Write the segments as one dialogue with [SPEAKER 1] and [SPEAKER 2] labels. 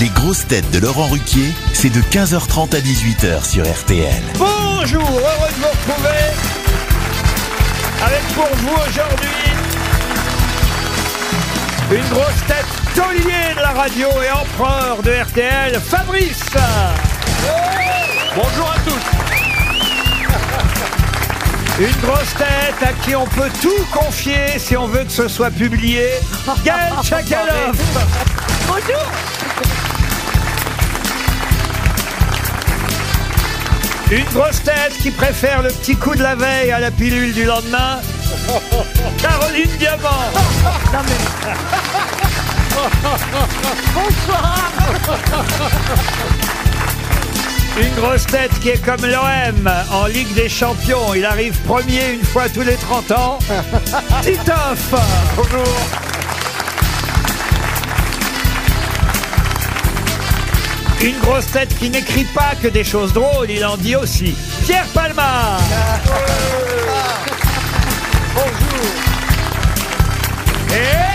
[SPEAKER 1] Les grosses têtes de Laurent Ruquier, c'est de 15h30 à 18h sur RTL.
[SPEAKER 2] Bonjour, heureux de vous retrouver avec pour vous aujourd'hui une grosse tête taulier de la radio et empereur de RTL, Fabrice. Bonjour à tous. Une grosse tête à qui on peut tout confier si on veut que ce soit publié, Gaël Chakalov.
[SPEAKER 3] Bonjour
[SPEAKER 2] Une grosse tête qui préfère le petit coup de la veille à la pilule du lendemain. Caroline Diamant.
[SPEAKER 3] Bonsoir
[SPEAKER 2] Une grosse tête qui est comme l'OM en Ligue des Champions. Il arrive premier une fois tous les 30 ans. Titoff. Bonjour. Une grosse tête qui n'écrit pas que des choses drôles, il en dit aussi. Pierre Palma. Bonjour. Eh,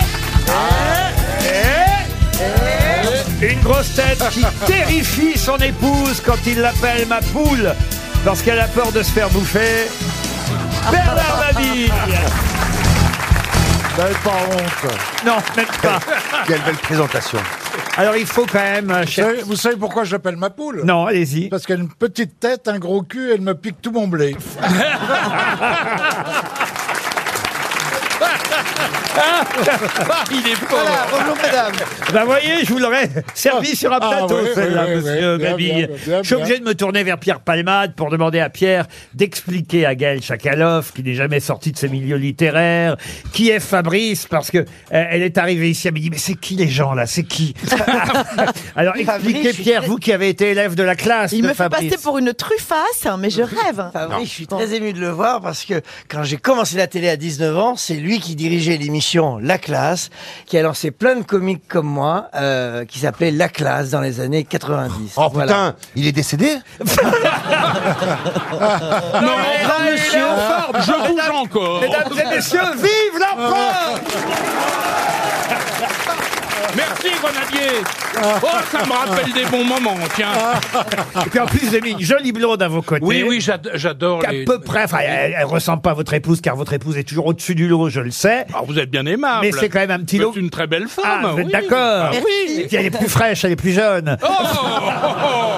[SPEAKER 2] Et, et, une grosse tête qui terrifie son épouse quand il l'appelle ma poule, lorsqu'elle a peur de se faire bouffer. eh, Bernard Mabille.
[SPEAKER 4] N'avez pas honte.
[SPEAKER 2] Non, même pas.
[SPEAKER 5] Quelle belle présentation.
[SPEAKER 2] Alors il faut quand même. euh,
[SPEAKER 4] Vous
[SPEAKER 2] cher-
[SPEAKER 4] savez, vous savez pourquoi je l'appelle ma poule
[SPEAKER 2] Non, allez-y.
[SPEAKER 4] Parce qu'elle a une petite tête, un gros cul, elle me pique tout mon blé.
[SPEAKER 6] Il est pauvre.
[SPEAKER 5] bonjour madame.
[SPEAKER 2] Bah voyez, je vous l'aurais servi sur un
[SPEAKER 4] Ah,
[SPEAKER 2] plateau,
[SPEAKER 4] oui,
[SPEAKER 2] celle-là,
[SPEAKER 4] oui, oui,
[SPEAKER 2] monsieur
[SPEAKER 4] oui. Bien,
[SPEAKER 2] Mabille.
[SPEAKER 4] bien, bien,
[SPEAKER 2] Je suis
[SPEAKER 4] bien.
[SPEAKER 2] obligé de me tourner vers Pierre Palmade pour demander à Pierre d'expliquer à Gaël Chakalov, qui n'est jamais sorti de ses milieux littéraires, qui est Fabrice, parce que euh, elle est arrivée ici, elle me dit, mais c'est qui les gens là C'est qui Alors
[SPEAKER 7] Fabrice,
[SPEAKER 2] expliquez,
[SPEAKER 7] je suis
[SPEAKER 2] Pierre,
[SPEAKER 7] très-
[SPEAKER 2] vous qui avez été élève de la classe
[SPEAKER 7] Il
[SPEAKER 2] de
[SPEAKER 7] me fait
[SPEAKER 2] Fabrice.
[SPEAKER 7] passer pour une truffasse, mais je rêve.
[SPEAKER 5] Fabrice, Bah je suis très ému de le voir parce que quand j'ai commencé la télé à 19 ans, c'est lui qui dirigeait l'émission La Classe, qui a lancé plein de comiques comme moi, euh, qui s'appelait La Classe dans les années 90.
[SPEAKER 6] Oh
[SPEAKER 5] Voilà.
[SPEAKER 6] putain, il est décédé
[SPEAKER 2] Non, mais là, il est
[SPEAKER 5] monsieur.
[SPEAKER 2] en forme.
[SPEAKER 6] Je bouge encore
[SPEAKER 2] Mesdames et messieurs, vive l'empereur
[SPEAKER 6] Merci Grenadier Oh, ça me rappelle des bons moments, tiens
[SPEAKER 2] Et puis en plus, j'ai mis une jolie blonde à vos côtés.
[SPEAKER 6] Oui, oui, j'ad- j'adore
[SPEAKER 2] à
[SPEAKER 6] Oh, les...
[SPEAKER 2] peu près, enfin, elle, elle ressemble pas à votre épouse, car votre épouse est toujours au-dessus du lot, je le sais.
[SPEAKER 6] Alors, vous êtes bien aimable.
[SPEAKER 2] Mais c'est quand même un petit
[SPEAKER 6] Ah, Vous
[SPEAKER 2] lot.
[SPEAKER 6] êtes une très belle
[SPEAKER 2] Ah,
[SPEAKER 6] femme.
[SPEAKER 2] vous êtes
[SPEAKER 6] oui.
[SPEAKER 2] d'accord.
[SPEAKER 6] Ah, oui.
[SPEAKER 2] Et puis, Elle est plus fraîche, elle est plus jeune.
[SPEAKER 6] Oh, oh, oh.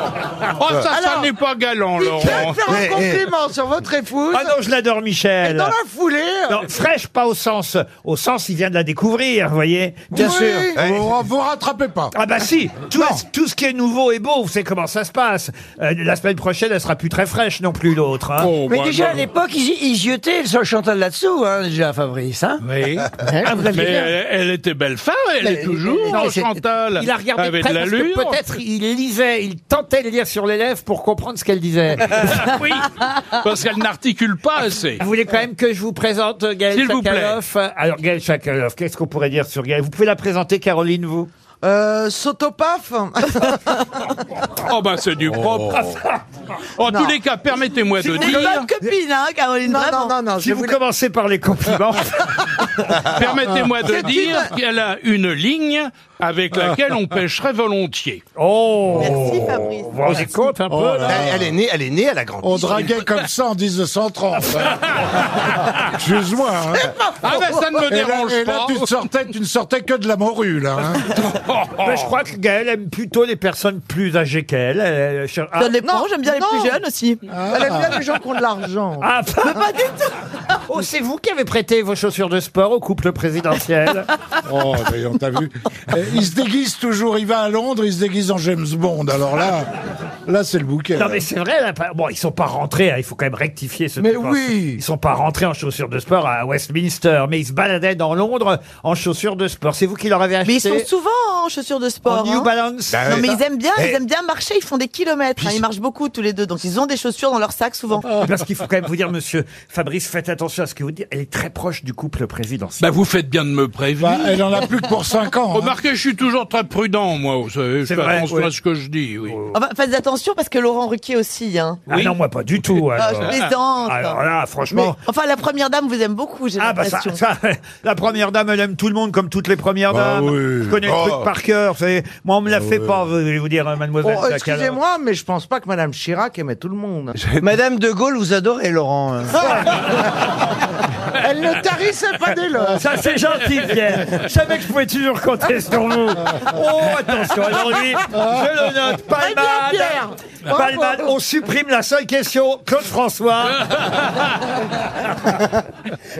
[SPEAKER 6] Oh, ça, ça
[SPEAKER 5] Alors,
[SPEAKER 6] n'est pas galant, Laurent.
[SPEAKER 5] faire
[SPEAKER 2] Eh,
[SPEAKER 5] un compliment sur votre épouse.
[SPEAKER 2] Ah non, je l'adore,
[SPEAKER 5] et
[SPEAKER 2] Michel.
[SPEAKER 5] dans la foulée,
[SPEAKER 2] Non, fraîche, pas au sens. Au sens, il vient de la découvrir, vous voyez. Eh.
[SPEAKER 5] bien sûr.
[SPEAKER 4] Vous vous rattrapez pas.
[SPEAKER 2] Ah bah si, tout, tout ce qui est nouveau est beau, vous savez comment ça se passe. Euh, la semaine prochaine, elle sera plus très fraîche non plus l'autre. hein.
[SPEAKER 6] Oh,
[SPEAKER 5] Ah. Mais
[SPEAKER 6] bah,
[SPEAKER 5] déjà
[SPEAKER 6] bah,
[SPEAKER 5] à l'époque, ils, ils jetaient le sol Chantal là-dessous, hein, déjà Fabrice. Hein
[SPEAKER 6] Oui.
[SPEAKER 5] Hein, vous l'aviez
[SPEAKER 6] Mais
[SPEAKER 5] bien.
[SPEAKER 6] elle, elle était belle femme, elle est toujours,
[SPEAKER 2] Non, mais c'est-
[SPEAKER 6] Chantal.
[SPEAKER 2] Il a regardé
[SPEAKER 6] avec
[SPEAKER 2] près
[SPEAKER 6] Ah, de
[SPEAKER 2] parce que
[SPEAKER 6] l'allure.
[SPEAKER 2] peut-être il lisait, il tentait de lire sur les lèvres pour comprendre ce qu'elle disait.
[SPEAKER 6] Oui, parce qu'elle n'articule pas assez.
[SPEAKER 2] Vous voulez quand même que je vous présente Gaël
[SPEAKER 6] S'il vous plaît.
[SPEAKER 2] Chakalov Alors Gaël Chakalov, qu'est-ce qu'on pourrait dire sur Gaël Vous pouvez la présenter Caroline, vous
[SPEAKER 8] Euh, Sotopaf
[SPEAKER 6] Oh bah c'est du propre. En tous les cas, permettez-moi de
[SPEAKER 7] Une
[SPEAKER 6] dire,
[SPEAKER 7] bonne copine, hein, Caroline
[SPEAKER 8] Non,
[SPEAKER 7] vraiment.
[SPEAKER 8] non, non, non,
[SPEAKER 2] Si
[SPEAKER 8] je
[SPEAKER 2] vous
[SPEAKER 8] voulais...
[SPEAKER 2] commencez par les compliments,
[SPEAKER 6] permettez-moi de dire qu'elle a une ligne avec laquelle on pêcherait volontiers.
[SPEAKER 2] Ah. oh
[SPEAKER 7] Merci, Fabrice.
[SPEAKER 2] Vous vous rendez compte un peu
[SPEAKER 4] Oh là
[SPEAKER 2] là
[SPEAKER 4] là.
[SPEAKER 5] est née, elle est née, elle a grandi.
[SPEAKER 4] On draguait comme ça en 1930. Excuse-moi. hein.
[SPEAKER 6] Ah bah ça ne me
[SPEAKER 4] Et là,
[SPEAKER 6] dérange
[SPEAKER 4] et là,
[SPEAKER 6] pas.
[SPEAKER 4] tu, sortais, tu ne sortais que de la morue, là. hein.
[SPEAKER 2] Mais je crois que Gaël aime plutôt les personnes plus âgées qu'elle. Elle, elle cher- ah,
[SPEAKER 7] Ça dépend, j'aime bien les
[SPEAKER 8] non. Ah.
[SPEAKER 7] plus jeunes aussi.
[SPEAKER 8] Elle aime bien les gens qui ont de l'argent.
[SPEAKER 2] ah, pas du tout Oh, c'est vous qui avez prêté vos chaussures de sport au couple présidentiel.
[SPEAKER 4] Oh, d'ailleurs, t'as vu. Eh, Il se déguise toujours, il va à Londres, il se déguise en James Bond. Alors là, là c'est le bouquet.
[SPEAKER 2] Non mais c'est vrai, là, pas- bon ils sont pas rentrés, hein, il faut quand même rectifier ce
[SPEAKER 8] Mais
[SPEAKER 2] truc.
[SPEAKER 8] oui.
[SPEAKER 2] Ils sont pas rentrés en chaussures de sport à Westminster, mais ils se baladaient dans Londres en chaussures de sport. C'est vous qui leur avez
[SPEAKER 7] Mais
[SPEAKER 2] acheté
[SPEAKER 7] ils sont souvent en chaussures de
[SPEAKER 2] en
[SPEAKER 7] sport.
[SPEAKER 2] New
[SPEAKER 7] hein.
[SPEAKER 2] Balance
[SPEAKER 5] Bah,
[SPEAKER 7] Non
[SPEAKER 5] ouais.
[SPEAKER 7] mais ils aiment bien,
[SPEAKER 5] Eh.
[SPEAKER 7] ils aiment bien marcher, ils font des kilomètres, hein, ils marchent beaucoup tous les deux, donc ils ont des chaussures dans leur sac souvent.
[SPEAKER 2] Ah, Parce qu'il faut quand même vous dire, monsieur Fabrice, faites attention à ce que vous dites, elle est très proche du couple présidentiel.
[SPEAKER 6] Bah vous faites bien de me prévenir.
[SPEAKER 4] Bah, elle en a plus que pour 5 ans. hein.
[SPEAKER 6] Remarquez, je suis toujours très prudent, moi. vous savez, Je
[SPEAKER 2] C'est
[SPEAKER 6] fais
[SPEAKER 2] vrai,
[SPEAKER 6] attention
[SPEAKER 2] ouais.
[SPEAKER 6] à ce que je dis, oui.
[SPEAKER 7] Enfin, faites attention parce que Laurent Ruquier aussi. Hein.
[SPEAKER 2] Ah non, moi pas du tout.
[SPEAKER 7] Ah,
[SPEAKER 2] alors.
[SPEAKER 7] je plaisante.
[SPEAKER 2] Alors là, franchement...
[SPEAKER 7] Enfin, la première dame vous aime beaucoup, j'ai
[SPEAKER 2] Ah bah ça,
[SPEAKER 7] l'impression.
[SPEAKER 2] ça, la première dame, elle aime tout le monde comme toutes les premières
[SPEAKER 4] Bah
[SPEAKER 2] dames.
[SPEAKER 4] oui. Bah
[SPEAKER 2] Je connais le truc par par cœur. Vous savez, moi, on me l'a fait pas, vous- je vais vous dire, euh, mademoiselle.
[SPEAKER 8] Oh,
[SPEAKER 2] Sakharov.
[SPEAKER 8] Excusez-moi, mais je pense pas que Madame Chirac aimait tout le monde.
[SPEAKER 5] Madame de Gaulle, vous adorez, Laurent.
[SPEAKER 6] hein.
[SPEAKER 5] euh.
[SPEAKER 8] Elle ne tarissait pas dès lors.
[SPEAKER 2] Ça, c'est gentil, Pierre. Je savais que je pouvais toujours compter sur vous. Oh, attention, aujourd'hui, je le note.
[SPEAKER 8] Très bien,
[SPEAKER 2] Palman.
[SPEAKER 8] Pierre.
[SPEAKER 2] Palman, on supprime la seule question. Claude François.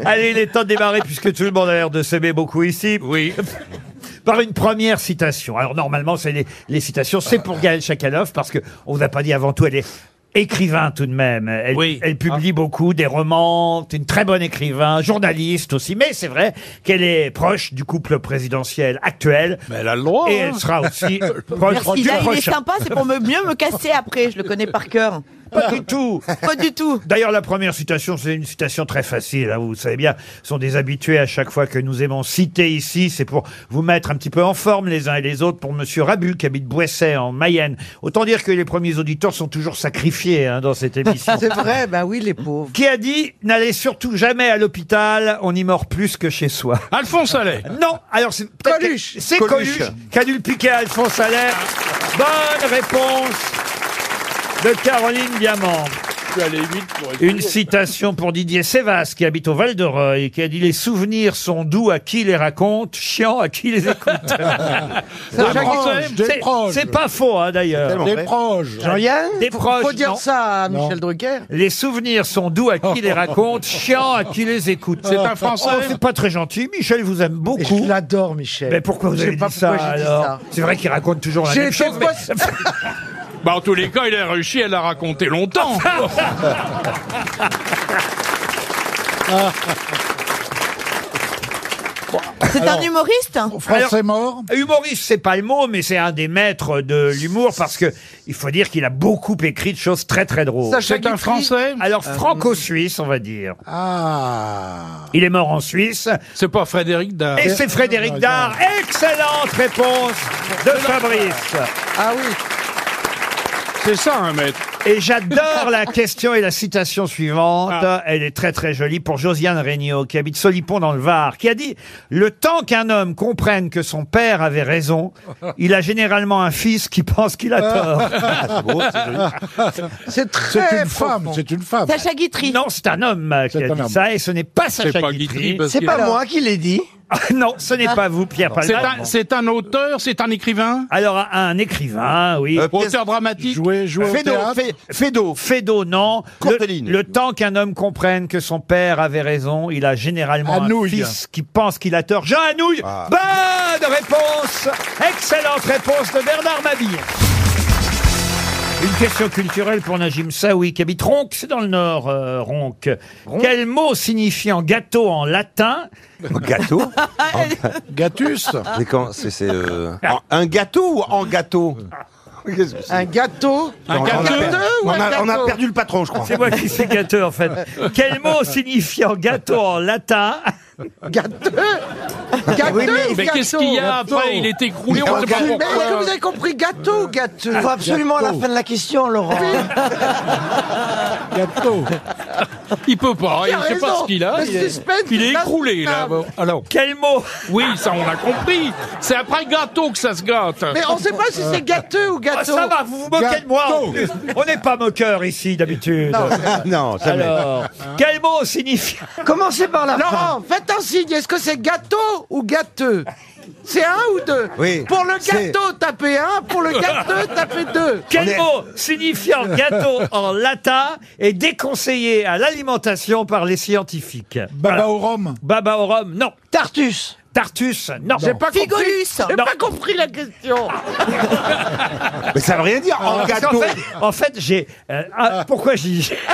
[SPEAKER 2] Allez, il est temps de démarrer puisque tout le monde a l'air de s'aimer beaucoup ici.
[SPEAKER 6] Oui.
[SPEAKER 2] Par une première citation. Alors, normalement, c'est les, les citations, c'est pour Gaël Chakalov parce que on vous a pas dit avant tout, elle est écrivain tout de même. Elle,
[SPEAKER 6] Oui. Ah.
[SPEAKER 2] elle publie beaucoup des romans, c'est une très bonne écrivain, journaliste aussi, mais c'est vrai qu'elle est proche du couple présidentiel actuel.
[SPEAKER 6] Mais elle a le droit.
[SPEAKER 2] Et
[SPEAKER 6] hein.
[SPEAKER 2] elle sera aussi euh, proche
[SPEAKER 7] Merci,
[SPEAKER 2] du
[SPEAKER 7] là, il est
[SPEAKER 2] prochain.
[SPEAKER 7] sympa, c'est pour me, mieux me casser après, je le connais par cœur.
[SPEAKER 2] Pas du tout.
[SPEAKER 7] Pas du tout.
[SPEAKER 2] D'ailleurs, la première citation, c'est une citation très facile. hein, vous savez bien, ce sont des habitués à chaque fois que nous aimons citer ici. C'est pour vous mettre un petit peu en forme les uns et les autres pour Monsieur Rabu qui habite Boisset en Mayenne. Autant dire que les premiers auditeurs sont toujours sacrifiés hein, dans cette émission.
[SPEAKER 8] C'est vrai, ben oui, les pauvres.
[SPEAKER 2] qui a dit n'allez surtout jamais à l'hôpital, on y mord plus que chez soi.
[SPEAKER 6] Alphonse Allais.
[SPEAKER 2] Non, alors c'est peut-être
[SPEAKER 8] Coluche.
[SPEAKER 2] que- C'est Coluche,
[SPEAKER 6] Coluche.
[SPEAKER 2] qui a dû le piquer à Alphonse Allaire. Bonne réponse de Caroline Diamant. Une citation pour Didier Sévas, qui habite au Val d'Oreuil, qui a dit Les souvenirs sont doux à qui les raconte, chiants à qui les écoute.
[SPEAKER 4] Des proches,
[SPEAKER 2] C'est-
[SPEAKER 4] des proches.
[SPEAKER 2] C'est pas faux, hein, d'ailleurs.
[SPEAKER 4] Des proches.
[SPEAKER 5] Jean-Yann
[SPEAKER 2] Des proches.
[SPEAKER 8] Faut dire
[SPEAKER 2] non.
[SPEAKER 8] ça à Michel Drucker.
[SPEAKER 2] Les souvenirs sont doux à qui les raconte, chiants à qui les écoute.
[SPEAKER 6] C'est un Français.
[SPEAKER 2] Oh, c'est pas très gentil. Michel vous aime
[SPEAKER 8] Et
[SPEAKER 2] beaucoup.
[SPEAKER 8] je l'adore, Michel.
[SPEAKER 2] Mais pourquoi vous
[SPEAKER 8] Je sais
[SPEAKER 2] avez dit
[SPEAKER 8] pas
[SPEAKER 2] ça
[SPEAKER 8] pourquoi j'ai dit
[SPEAKER 2] alors
[SPEAKER 8] ça.
[SPEAKER 2] C'est vrai qu'il raconte toujours la
[SPEAKER 8] J'ai
[SPEAKER 2] même
[SPEAKER 8] été
[SPEAKER 2] chose. mais-
[SPEAKER 6] Bah, en tous les cas, il a réussi à la raconter longtemps.
[SPEAKER 2] Ah.
[SPEAKER 7] C'est un humoriste
[SPEAKER 4] Français mort.
[SPEAKER 2] Humoriste, c'est pas le mot, mais c'est un des maîtres de l'humour parce que il faut dire qu'il a beaucoup écrit de choses très très drôles.
[SPEAKER 8] Sacha
[SPEAKER 6] C'est un
[SPEAKER 8] Guitry.
[SPEAKER 6] Français. Euh,
[SPEAKER 2] Alors franco-suisse, on va dire.
[SPEAKER 4] Ah.
[SPEAKER 2] Il est mort en Suisse.
[SPEAKER 6] C'est pas Frédéric Dard.
[SPEAKER 2] Et c'est
[SPEAKER 6] Ah,
[SPEAKER 2] Frédéric Dard. Excellente réponse de Fabrice.
[SPEAKER 8] Ah oui.
[SPEAKER 6] C'est ça, un maître.
[SPEAKER 2] Et j'adore la question et la citation suivante.
[SPEAKER 6] Ah.
[SPEAKER 2] Elle est très très jolie pour Josiane Regnault, qui habite Solipon dans le Var, qui a dit « Le temps qu'un homme comprenne que son père avait raison, il a généralement un fils qui pense qu'il a tort.
[SPEAKER 8] C'est
[SPEAKER 4] C'est
[SPEAKER 8] très
[SPEAKER 4] une femme,
[SPEAKER 8] profond.
[SPEAKER 4] c'est une femme.
[SPEAKER 7] Sacha » Guitry.
[SPEAKER 2] Non, c'est un homme euh, qui
[SPEAKER 4] C'est
[SPEAKER 2] a
[SPEAKER 4] un
[SPEAKER 2] dit
[SPEAKER 4] homme.
[SPEAKER 2] ça, et ce n'est pas
[SPEAKER 6] C'est
[SPEAKER 2] Sacha
[SPEAKER 6] pas
[SPEAKER 2] Guitry.
[SPEAKER 6] Guitry. parce
[SPEAKER 5] C'est
[SPEAKER 6] qu'il
[SPEAKER 5] pas
[SPEAKER 6] a-
[SPEAKER 5] moi qui l'ai dit.
[SPEAKER 2] Ah, non, ce n'est pas vous, Pierre
[SPEAKER 6] C'est
[SPEAKER 2] Palmade.
[SPEAKER 6] un, c'est un auteur, c'est un écrivain,
[SPEAKER 2] Alors, un- un écrivain, oui.
[SPEAKER 6] auteur dramatique.
[SPEAKER 4] Jouer, jouer au théâtre.
[SPEAKER 2] Fédo. Fédo, non.
[SPEAKER 3] Courteline.
[SPEAKER 2] Le, le temps qu'un homme comprenne que son père avait raison, il a généralement un
[SPEAKER 4] Anouilh.
[SPEAKER 2] fils qui pense qu'il a tort. Jean Anouille Bonne réponse Excellente réponse de Bernard Mabille une question culturelle pour Najim Saoui, qui habite Ronc, c'est dans le nord, euh, Ronc. Quel mot signifiant gâteau en latin
[SPEAKER 3] Gâteau Ah.
[SPEAKER 4] Gatus.
[SPEAKER 3] C'est quand C'est c'est, euh, en- un gâteau ou en gâteau Qu'est-ce que c'est
[SPEAKER 8] Un gâteau.
[SPEAKER 3] On
[SPEAKER 6] Un
[SPEAKER 3] a- on a
[SPEAKER 6] gâteux
[SPEAKER 3] perdu-
[SPEAKER 8] ou
[SPEAKER 3] on, a,
[SPEAKER 8] un
[SPEAKER 3] on a
[SPEAKER 8] gâteau
[SPEAKER 3] perdu le patron, je crois.
[SPEAKER 2] C'est moi qui sais gâteau, en fait. Quel mot signifiant gâteau en latin
[SPEAKER 8] Gâteux. Gâteux ou
[SPEAKER 6] Ah, Mais qu'est-ce qu'il y a après Il est écroulé, on
[SPEAKER 3] Mais euh,
[SPEAKER 6] sait pas
[SPEAKER 3] regarde-
[SPEAKER 8] Mais est-ce que
[SPEAKER 6] pourquoi.
[SPEAKER 8] vous avez compris gâteau ou gâteux
[SPEAKER 5] Faut absolument la fin de la question, Laurent.
[SPEAKER 4] Gâteau.
[SPEAKER 6] Il peut pas, hein, il sait pas ce qu'il a.
[SPEAKER 8] Le
[SPEAKER 6] Il est,
[SPEAKER 8] suspense
[SPEAKER 6] il est
[SPEAKER 8] est
[SPEAKER 6] écroulé, là.
[SPEAKER 8] insoutenable.
[SPEAKER 6] Alors,
[SPEAKER 2] Quel mot
[SPEAKER 6] oui, ça, on a compris. C'est après gâteau que ça se gâte.
[SPEAKER 8] Mais on sait pas si c'est gâteux ou
[SPEAKER 2] Ah,
[SPEAKER 8] gâteau.
[SPEAKER 2] ça va, vous vous moquez de moi en plus. On n'est pas moqueur ici d'habitude.
[SPEAKER 3] non, jamais.
[SPEAKER 2] Alors, quel mot signifie
[SPEAKER 5] Commencez par la fin.
[SPEAKER 8] Laurent, faites un signe. Est-ce que c'est gâteau ou gâteux C'est un ou deux
[SPEAKER 3] Oui,
[SPEAKER 8] Pour le
[SPEAKER 3] c'est-
[SPEAKER 8] gâteau, tapez un. Pour le gâteux, tapez deux.
[SPEAKER 2] Quel
[SPEAKER 3] On est-
[SPEAKER 2] mot signifiant gâteau en latin est déconseillé à l'alimentation par les scientifiques
[SPEAKER 4] Baba au rhum.
[SPEAKER 2] Baba au rhum, non.
[SPEAKER 5] Tartus.
[SPEAKER 2] Tartus, non.
[SPEAKER 4] J'ai pas
[SPEAKER 7] Figolus
[SPEAKER 8] J'ai
[SPEAKER 2] Non. Ah,
[SPEAKER 8] pas compris la question.
[SPEAKER 3] Mais ça veut rien dire, en
[SPEAKER 2] Parce qu'en
[SPEAKER 3] gâteau.
[SPEAKER 2] fait, en fait, j'ai. euh, ah, pourquoi j'ai.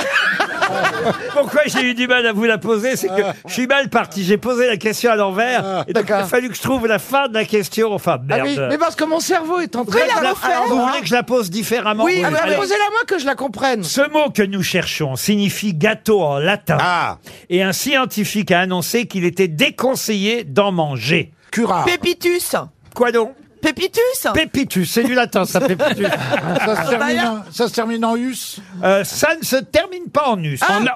[SPEAKER 2] Pourquoi j'ai eu du mal à vous la poser, c'est que je suis mal parti. J'ai posé la question à l'envers. et donc, il a
[SPEAKER 8] Ah, d'accord.
[SPEAKER 2] fallu que je trouve la fin de la question. Enfin,
[SPEAKER 8] Ah
[SPEAKER 2] merde.
[SPEAKER 8] oui, mais parce que mon cerveau est en train
[SPEAKER 2] Je la- alors, euh, vous voulez que je la pose différemment
[SPEAKER 8] Oui, ah, mais
[SPEAKER 2] Alors,
[SPEAKER 8] posez-la moi que je la comprenne.
[SPEAKER 2] Ce mot que nous cherchons signifie gâteau en latin.
[SPEAKER 3] Ah,
[SPEAKER 2] Et un scientifique a annoncé qu'il était déconseillé d'en manger.
[SPEAKER 4] Cura.
[SPEAKER 7] Pépitus
[SPEAKER 2] Quoi donc
[SPEAKER 7] Pépitus Ah, bah,
[SPEAKER 2] Pépitus, c'est du latin, ça, Pépitus.
[SPEAKER 4] Ça se termine,
[SPEAKER 7] là-
[SPEAKER 4] en- ça se termine en us Ah,
[SPEAKER 2] Euh, ça ne se termine pas en us.
[SPEAKER 6] En homme,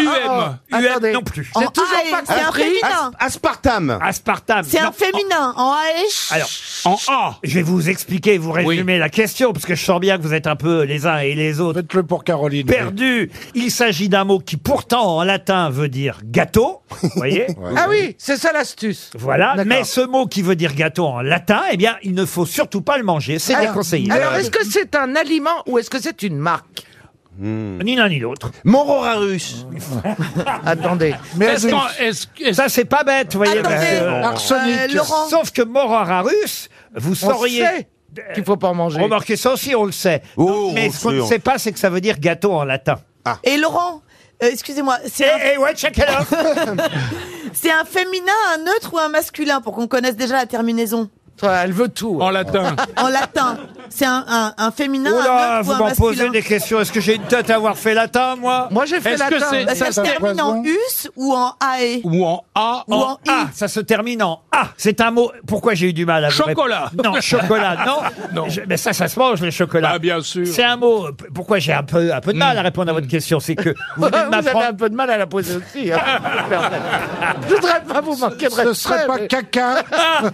[SPEAKER 6] UM.
[SPEAKER 4] oh.
[SPEAKER 2] UM
[SPEAKER 8] attendez.
[SPEAKER 2] non plus.
[SPEAKER 7] En
[SPEAKER 8] J'ai toujours
[SPEAKER 7] AE,
[SPEAKER 8] pas
[SPEAKER 7] C'est un
[SPEAKER 8] compris.
[SPEAKER 7] féminin.
[SPEAKER 3] Aspartame.
[SPEAKER 2] Aspartame.
[SPEAKER 7] C'est
[SPEAKER 2] Non,
[SPEAKER 7] un féminin. En AH.
[SPEAKER 2] Alors,
[SPEAKER 6] En A.
[SPEAKER 2] je vais vous expliquer, vous résumer la question, parce que je sens bien que vous êtes un peu les uns et les autres
[SPEAKER 4] Faites-le pour Caroline.
[SPEAKER 2] perdus. Il s'agit d'un mot qui pourtant en latin veut dire gâteau, vous voyez
[SPEAKER 8] Ah oui, c'est ça l'astuce.
[SPEAKER 2] Voilà,
[SPEAKER 8] D'accord.
[SPEAKER 2] mais ce mot qui veut dire gâteau en latin, eh bien, il ne faut surtout pas le manger, c'est déconseillé.
[SPEAKER 8] Alors, est-ce que c'est un aliment ou est-ce que c'est une marque
[SPEAKER 2] Ni l'un ni l'autre.
[SPEAKER 3] Mororarus.
[SPEAKER 8] Attendez.
[SPEAKER 6] Est-ce qu'en- est-ce- est-ce-
[SPEAKER 2] Ça, c'est pas bête, vous voyez. parce que-
[SPEAKER 7] Attendez.
[SPEAKER 4] Arsenic.
[SPEAKER 7] Euh, Laurent.
[SPEAKER 2] Sauf que Morararus, vous
[SPEAKER 8] On
[SPEAKER 2] sauriez...
[SPEAKER 8] sait qu'il faut pas en manger.
[SPEAKER 2] Remarquez, ça aussi, on le sait.
[SPEAKER 3] Oh,
[SPEAKER 2] mais
[SPEAKER 3] on
[SPEAKER 2] ce qu'on ne
[SPEAKER 3] sait, on-
[SPEAKER 2] sait pas, c'est que ça veut dire gâteau en latin.
[SPEAKER 7] Et Laurent, euh, excusez-moi,
[SPEAKER 2] Eh,
[SPEAKER 7] c'est un,
[SPEAKER 2] eh, ouais, chacun
[SPEAKER 7] c'est un féminin, un neutre ou un masculin pour qu'on connaisse déjà la terminaison
[SPEAKER 8] Toi, Elle veut tout.
[SPEAKER 6] en latin.
[SPEAKER 7] En latin, c'est un, un- un féminin,
[SPEAKER 2] Oula,
[SPEAKER 7] un neutre
[SPEAKER 2] Oh vous
[SPEAKER 7] ou un
[SPEAKER 2] m'en posez
[SPEAKER 7] masculin
[SPEAKER 2] des questions. Est-ce que j'ai une tête à avoir fait latin, moi
[SPEAKER 8] Moi, j'ai fait
[SPEAKER 6] Est-ce que
[SPEAKER 8] latin.
[SPEAKER 6] c'est-
[SPEAKER 7] Bah, Ça se
[SPEAKER 4] Ça, ça
[SPEAKER 7] termine en
[SPEAKER 4] correspond.
[SPEAKER 7] us ou en ae
[SPEAKER 6] Ou en A.
[SPEAKER 7] ou en i.
[SPEAKER 2] Ah, ça se termine en A. C'est un mot. Pourquoi j'ai eu du mal à vous
[SPEAKER 6] Chocolat.
[SPEAKER 2] répondre Non, chocolat. Non.
[SPEAKER 6] Non.
[SPEAKER 2] Je- mais ça, ça se mange le chocolat.
[SPEAKER 8] Bah,
[SPEAKER 6] Ah, bien sûr.
[SPEAKER 2] C'est un mot. p- Pourquoi j'ai un peu, un peu de mal à répondre à votre question, c'est que vous
[SPEAKER 8] Mm. Vous
[SPEAKER 2] venez de
[SPEAKER 8] avez
[SPEAKER 2] m'apprendre.
[SPEAKER 8] un peu de mal à la poser aussi. hein. Je voudrais pas vous manquer de
[SPEAKER 4] Ce
[SPEAKER 8] respect.
[SPEAKER 4] ne serait pas
[SPEAKER 8] mais-
[SPEAKER 4] caca.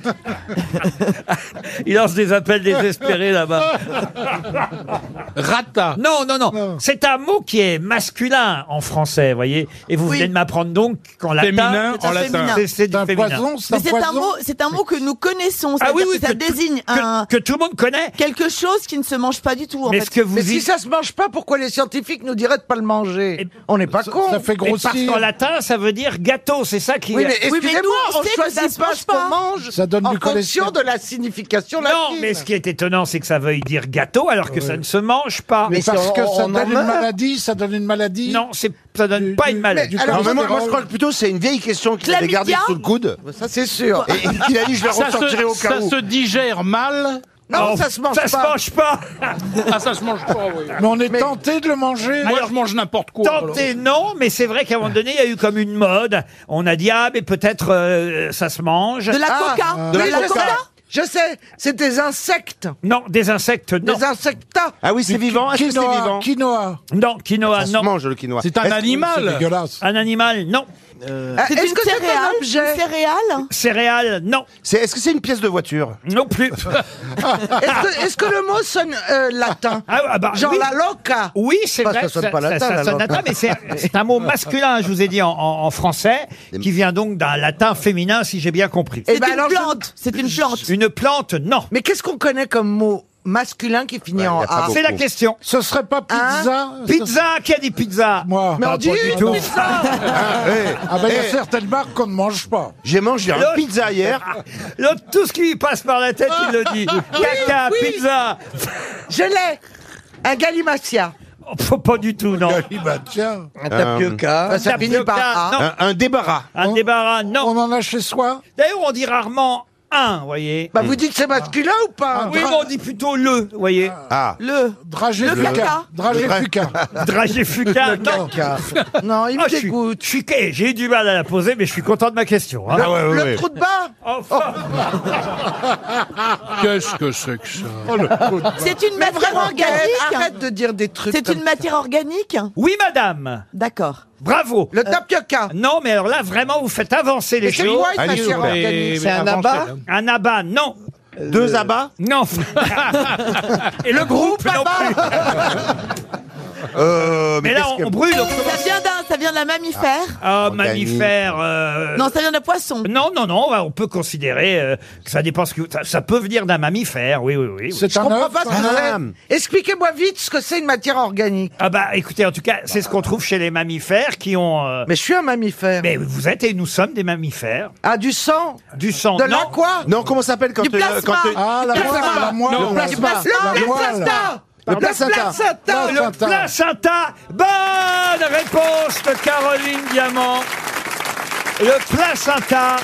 [SPEAKER 2] Il lance des appels désespérés là-bas.
[SPEAKER 6] Rata.
[SPEAKER 2] Non, non, non. C'est un mot qui est masculin en français, voyez. Et vous
[SPEAKER 7] Oui.
[SPEAKER 2] venez de m'apprendre donc qu'en latin,
[SPEAKER 6] Féminin
[SPEAKER 7] C'est
[SPEAKER 6] en
[SPEAKER 7] un
[SPEAKER 6] latin.
[SPEAKER 7] féminin.
[SPEAKER 2] c'est- c'est du
[SPEAKER 4] C'est un
[SPEAKER 2] féminin.
[SPEAKER 4] poison, c'est
[SPEAKER 7] Mais
[SPEAKER 4] un
[SPEAKER 7] c'est un
[SPEAKER 4] poison.
[SPEAKER 7] mot, c'est un mot que nous connaissons.
[SPEAKER 2] Ah oui,
[SPEAKER 7] c'est-à-dire
[SPEAKER 2] oui,
[SPEAKER 7] que ça
[SPEAKER 2] que tout-
[SPEAKER 7] désigne
[SPEAKER 2] que,
[SPEAKER 7] un
[SPEAKER 2] que tout le monde connaît.
[SPEAKER 7] quelque chose qui ne se mange pas du tout. En
[SPEAKER 2] mais
[SPEAKER 7] fait.
[SPEAKER 2] ce que vous
[SPEAKER 8] Mais
[SPEAKER 2] y-
[SPEAKER 8] si ça se mange pas, pourquoi les scientifiques nous diraient de pas le manger
[SPEAKER 2] Eh,
[SPEAKER 8] On n'est pas cons.
[SPEAKER 4] Ça fait
[SPEAKER 2] Mais parce
[SPEAKER 4] grossir.
[SPEAKER 2] qu'en latin, ça veut dire gâteau, c'est ça qui.
[SPEAKER 8] Oui, mais
[SPEAKER 7] Oui, mais nous,
[SPEAKER 8] excusez-moi,
[SPEAKER 7] on
[SPEAKER 8] on
[SPEAKER 7] sait que ça
[SPEAKER 8] choisit
[SPEAKER 7] se
[SPEAKER 8] pas
[SPEAKER 7] mange
[SPEAKER 8] ce qu'on
[SPEAKER 7] pas.
[SPEAKER 8] mange
[SPEAKER 4] Ça donne
[SPEAKER 8] en
[SPEAKER 4] du
[SPEAKER 8] fonction
[SPEAKER 4] cholestérome.
[SPEAKER 8] de la signification
[SPEAKER 2] Non,
[SPEAKER 8] latine.
[SPEAKER 2] mais ce qui est étonnant, c'est que ça veuille dire gâteau, alors que ça ne se mange pas.
[SPEAKER 4] Mais
[SPEAKER 8] si
[SPEAKER 4] parce
[SPEAKER 8] on-
[SPEAKER 4] que
[SPEAKER 8] on
[SPEAKER 4] ça
[SPEAKER 8] en
[SPEAKER 4] donne une
[SPEAKER 8] meurt.
[SPEAKER 4] maladie, ça donne une maladie.
[SPEAKER 2] Non, c'est- ça donne
[SPEAKER 4] Du-
[SPEAKER 2] pas
[SPEAKER 4] du-
[SPEAKER 2] une maladie.
[SPEAKER 4] mais du-
[SPEAKER 3] Non, mais moi,
[SPEAKER 4] Alors,
[SPEAKER 3] moi, je crois que plutôt c'est une vieille question qu'il avait
[SPEAKER 7] Chlamydia
[SPEAKER 3] gardée sous le coude.
[SPEAKER 8] Ça, c'est sûr.
[SPEAKER 3] Et, et qu'il a dit, je la
[SPEAKER 6] Ça
[SPEAKER 3] ressortirai
[SPEAKER 6] se,
[SPEAKER 3] au cas
[SPEAKER 6] ça
[SPEAKER 3] où.
[SPEAKER 6] se digère mal.
[SPEAKER 8] Non,
[SPEAKER 2] Oh,
[SPEAKER 8] ça se mange
[SPEAKER 2] ça
[SPEAKER 8] pas.
[SPEAKER 2] se mange pas.
[SPEAKER 6] Ah, ça se mange pas, oui.
[SPEAKER 4] Mais on est tenté de le manger.
[SPEAKER 6] Moi, je mange n'importe quoi. alors.
[SPEAKER 2] Tenté, non, mais c'est vrai qu'à un moment donné, il y a eu comme une mode. On a dit, ah, mais peut-être euh, ça se mange. euh,
[SPEAKER 7] De la
[SPEAKER 8] Ah,
[SPEAKER 7] coca.
[SPEAKER 3] de la
[SPEAKER 7] Mais
[SPEAKER 3] coca.
[SPEAKER 8] Je sais, c'est des insectes.
[SPEAKER 2] Non, des insectes, non.
[SPEAKER 8] Des insectas.
[SPEAKER 3] Ah oui, c'est vivant. Est-ce que c'est
[SPEAKER 4] Quinoa,
[SPEAKER 3] vivant
[SPEAKER 4] quinoa.
[SPEAKER 2] Non, quinoa,
[SPEAKER 3] Ça se
[SPEAKER 2] non.
[SPEAKER 3] mange le quinoa.
[SPEAKER 6] C'est un
[SPEAKER 3] Est-ce-
[SPEAKER 4] C'est
[SPEAKER 6] animal.
[SPEAKER 4] dégueulasse.
[SPEAKER 2] Un animal, non.
[SPEAKER 8] Ah,
[SPEAKER 7] C'est
[SPEAKER 8] Est-ce
[SPEAKER 7] une
[SPEAKER 8] que c'est
[SPEAKER 7] céréale.
[SPEAKER 8] un
[SPEAKER 7] Une
[SPEAKER 8] objet
[SPEAKER 7] céréale.
[SPEAKER 2] Céréales, non.
[SPEAKER 3] c'est- Est-ce que c'est une pièce de voiture
[SPEAKER 2] Non plus.
[SPEAKER 8] Est-ce que, est-ce que le mot sonne euh, latin
[SPEAKER 2] Ah, ah, bah,
[SPEAKER 8] Genre
[SPEAKER 2] oui.
[SPEAKER 8] la loca
[SPEAKER 2] Oui, c'est
[SPEAKER 8] Parce
[SPEAKER 2] vrai.
[SPEAKER 8] que ça sonne pas latin, la
[SPEAKER 2] sonne
[SPEAKER 8] langue.
[SPEAKER 2] latin, mais c'est c'est un mot masculin, je vous ai dit, en, en- en français, qui vient donc d'un latin féminin, si j'ai bien compris.
[SPEAKER 8] Eh
[SPEAKER 7] C'est
[SPEAKER 8] ben
[SPEAKER 7] une
[SPEAKER 8] alors, je-
[SPEAKER 7] plante. C'est une plante.
[SPEAKER 2] Une plante, non.
[SPEAKER 8] Mais qu'est-ce qu'on connaît comme mot masculin qui
[SPEAKER 4] Bah,
[SPEAKER 8] finit
[SPEAKER 3] Ouais,
[SPEAKER 8] en
[SPEAKER 3] y a pas
[SPEAKER 8] A Hein
[SPEAKER 3] beaucoup.
[SPEAKER 2] C'est la question.
[SPEAKER 4] Ce serait pas pizza ce-
[SPEAKER 2] Pizza, qui a dit pizza
[SPEAKER 4] Moi.
[SPEAKER 8] Mais on
[SPEAKER 2] Pas
[SPEAKER 8] dit
[SPEAKER 2] du
[SPEAKER 8] une
[SPEAKER 2] tout.
[SPEAKER 8] pizza
[SPEAKER 3] Ah, eh,
[SPEAKER 4] Ah ben, il y a
[SPEAKER 3] eh,
[SPEAKER 4] certaines marques qu'on ne mange pas.
[SPEAKER 3] J'ai mangé un
[SPEAKER 2] L'autre-
[SPEAKER 3] pizza hier.
[SPEAKER 2] L'autre, tout ce qui lui passe par la tête, il le dit. Caca, pizza.
[SPEAKER 8] Je l'ai Un galimacia.
[SPEAKER 2] Oh, pff, pas du tout, non.
[SPEAKER 4] Eh ben, tiens,
[SPEAKER 5] Un tapioca.
[SPEAKER 8] Bah, ça finit par
[SPEAKER 2] Tapioca,
[SPEAKER 8] A.
[SPEAKER 2] non.
[SPEAKER 3] Un, un débarras.
[SPEAKER 2] Un
[SPEAKER 4] On-
[SPEAKER 2] débarras, non.
[SPEAKER 4] on en a chez soi.
[SPEAKER 2] D'ailleurs, on dit rarement un, vous voyez.
[SPEAKER 8] Bah, vous dites c'est masculin ou pas
[SPEAKER 2] Oui, mais on dit plutôt le, vous voyez.
[SPEAKER 3] Ah.
[SPEAKER 7] Le.
[SPEAKER 4] Dragé
[SPEAKER 7] Le
[SPEAKER 4] Fuca.
[SPEAKER 7] caca.
[SPEAKER 4] Dragé Fuca.
[SPEAKER 2] Dragé fuca, non.
[SPEAKER 8] Non, il
[SPEAKER 2] Ah,
[SPEAKER 8] me
[SPEAKER 2] je suis-
[SPEAKER 8] dégoûte.
[SPEAKER 2] je suis- eh, J'ai eu du mal à la poser, mais je suis content de ma question. hein.
[SPEAKER 3] Ah ouais, ouais,
[SPEAKER 8] Le
[SPEAKER 3] ouais.
[SPEAKER 8] trou de bas
[SPEAKER 2] Enfin.
[SPEAKER 6] Qu'est-ce que c'est que ça
[SPEAKER 8] Oh,
[SPEAKER 7] C'est une
[SPEAKER 8] Mais
[SPEAKER 7] matière
[SPEAKER 8] vraiment, Gaël,
[SPEAKER 7] organique. hein.
[SPEAKER 8] arrête de dire des trucs
[SPEAKER 7] C'est
[SPEAKER 8] comme
[SPEAKER 7] une matière organique.
[SPEAKER 2] Oui, madame.
[SPEAKER 7] D'accord. Euh,
[SPEAKER 2] Bravo.
[SPEAKER 8] Le tapioca.
[SPEAKER 2] Non, mais alors là, vraiment, vous faites avancer les
[SPEAKER 8] Mais c'est
[SPEAKER 2] choses.
[SPEAKER 8] quoi une
[SPEAKER 3] Allez,
[SPEAKER 8] matière
[SPEAKER 3] ouais.
[SPEAKER 8] organique
[SPEAKER 6] C'est un abat
[SPEAKER 2] Un abat, non.
[SPEAKER 3] Euh,
[SPEAKER 2] Euh,
[SPEAKER 3] Deux abats
[SPEAKER 2] Non. Et le groupe, non plus.
[SPEAKER 3] Euh,
[SPEAKER 2] Mais là,
[SPEAKER 3] qu'est-ce
[SPEAKER 2] on
[SPEAKER 3] que-
[SPEAKER 2] brûle.
[SPEAKER 7] Ça
[SPEAKER 2] on commence-
[SPEAKER 7] vient d'un, ça vient d'un mammifère.
[SPEAKER 2] Ah,
[SPEAKER 3] Organique.
[SPEAKER 2] mammifère. euh,
[SPEAKER 7] Non, ça vient d'un poisson.
[SPEAKER 2] Non, non, non, on va- on peut considérer euh, que ça dépend ce que ça, ça peut venir d'un mammifère, oui, oui, oui. oui.
[SPEAKER 4] C'est
[SPEAKER 8] Je
[SPEAKER 4] un
[SPEAKER 8] comprends
[SPEAKER 4] œuf.
[SPEAKER 8] pas ce
[SPEAKER 3] Ah.
[SPEAKER 8] que c'est. Expliquez-moi vite ce que c'est une matière organique.
[SPEAKER 2] Ah bah, écoutez, en tout cas, c'est ce qu'on trouve chez les mammifères qui ont. euh,
[SPEAKER 8] Mais je suis un mammifère.
[SPEAKER 2] Mais vous êtes et nous sommes des mammifères.
[SPEAKER 8] Ah, du sang
[SPEAKER 2] Du sang.
[SPEAKER 8] De
[SPEAKER 2] non.
[SPEAKER 8] l'aqua
[SPEAKER 3] Non, comment ça s'appelle quand
[SPEAKER 7] Du
[SPEAKER 3] euh,
[SPEAKER 7] plasma.
[SPEAKER 3] quand, euh,
[SPEAKER 4] Ah, la moelle, la moelle.
[SPEAKER 6] Non,
[SPEAKER 4] la-
[SPEAKER 8] Le placenta.
[SPEAKER 4] la
[SPEAKER 8] Le
[SPEAKER 4] moelle.
[SPEAKER 8] placenta Le
[SPEAKER 3] placenta.
[SPEAKER 8] placenta
[SPEAKER 2] Le
[SPEAKER 4] Placenta.
[SPEAKER 2] placenta. Bonne réponse de Caroline Diamant. Le placenta.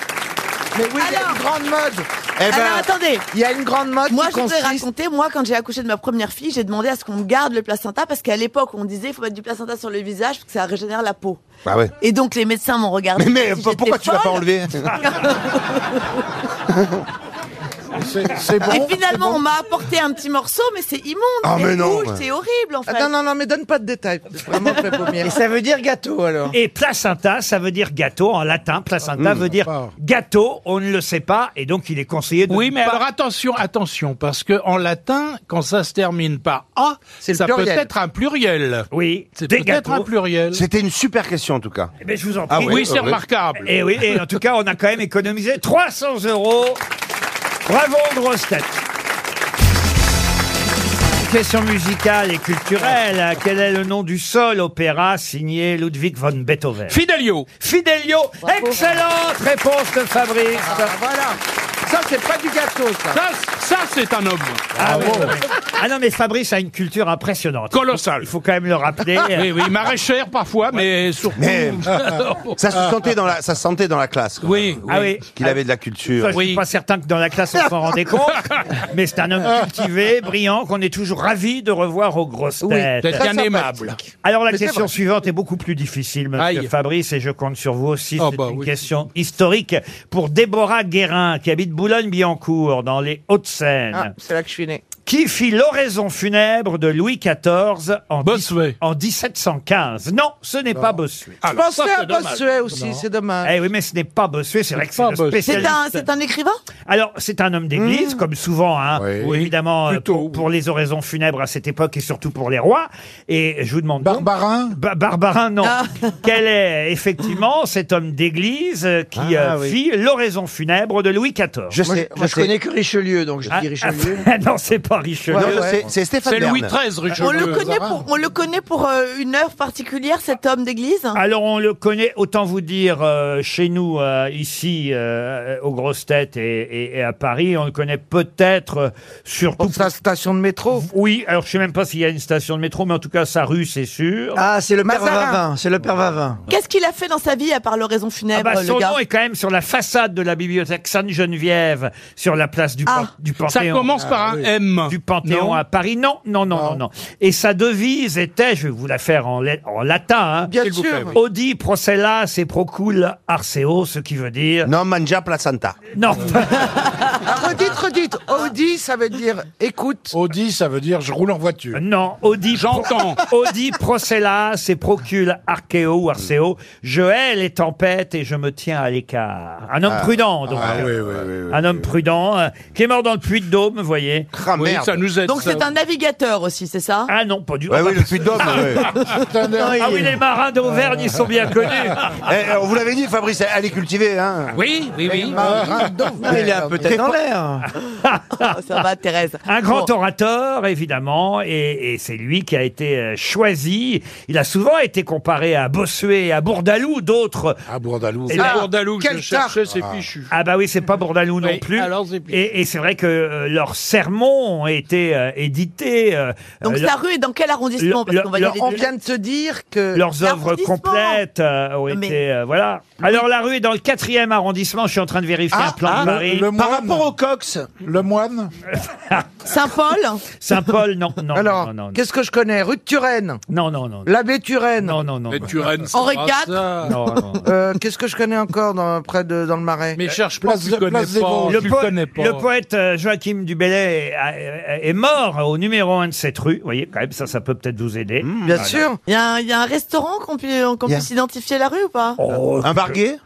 [SPEAKER 8] Mais oui, il y a
[SPEAKER 7] Alors.
[SPEAKER 8] une grande mode.
[SPEAKER 3] eh ben,
[SPEAKER 7] Alors attendez.
[SPEAKER 8] Il y a une grande mode
[SPEAKER 7] Moi,
[SPEAKER 8] qui
[SPEAKER 7] je voudrais
[SPEAKER 8] consiste...
[SPEAKER 7] raconter, moi, quand j'ai accouché de ma première fille, j'ai demandé à ce qu'on me garde le placenta parce qu'à l'époque, on disait il faut mettre du placenta sur le visage parce que ça régénère la peau.
[SPEAKER 3] Bah ouais.
[SPEAKER 7] Et donc, les médecins m'ont regardé.
[SPEAKER 3] Mais, mais
[SPEAKER 7] si
[SPEAKER 3] pourquoi
[SPEAKER 7] j'étais
[SPEAKER 3] tu l'as pas
[SPEAKER 7] folle.
[SPEAKER 3] enlevé
[SPEAKER 4] C'est c'est bon.
[SPEAKER 7] Et finalement,
[SPEAKER 4] c'est
[SPEAKER 7] on
[SPEAKER 4] bon
[SPEAKER 7] m'a apporté un petit morceau, mais c'est immonde.
[SPEAKER 3] Ah,
[SPEAKER 7] c'est
[SPEAKER 3] mais non,
[SPEAKER 7] rouge,
[SPEAKER 3] ouais.
[SPEAKER 7] c'est horrible, en fait.
[SPEAKER 8] Ah, non, non, non, mais donne pas de détails. C'est vraiment très
[SPEAKER 2] Ah,
[SPEAKER 8] paumière.
[SPEAKER 5] Et ça veut dire gâteau alors
[SPEAKER 2] Et placenta, ça veut dire gâteau en latin. Placenta veut dire
[SPEAKER 4] d'accord.
[SPEAKER 2] gâteau, on ne le sait pas, et donc il est conseillé de.
[SPEAKER 6] Oui, mais
[SPEAKER 2] pas-
[SPEAKER 6] alors attention, attention, parce que en latin, quand ça se termine par a,
[SPEAKER 8] C'est le
[SPEAKER 6] ça peut
[SPEAKER 8] pluriel.
[SPEAKER 6] être un pluriel.
[SPEAKER 2] Oui,
[SPEAKER 6] C'est
[SPEAKER 2] des
[SPEAKER 6] peut-être
[SPEAKER 2] gâteaux.
[SPEAKER 6] un pluriel. Eh ben,
[SPEAKER 3] C'était une super question en tout cas.
[SPEAKER 2] Mais je vous en prie.
[SPEAKER 3] Ah ouais.
[SPEAKER 6] Oui, c'est
[SPEAKER 3] heureux.
[SPEAKER 6] remarquable.
[SPEAKER 2] Et Eh oui, et en tout cas, on a quand même économisé 300 euros. Bravo, grosse tête. Question musicale et culturelle. Quel est le nom du sol opéra signé Ludwig von Beethoven
[SPEAKER 6] Fidelio.
[SPEAKER 2] Fidelio. Excellente réponse de Fabrice.
[SPEAKER 8] Voilà. Ça, c'est pas du gâteau, ça.
[SPEAKER 6] Ça, ça c'est un homme.
[SPEAKER 2] Ah,
[SPEAKER 6] Oh.
[SPEAKER 2] oui, oui, oui. Ah non, mais Fabrice a une culture impressionnante.
[SPEAKER 6] Colossal.
[SPEAKER 2] Il faut quand même le rappeler.
[SPEAKER 6] Oui, oui, maraîchère parfois, mais surtout.
[SPEAKER 3] Mais ça se sentait dans la, ça se sentait dans la classe. quoi.
[SPEAKER 6] Oui,
[SPEAKER 2] Ah oui.
[SPEAKER 3] Qu'il avait de la
[SPEAKER 2] Ça,
[SPEAKER 3] culture.
[SPEAKER 2] je suis
[SPEAKER 6] Oui.
[SPEAKER 2] pas certain que dans la classe on s'en rendait compte, mais c'est un homme cultivé, brillant, qu'on est toujours ravi de revoir aux grosses têtes.
[SPEAKER 6] c'est un
[SPEAKER 8] sympathique.
[SPEAKER 6] aimable.
[SPEAKER 2] Alors la
[SPEAKER 8] Mais c'est
[SPEAKER 2] question
[SPEAKER 8] vrai.
[SPEAKER 2] suivante est beaucoup plus difficile, Monsieur
[SPEAKER 6] Aïe.
[SPEAKER 2] Fabrice, et je compte sur vous aussi.
[SPEAKER 6] Oh,
[SPEAKER 2] c'est
[SPEAKER 6] bah
[SPEAKER 2] une
[SPEAKER 6] oui.
[SPEAKER 2] question historique pour Déborah Guérin, qui habite Boulogne-Billancourt, dans les Hauts-de-Seine.
[SPEAKER 8] Ah, c'est là que je suis né.
[SPEAKER 2] Qui fit l'oraison funèbre de Louis XIV en,
[SPEAKER 6] Bossuet.
[SPEAKER 2] en 1715 Non, ce n'est pas Bossuet.
[SPEAKER 8] Je
[SPEAKER 6] Alors, ça,
[SPEAKER 8] pensais à
[SPEAKER 6] c'est dommage.
[SPEAKER 8] Bossuet aussi, c'est dommage.
[SPEAKER 2] Eh oui, mais ce n'est pas Bossuet, c'est vrai que c'est
[SPEAKER 6] pas
[SPEAKER 2] le
[SPEAKER 6] Bossuet.
[SPEAKER 7] C'est
[SPEAKER 2] spécialiste.
[SPEAKER 7] un, c'est un écrivain
[SPEAKER 2] Alors, c'est un homme d'église, comme souvent, hein,
[SPEAKER 4] Oui.
[SPEAKER 2] évidemment, euh,
[SPEAKER 6] Plutôt,
[SPEAKER 2] pour,
[SPEAKER 6] oui.
[SPEAKER 2] pour les oraisons funèbres à cette époque et surtout pour les rois. Et je vous demande... donc-
[SPEAKER 4] Barbarin
[SPEAKER 2] Ba- Barbarin, non.
[SPEAKER 7] Ah.
[SPEAKER 2] Quel est effectivement cet homme d'église euh, qui
[SPEAKER 8] Ah,
[SPEAKER 2] euh,
[SPEAKER 8] oui.
[SPEAKER 2] fit l'oraison funèbre de Louis XIV
[SPEAKER 3] Je
[SPEAKER 5] Moi,
[SPEAKER 3] sais,
[SPEAKER 5] je, moi, je
[SPEAKER 3] je sais.
[SPEAKER 5] connais que Richelieu, donc je
[SPEAKER 2] Ah,
[SPEAKER 5] dis Richelieu.
[SPEAKER 2] ah, non, c'est pas Richelieu.
[SPEAKER 3] Non, je
[SPEAKER 8] Ouais,
[SPEAKER 3] sais. C'est Stéphane
[SPEAKER 6] C'est
[SPEAKER 3] Bern.
[SPEAKER 6] Louis XIIe,
[SPEAKER 7] on
[SPEAKER 6] Richelieu.
[SPEAKER 7] le,
[SPEAKER 4] veux
[SPEAKER 7] connaît
[SPEAKER 4] Zara.
[SPEAKER 7] pour, on le connaît pour euh, une œuvre particulière, cet homme d'église
[SPEAKER 2] Alors on le connaît, autant vous dire, euh, chez nous, euh, ici, euh, aux grosses têtes et, et- et à Paris, on le connaît peut-être euh, surtout...
[SPEAKER 8] Pour sa station de métro.
[SPEAKER 2] Oui, alors je sais même pas s'il y a une station de métro, mais en tout cas sa rue, c'est sûr.
[SPEAKER 5] Ah, c'est le père
[SPEAKER 8] Mazarin.
[SPEAKER 5] Vavin, c'est le père Vavin.
[SPEAKER 7] Qu'est-ce qu'il a fait dans sa vie à part l'oraison
[SPEAKER 2] Ah
[SPEAKER 7] funèbre,
[SPEAKER 2] bah,
[SPEAKER 7] le
[SPEAKER 2] son
[SPEAKER 7] gars
[SPEAKER 2] nom est quand même sur la façade de la bibliothèque Sainte-Geneviève, sur la place du, Pan-
[SPEAKER 7] Ah.
[SPEAKER 2] du
[SPEAKER 6] Ça
[SPEAKER 2] Panthéon.
[SPEAKER 6] commence par un M.
[SPEAKER 2] du Panthéon
[SPEAKER 6] Non.
[SPEAKER 2] à Paris. Non, non, non, non, non. Et sa devise était, je vais vous la faire en, la- en latin, hein,
[SPEAKER 8] Bien
[SPEAKER 6] S'il vous plaît,
[SPEAKER 8] sûr.
[SPEAKER 6] oui.
[SPEAKER 2] Audi procellas et procul arceo, ce qui veut dire...
[SPEAKER 3] Non, Manja Placenta.
[SPEAKER 2] Eh, Non,
[SPEAKER 8] Ah, redites, redites. Audi, ça veut dire écoute.
[SPEAKER 4] Audi, ça veut dire je roule en voiture.
[SPEAKER 2] Euh, non, Audi...
[SPEAKER 6] J'entends.
[SPEAKER 2] Audi procellas et procul arceo ou arceo, je hais les tempêtes et je me tiens à l'écart. Un homme prudent, donc.
[SPEAKER 4] Ah oui, oui, oui. oui.
[SPEAKER 2] Un homme prudent, euh, qui est mort dans le puits de Dôme, vous voyez.
[SPEAKER 3] Ah,
[SPEAKER 6] Oui,
[SPEAKER 3] merde.
[SPEAKER 6] ça nous aide.
[SPEAKER 7] Donc
[SPEAKER 6] ça.
[SPEAKER 7] c'est un navigateur aussi, c'est ça
[SPEAKER 2] Ah non, pas du
[SPEAKER 3] Ouais,
[SPEAKER 2] Ah
[SPEAKER 3] oui,
[SPEAKER 2] bah,
[SPEAKER 3] le puits de Dôme. ouais.
[SPEAKER 2] Ah oui, les marins d'Auvergne, ils sont bien connus.
[SPEAKER 3] Eh, on vous l'avait dit, Fabrice, elle est cultivée. Hein.
[SPEAKER 6] Oui, oui, oui.
[SPEAKER 8] Bah,
[SPEAKER 5] Ah, il est un peu tête en l'air.
[SPEAKER 7] Ah, Ça va, Thérèse.
[SPEAKER 2] Un grand
[SPEAKER 7] Bon.
[SPEAKER 2] orateur, évidemment, et, et c'est lui qui a été euh, choisi. Il a souvent été comparé à Bossuet, à Bourdalou, d'autres.
[SPEAKER 4] Ah, Bourdalou.
[SPEAKER 2] Et
[SPEAKER 6] C'est
[SPEAKER 2] là-
[SPEAKER 6] Bourdaloue que
[SPEAKER 8] quel
[SPEAKER 6] je cherchais, c'est fichu.
[SPEAKER 2] Ah bah oui, c'est pas Bourdalou non
[SPEAKER 6] Oui,
[SPEAKER 2] plus.
[SPEAKER 6] alors c'est plus.
[SPEAKER 2] Et, et c'est vrai que euh, leurs sermons ont été euh, édités. euh,
[SPEAKER 7] Donc
[SPEAKER 2] euh,
[SPEAKER 7] sa rue est dans quel arrondissement
[SPEAKER 2] le-
[SPEAKER 7] Parce qu'on va y
[SPEAKER 2] le-
[SPEAKER 7] aller
[SPEAKER 8] On
[SPEAKER 7] de-
[SPEAKER 8] vient de te dire que.
[SPEAKER 2] leurs œuvres
[SPEAKER 7] l'arrondissement.
[SPEAKER 2] complètes euh, ont
[SPEAKER 7] Mais-
[SPEAKER 2] été euh, voilà. Alors la rue est dans le quatrième arrondissement. Je suis en train de vérifier
[SPEAKER 7] Ah,
[SPEAKER 2] un plan de Paris.
[SPEAKER 8] Par
[SPEAKER 4] le moine,
[SPEAKER 8] rapport au Cox.
[SPEAKER 4] le moine,
[SPEAKER 7] Saint-Paul
[SPEAKER 2] Saint-Paul, non, non,
[SPEAKER 8] Alors,
[SPEAKER 2] non, non, non,
[SPEAKER 8] qu'est-ce que je connais Rue de Turenne.
[SPEAKER 2] non, non, non,
[SPEAKER 8] L'abbé Turenne.
[SPEAKER 2] non, non, non,
[SPEAKER 6] Mais tu rennes, c'est
[SPEAKER 7] Henri
[SPEAKER 6] pas
[SPEAKER 7] IV.
[SPEAKER 6] ça.
[SPEAKER 2] non, non.
[SPEAKER 8] Ah, Euh, qu'est-ce que je connais encore dans, près de, dans le marais
[SPEAKER 6] Mais cherche pas,
[SPEAKER 4] Place-
[SPEAKER 6] tu connais
[SPEAKER 4] Place des
[SPEAKER 6] pas.
[SPEAKER 4] Vosges.
[SPEAKER 2] Le,
[SPEAKER 6] tu
[SPEAKER 2] po-
[SPEAKER 6] connais pas.
[SPEAKER 2] le poète euh, Joachim du Bellay est, euh, est- est mort au numéro 1 de cette rue. Vous voyez, quand même, ça, ça peut peut-être vous aider.
[SPEAKER 6] Hmm.
[SPEAKER 8] Bien sûr.
[SPEAKER 7] Il y, a un- il y a un restaurant qu'on puisse, qu'on puisse identifier la rue ou pas
[SPEAKER 2] Oh.
[SPEAKER 3] Un barguet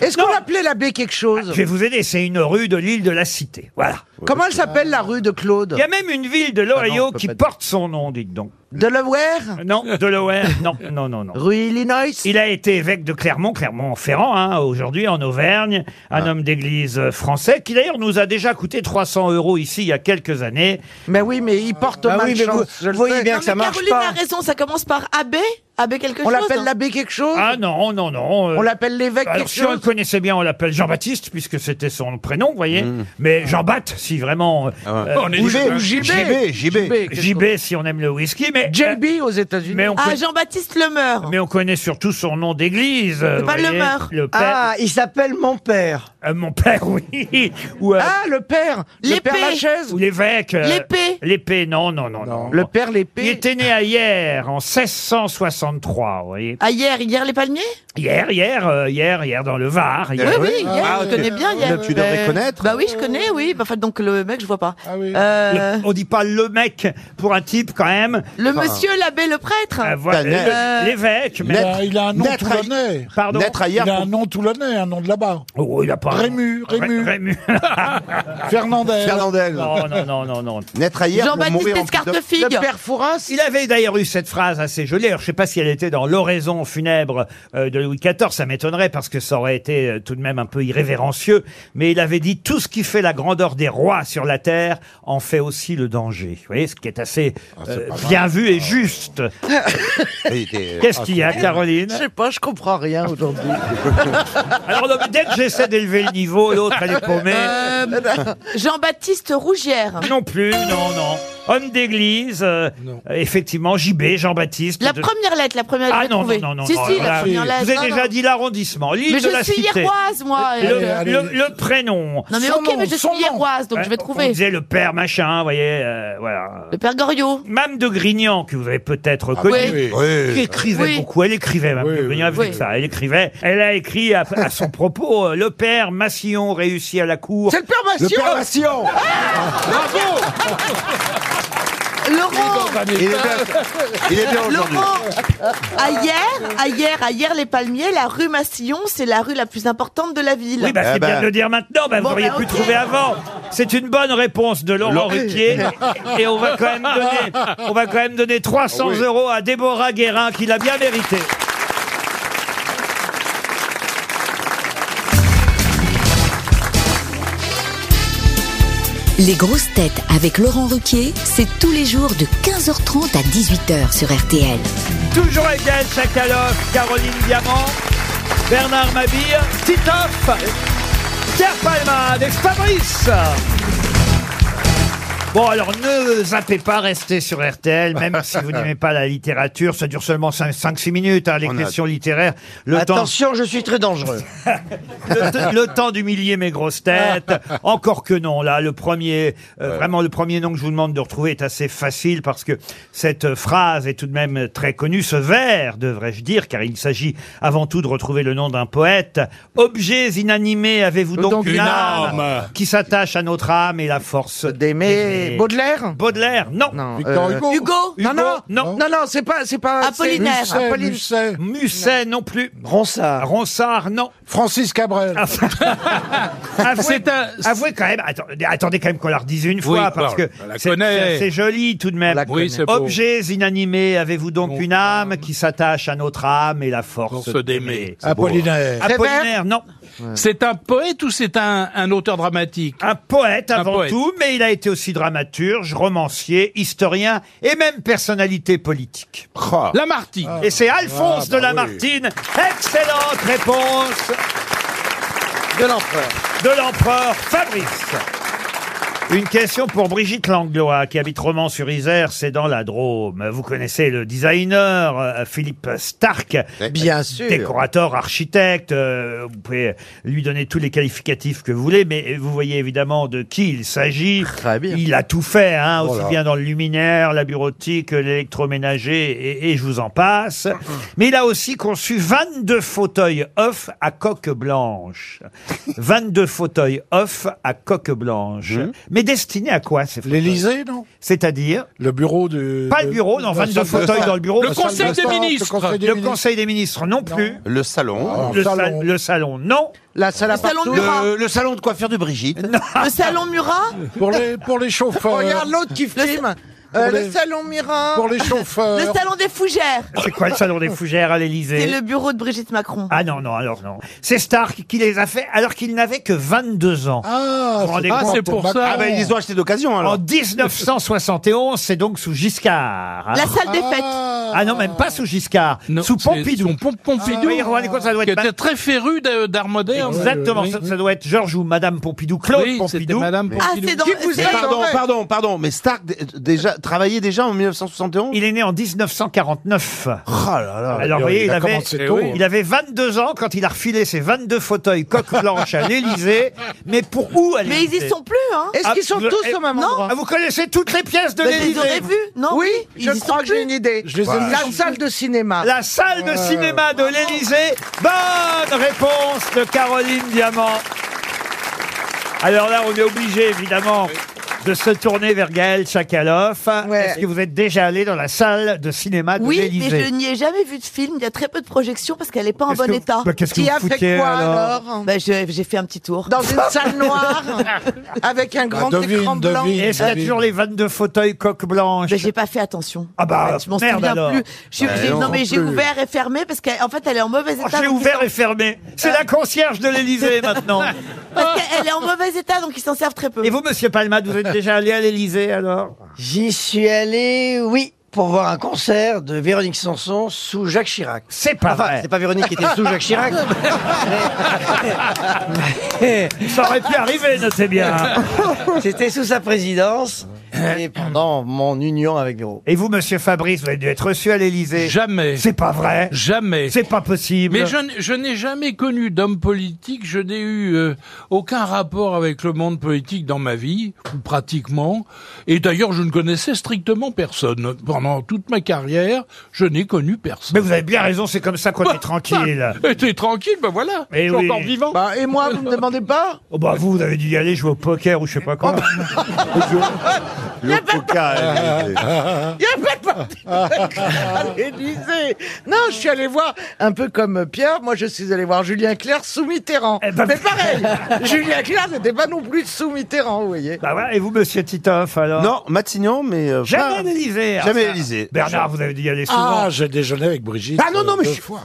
[SPEAKER 8] Est-ce qu'on l'appelait l'abbé quelque chose
[SPEAKER 2] Je vais vous aider, c'est une rue de l'île de la Cité. Voilà.
[SPEAKER 8] Comment elle s'appelle la rue de Claude
[SPEAKER 2] Il y a même une ville de
[SPEAKER 8] Ah non,
[SPEAKER 2] l'Ohio
[SPEAKER 8] on peut
[SPEAKER 2] qui
[SPEAKER 8] pas dire.
[SPEAKER 2] porte son nom, dites donc.
[SPEAKER 8] Delaware
[SPEAKER 2] Non, de l'Ohio, non, non, non, non.
[SPEAKER 8] Rue Illinois
[SPEAKER 2] Il a été évêque de Clermont, Clermont-Ferrand, hein, aujourd'hui en Auvergne, un
[SPEAKER 8] Ah.
[SPEAKER 2] homme d'église euh, français qui d'ailleurs nous a déjà coûté 300 euros ici il y a quelques années.
[SPEAKER 8] Mais oui, mais il porte
[SPEAKER 5] Ah oui, mais
[SPEAKER 8] malchance.
[SPEAKER 5] vous-
[SPEAKER 8] je le
[SPEAKER 5] voyez
[SPEAKER 8] sais.
[SPEAKER 5] bien
[SPEAKER 7] Non,
[SPEAKER 5] que ça
[SPEAKER 7] mais
[SPEAKER 5] marche
[SPEAKER 7] Caroline
[SPEAKER 5] pas.
[SPEAKER 7] a raison, ça commence par AB AB quelque
[SPEAKER 8] On
[SPEAKER 7] chose
[SPEAKER 8] l'appelle l'abbé quelque chose
[SPEAKER 2] Ah non, non, non. euh,
[SPEAKER 8] On l'appelle l'évêque
[SPEAKER 2] Alors,
[SPEAKER 8] quelque
[SPEAKER 2] si on le
[SPEAKER 8] chose
[SPEAKER 2] connaissait bien, on l'appelle Jean-Baptiste, puisque c'était son prénom, vous voyez. Mais Jean-Bat, si vraiment. euh, euh,
[SPEAKER 6] Oh, On est
[SPEAKER 3] Bouger.
[SPEAKER 6] des-
[SPEAKER 3] JB, JB.
[SPEAKER 8] quelque chose.
[SPEAKER 2] JB, si on aime le whisky. Mais,
[SPEAKER 8] JB aux
[SPEAKER 2] euh,
[SPEAKER 8] États-Unis.
[SPEAKER 2] mais, on,
[SPEAKER 7] Ah,
[SPEAKER 2] conna-
[SPEAKER 7] Jean-Baptiste Lemeur.
[SPEAKER 2] mais on connaît surtout son nom d'église. euh, vous
[SPEAKER 7] pas
[SPEAKER 2] voyez,
[SPEAKER 7] Lemeur.
[SPEAKER 8] Ah,
[SPEAKER 2] Le père.
[SPEAKER 5] Ah, il s'appelle mon père.
[SPEAKER 2] Euh, mon père, oui. Ou, euh,
[SPEAKER 8] Ah, le père Le
[SPEAKER 7] L'épée.
[SPEAKER 8] père Lachaise
[SPEAKER 2] ou l'évêque. euh,
[SPEAKER 7] L'épée.
[SPEAKER 2] L'épée, non, non, non, non.
[SPEAKER 8] Le père l'épée
[SPEAKER 2] Il était né à hier, en 1663, vous voyez.
[SPEAKER 7] Ah, hier, hier les palmiers
[SPEAKER 2] Hier, hier, euh, hier, hier, dans le Var. hier.
[SPEAKER 7] Oui, oui, hier,
[SPEAKER 3] Ah,
[SPEAKER 7] je
[SPEAKER 3] tu-
[SPEAKER 7] connais bien hier.
[SPEAKER 3] tu devrais
[SPEAKER 8] Euh,
[SPEAKER 3] connaître.
[SPEAKER 7] Bah oui, je connais, oui. Bah, en fait, donc le mec, je vois pas.
[SPEAKER 4] Ah oui.
[SPEAKER 7] Euh,
[SPEAKER 2] Le- on dit pas le mec pour un type, quand même.
[SPEAKER 7] le monsieur, l'abbé, le prêtre.
[SPEAKER 2] Euh, voilà,
[SPEAKER 3] Tanner.
[SPEAKER 2] le- L'évêque,
[SPEAKER 4] Il
[SPEAKER 2] mais...
[SPEAKER 4] a, il a un nom
[SPEAKER 3] Naître à-
[SPEAKER 4] toulonnais.
[SPEAKER 2] Pardon
[SPEAKER 3] Naître à hier.
[SPEAKER 4] Il a un nom toulonnais, un nom de là-bas.
[SPEAKER 2] Oh, il a pas...
[SPEAKER 4] Rému,
[SPEAKER 2] Ré-
[SPEAKER 4] Rému.
[SPEAKER 2] Rému.
[SPEAKER 4] Fernandel.
[SPEAKER 3] Fernandel.
[SPEAKER 2] non, non, non, non, non.
[SPEAKER 3] Naître à hier pour mourir
[SPEAKER 7] Jean-Baptiste
[SPEAKER 3] en prison.
[SPEAKER 8] Le
[SPEAKER 7] Escartefigue.
[SPEAKER 8] père Fouras
[SPEAKER 2] Il avait d'ailleurs eu cette phrase assez jolie. Alors, je sais pas si elle était dans l'oraison funèbre euh, de Louis XIV. Ça m'étonnerait parce que ça aurait été euh, tout de même un peu irrévérencieux. Mais il avait dit tout ce qui fait la grandeur des rois sur la terre en fait aussi le danger. Vous voyez, ce qui est assez
[SPEAKER 3] Ah,
[SPEAKER 2] euh, bien vu et juste.
[SPEAKER 3] Il était- euh,
[SPEAKER 2] Qu'est-ce qu'il y a, Caroline
[SPEAKER 8] sais pas, je comprends rien aujourd'hui.
[SPEAKER 2] Alors, non, mais dès que j'essaie d'élever le niveau, l'autre elle est paumée.
[SPEAKER 8] Euh,
[SPEAKER 4] Euh,
[SPEAKER 7] Jean-Baptiste Rougière.
[SPEAKER 2] Non plus, non, non. Homme d'église, euh, euh, effectivement, JB, Jean-Baptiste.
[SPEAKER 7] La
[SPEAKER 2] de-
[SPEAKER 7] première lettre, la première lettre.
[SPEAKER 2] Ah non,
[SPEAKER 7] trouvée.
[SPEAKER 2] non, non, non.
[SPEAKER 7] Si,
[SPEAKER 2] non,
[SPEAKER 7] si,
[SPEAKER 2] non,
[SPEAKER 7] la
[SPEAKER 2] là,
[SPEAKER 7] première lettre.
[SPEAKER 2] Je vous
[SPEAKER 7] Non,
[SPEAKER 2] ai déjà
[SPEAKER 7] non.
[SPEAKER 2] dit l'arrondissement, l'île
[SPEAKER 7] Mais
[SPEAKER 2] de la
[SPEAKER 7] je suis
[SPEAKER 2] cité.
[SPEAKER 7] hieroise, moi.
[SPEAKER 2] Le,
[SPEAKER 7] euh,
[SPEAKER 4] allez,
[SPEAKER 2] le-
[SPEAKER 4] allez.
[SPEAKER 2] le prénom.
[SPEAKER 7] Non, mais
[SPEAKER 4] Son
[SPEAKER 7] ok,
[SPEAKER 4] nom,
[SPEAKER 7] mais je
[SPEAKER 4] son
[SPEAKER 7] suis hieroise, donc
[SPEAKER 2] Ouais,
[SPEAKER 7] je vais
[SPEAKER 2] On
[SPEAKER 7] trouver.
[SPEAKER 2] disait le père machin, vous voyez, euh, voilà.
[SPEAKER 7] Le père Goriot.
[SPEAKER 2] Mame de Grignan, que vous avez peut-être connue,
[SPEAKER 7] oui.
[SPEAKER 4] Oui.
[SPEAKER 2] qui
[SPEAKER 3] Oui.
[SPEAKER 2] écrivait
[SPEAKER 7] Oui.
[SPEAKER 2] beaucoup. Elle écrivait, Mame
[SPEAKER 4] Oui,
[SPEAKER 2] de Grignan,
[SPEAKER 4] oui,
[SPEAKER 2] elle faisait
[SPEAKER 7] oui.
[SPEAKER 2] ça. Elle écrivait. Elle a écrit à, à son propos euh, Le père Massillon réussit à la cour.
[SPEAKER 8] C'est le père
[SPEAKER 3] Le
[SPEAKER 8] Massio
[SPEAKER 3] père Massillon.
[SPEAKER 7] Ah, Laurent.
[SPEAKER 3] Il est bien,
[SPEAKER 7] oh.
[SPEAKER 3] il est bien aujourd'hui.
[SPEAKER 7] Laurent. À hier, à hier, à hier, les palmiers, la rue Massillon, c'est la rue la plus importante de la ville.
[SPEAKER 2] Oui, bah,
[SPEAKER 3] Eh
[SPEAKER 2] c'est bien
[SPEAKER 3] ben.
[SPEAKER 2] de le dire maintenant, bah, vous
[SPEAKER 7] Bon,
[SPEAKER 2] auriez
[SPEAKER 7] bah,
[SPEAKER 2] pu
[SPEAKER 7] ok.
[SPEAKER 2] trouver avant. C'est une bonne réponse de Laurent Ruquier. Et on va quand même donner, on va quand même donner 300 euros à Déborah Guérin, qui l'a bien mérité.
[SPEAKER 9] Les grosses têtes avec Laurent Ruquier, c'est tous les jours de 15h30 à 18h sur RTL.
[SPEAKER 2] Toujours avec Gaël Chakalov, Caroline Diamant, Bernard Mabille, Titoff, Pierre Palmade et Fabrice. Bon, alors ne zappez pas, restez sur RTL, même si vous n'aimez pas la littérature. Ça dure seulement 5-6 minutes, hein, les
[SPEAKER 3] On a-
[SPEAKER 2] questions littéraires. Le temps,
[SPEAKER 5] Attention, je suis très dangereux.
[SPEAKER 2] le, te- le temps d'humilier mes grosses têtes. Encore que non, là, le premier, euh, vraiment le premier nom que je vous demande de retrouver est assez facile parce que cette euh, phrase est tout de même très connue, ce vers, devrais-je dire, car il s'agit avant tout de retrouver le nom d'un poète. Objets inanimés, avez-vous donc,
[SPEAKER 8] Donc
[SPEAKER 2] une,
[SPEAKER 8] une
[SPEAKER 2] âme qui s'attache à notre âme et la force
[SPEAKER 8] D'aimer Baudelaire
[SPEAKER 2] Baudelaire, non.
[SPEAKER 8] Non.
[SPEAKER 4] Victor
[SPEAKER 8] euh,
[SPEAKER 4] Hugo.
[SPEAKER 7] Hugo.
[SPEAKER 8] Non, non,
[SPEAKER 2] non.
[SPEAKER 8] non, non, non, c'est pas, c'est pas. c'est-
[SPEAKER 7] Apollinaire.
[SPEAKER 4] Musset,
[SPEAKER 8] Apolline-
[SPEAKER 4] Musset.
[SPEAKER 2] Musset, non plus.
[SPEAKER 5] Ronsard.
[SPEAKER 2] Ronsard, non. Ah,
[SPEAKER 4] Francis Cabrel.
[SPEAKER 2] Avouez,
[SPEAKER 6] C'est un-
[SPEAKER 2] avouez quand même, attends- attendez quand même qu'on la redise une fois, parce
[SPEAKER 6] parle.
[SPEAKER 2] que
[SPEAKER 6] On la
[SPEAKER 2] c'est
[SPEAKER 6] connaît.
[SPEAKER 2] c'est assez joli tout de même.
[SPEAKER 8] On la
[SPEAKER 6] Oui, c'est beau.
[SPEAKER 2] Objets inanimés, avez-vous donc
[SPEAKER 6] Non.
[SPEAKER 2] une âme qui s'attache à notre âme et la force
[SPEAKER 6] Force d'aimer.
[SPEAKER 4] Apollinaire.
[SPEAKER 2] Apollinaire, non.
[SPEAKER 6] C'est un poète ou c'est un, un auteur dramatique
[SPEAKER 2] Un poète
[SPEAKER 6] Un
[SPEAKER 2] avant
[SPEAKER 6] poète.
[SPEAKER 2] tout, mais il a été aussi dramaturge, romancier, historien et même personnalité politique.
[SPEAKER 3] Oh.
[SPEAKER 6] Lamartine.
[SPEAKER 2] Et c'est Alphonse
[SPEAKER 4] Ah, bah
[SPEAKER 2] de Lamartine. Excellente réponse
[SPEAKER 5] De l'empereur.
[SPEAKER 2] de l'empereur Fabrice. Une question pour Brigitte Langlois, qui habite Romans-sur-Isère, c'est dans la Drôme. Vous connaissez le designer euh, Philippe Stark,
[SPEAKER 5] Bien sûr.
[SPEAKER 2] décorateur, architecte. euh, Vous pouvez lui donner tous les qualificatifs que vous voulez, mais vous voyez évidemment de qui il s'agit.
[SPEAKER 5] Très bien. Oh
[SPEAKER 2] Il a tout fait, hein, aussi
[SPEAKER 3] là.
[SPEAKER 2] bien dans le luminaire, la bureautique, l'électroménager, et, et je vous en passe. Mais il a aussi conçu 22 fauteuils off à coque blanche. 22 fauteuils off à coque blanche. Mais destinés à quoi ces fauteuils
[SPEAKER 4] L'Élysée, non
[SPEAKER 2] C'est-à-dire
[SPEAKER 4] Le bureau de.
[SPEAKER 2] Pas le
[SPEAKER 4] de-
[SPEAKER 2] bureau, non,
[SPEAKER 4] de-
[SPEAKER 2] 22
[SPEAKER 4] de-
[SPEAKER 2] fauteuils dans le bureau.
[SPEAKER 6] Le
[SPEAKER 4] de- de-
[SPEAKER 6] Conseil
[SPEAKER 4] de-
[SPEAKER 6] des
[SPEAKER 4] de- de-
[SPEAKER 6] ministres.
[SPEAKER 4] de- Conseil des
[SPEAKER 2] Le
[SPEAKER 4] ministres.
[SPEAKER 2] Conseil des ministres non plus.
[SPEAKER 3] Le salon.
[SPEAKER 4] Oh,
[SPEAKER 2] Le,
[SPEAKER 4] salon.
[SPEAKER 2] sal- le salon non.
[SPEAKER 8] La salle à
[SPEAKER 7] Le salon
[SPEAKER 8] partout.
[SPEAKER 7] Murat.
[SPEAKER 3] Le, le salon de coiffure de Brigitte.
[SPEAKER 7] Le salon Murat.
[SPEAKER 4] Pour les, pour les chauffeurs.
[SPEAKER 8] Regarde l'autre qui filme.
[SPEAKER 4] Pour
[SPEAKER 8] Euh,
[SPEAKER 4] les-
[SPEAKER 8] Le salon Mira.
[SPEAKER 4] Pour les
[SPEAKER 7] Le
[SPEAKER 4] chauffeurs.
[SPEAKER 7] salon des fougères.
[SPEAKER 2] C'est quoi le salon des fougères à l'Élysée
[SPEAKER 7] C'est le bureau de Brigitte Macron.
[SPEAKER 2] Ah non, non, alors non. C'est Stark qui les a fait alors qu'il n'avait que 22 ans.
[SPEAKER 4] Ah,
[SPEAKER 2] Vous rendez
[SPEAKER 6] Ah,
[SPEAKER 2] compte
[SPEAKER 6] c'est pour ça.
[SPEAKER 3] Ah ben ils ont acheté d'occasion
[SPEAKER 2] En
[SPEAKER 3] alors.
[SPEAKER 2] 1971, c'est donc sous Giscard. hein.
[SPEAKER 7] La salle des fêtes.
[SPEAKER 4] Ah,
[SPEAKER 2] Ah non, même pas sous Giscard.
[SPEAKER 6] Non,
[SPEAKER 2] sous
[SPEAKER 6] c'est-
[SPEAKER 2] Pompidou. Ah
[SPEAKER 6] sous Pom- Pompidou.
[SPEAKER 2] Oui, vous rendez compte, ça doit
[SPEAKER 6] qui
[SPEAKER 2] être...
[SPEAKER 6] était très féru de- d'art moderne.
[SPEAKER 2] Exactement,
[SPEAKER 6] Oui.
[SPEAKER 2] ça, ça doit être Georges ou Madame Pompidou, Claude
[SPEAKER 6] Oui, c'était
[SPEAKER 2] Pompidou.
[SPEAKER 6] Madame
[SPEAKER 7] Ah,
[SPEAKER 6] Pompidou.
[SPEAKER 7] c'est dans.
[SPEAKER 8] Qui vous
[SPEAKER 7] c'est-
[SPEAKER 8] êtes
[SPEAKER 3] Pardon,
[SPEAKER 8] en fait
[SPEAKER 3] pardon, pardon, mais Stark d- déjà
[SPEAKER 10] travaillait déjà en 1971
[SPEAKER 2] Il est né en 1949.
[SPEAKER 6] Ah.
[SPEAKER 2] Alors,
[SPEAKER 10] dis
[SPEAKER 2] vous
[SPEAKER 10] donc,
[SPEAKER 2] voyez,
[SPEAKER 10] Ah, il
[SPEAKER 2] il,
[SPEAKER 10] a
[SPEAKER 2] avait, Eh
[SPEAKER 10] commencé tôt, hein.
[SPEAKER 2] il avait 22 ans quand il a refilé ses 22 fauteuils coque blanche à l'Élysée. Mais pour où à
[SPEAKER 7] Mais ils y
[SPEAKER 2] l'Élysée
[SPEAKER 7] sont plus, hein
[SPEAKER 2] Ah, vous- eh, Ah, Vous connaissez toutes les pièces de
[SPEAKER 8] Mais je les
[SPEAKER 2] l'Élysée
[SPEAKER 8] aurais vues, non
[SPEAKER 7] Oui,
[SPEAKER 8] je crois que j'ai une idée.
[SPEAKER 2] Je les ai mis
[SPEAKER 8] la
[SPEAKER 2] sur-
[SPEAKER 8] salle de cinéma.
[SPEAKER 2] La salle de cinéma de l'Élysée. Bonne réponse de Caroline Diamant. Alors là, on est obligé, évidemment, de se tourner vers Gaël Tchakaloff. Est-ce que vous êtes déjà allé dans la salle de cinéma de
[SPEAKER 7] Oui,
[SPEAKER 2] l'Élysée
[SPEAKER 7] mais je n'y ai jamais vu de film. Il y a très peu de projections parce qu'elle n'est pas en
[SPEAKER 2] Qu'est-ce
[SPEAKER 7] bon
[SPEAKER 2] que vous-
[SPEAKER 7] état.
[SPEAKER 2] bah, qu'est-ce que Qui vous a fait foutiez, quoi, alors
[SPEAKER 7] Bah, je- J'ai fait un petit tour.
[SPEAKER 8] Dans une salle noire, avec
[SPEAKER 2] Bah,
[SPEAKER 8] un grand écran blanc.
[SPEAKER 2] Est-ce qu'il y a toujours les 22 fauteuils coque blanche
[SPEAKER 7] J'ai pas fait attention.
[SPEAKER 2] Ah bah,
[SPEAKER 7] je m'en
[SPEAKER 2] merde
[SPEAKER 7] souviens
[SPEAKER 2] alors.
[SPEAKER 7] plus. Je-
[SPEAKER 2] Bah,
[SPEAKER 7] j'ai-
[SPEAKER 2] non,
[SPEAKER 7] non, mais j'ai
[SPEAKER 2] plus.
[SPEAKER 7] ouvert et fermé parce qu'en fait, elle est en mauvais état.
[SPEAKER 2] Oh, J'ai
[SPEAKER 7] donc ils
[SPEAKER 2] ouvert
[SPEAKER 7] s'en-
[SPEAKER 2] et fermé. C'est la concierge de l'Élysée maintenant.
[SPEAKER 7] Parce qu'elle est en mauvais état, donc ils s'en servent très peu.
[SPEAKER 2] Et vous, monsieur Palmade, vous êtes déjà allé à l'Élysée alors
[SPEAKER 5] J'y suis allé, oui, pour voir un concert de Véronique Sanson sous Jacques Chirac.
[SPEAKER 2] C'est pas
[SPEAKER 5] enfin,
[SPEAKER 2] vrai.
[SPEAKER 5] C'est pas Véronique qui était sous Jacques Chirac.
[SPEAKER 2] Ça aurait pu arriver, notez bien. Euh.
[SPEAKER 5] C'était sous sa présidence et pendant mon union avec Véro.
[SPEAKER 2] Et vous, monsieur Fabrice, vous avez dû être reçu à l'Élysée.
[SPEAKER 6] Jamais.
[SPEAKER 2] C'est pas vrai.
[SPEAKER 6] Jamais.
[SPEAKER 2] C'est pas possible.
[SPEAKER 6] Mais je, n- je n'ai jamais connu d'homme politique, je n'ai eu euh, aucun rapport avec le monde politique dans ma vie, ou pratiquement. Et d'ailleurs, je ne connaissais strictement personne. Pendant toute ma carrière, je n'ai connu personne.
[SPEAKER 2] Mais
[SPEAKER 6] Bah,
[SPEAKER 2] vous avez bien raison, c'est comme ça qu'on est tranquille.
[SPEAKER 6] Et t'es tranquille, ben voilà,
[SPEAKER 2] Eh
[SPEAKER 6] je suis
[SPEAKER 2] oui.
[SPEAKER 6] encore vivant.
[SPEAKER 8] Bah, et moi, vous me demandez pas
[SPEAKER 2] Oh bah vous, vous avez dû y aller jouer au poker ou je sais pas quoi.
[SPEAKER 3] Le coca.
[SPEAKER 8] Il n'y a pas de parti à l'Élysée. Non, je suis allé voir, un peu comme Pierre, moi je suis allé voir Julien Clerc sous Mitterrand.
[SPEAKER 2] ben-
[SPEAKER 8] Mais pareil, Julien Clerc n'était pas non plus sous Mitterrand, vous voyez.
[SPEAKER 2] bah voilà, et vous, monsieur Titoff, alors
[SPEAKER 10] Non, Matignon, mais. euh,
[SPEAKER 2] Jamais
[SPEAKER 10] pas-
[SPEAKER 2] à l'Élysée.
[SPEAKER 10] Jamais
[SPEAKER 2] alors ça.
[SPEAKER 10] l'Élysée.
[SPEAKER 2] Bernard, vous avez dû y aller souvent.
[SPEAKER 4] Ah, j'ai déjeuné avec Brigitte.
[SPEAKER 10] Ah non, non,
[SPEAKER 4] euh,
[SPEAKER 10] mais
[SPEAKER 4] deux
[SPEAKER 10] je-
[SPEAKER 4] fois.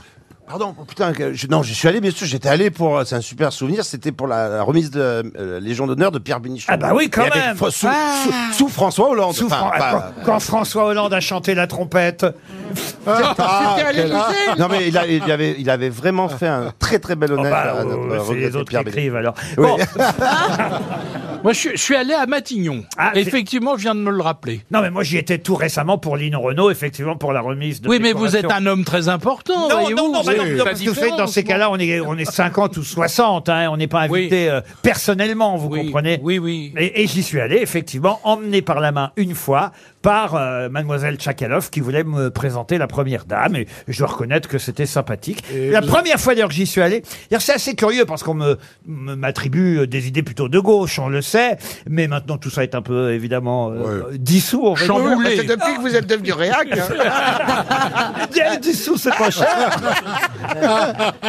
[SPEAKER 10] Pardon, oh, putain, que- je, non, je suis allé, bien sûr, j'étais allé pour, euh, c'est un super souvenir, c'était pour la, la remise de euh, euh, Légion d'honneur de Pierre Bénichou.
[SPEAKER 2] Ah bah oui, quand
[SPEAKER 10] Et avec
[SPEAKER 2] même. Ah.
[SPEAKER 10] Fro- sous, sous- sous François Hollande.
[SPEAKER 2] Sous
[SPEAKER 10] Enfin, bah,
[SPEAKER 2] Fran-
[SPEAKER 10] pas-
[SPEAKER 2] quand, quand François Hollande a chanté la trompette.
[SPEAKER 10] Ah,
[SPEAKER 8] C'était à
[SPEAKER 10] quel-
[SPEAKER 8] l'Élysée.
[SPEAKER 10] Non mais il, a- il avait, il avait vraiment fait un très très bel
[SPEAKER 2] Oh
[SPEAKER 10] honneur
[SPEAKER 2] bah,
[SPEAKER 10] à notre
[SPEAKER 2] euh, c'est
[SPEAKER 10] regretté
[SPEAKER 2] les autres qui
[SPEAKER 10] Pierre Bénichou.
[SPEAKER 2] écrivent alors.
[SPEAKER 10] Oui.
[SPEAKER 2] Bon,
[SPEAKER 6] Moi, je, suis- je suis allé à Matignon.
[SPEAKER 2] Ah, c'est-
[SPEAKER 6] Effectivement, je viens de me le rappeler.
[SPEAKER 2] non mais moi j'y étais tout récemment pour Lino Renault, effectivement pour la remise de
[SPEAKER 6] oui, mais vous êtes
[SPEAKER 2] décoration.
[SPEAKER 6] un homme très important.
[SPEAKER 2] Non,
[SPEAKER 6] voyez-vous,
[SPEAKER 2] non, non,
[SPEAKER 6] vous
[SPEAKER 2] bah non,
[SPEAKER 6] avez
[SPEAKER 2] non,
[SPEAKER 6] la
[SPEAKER 2] parce que vous savez, dans ces
[SPEAKER 6] différence,
[SPEAKER 2] cas-là, Ah, on est, on est 50 ou 60, hein, on n'est pas
[SPEAKER 6] Oui.
[SPEAKER 2] invité euh, personnellement, vous
[SPEAKER 6] Oui,
[SPEAKER 2] comprenez
[SPEAKER 6] oui, oui.
[SPEAKER 2] Et, et j'y suis allé, effectivement, emmené par la main une fois par euh, mademoiselle Tchakalov qui voulait me présenter la première dame, et je dois reconnaître que c'était sympathique. la première fois d'ailleurs que j'y suis allé, d'ailleurs, c'est assez curieux parce qu'on me me- m'attribue euh, des idées plutôt de gauche, on le sait, mais maintenant tout ça est un peu, évidemment, euh, dissous. on va dire.
[SPEAKER 8] Oui,
[SPEAKER 6] Chamboulé.
[SPEAKER 8] mais C'est depuis que vous êtes devenu réac. hein.
[SPEAKER 2] Bien, 10 sous, c'est pas cher.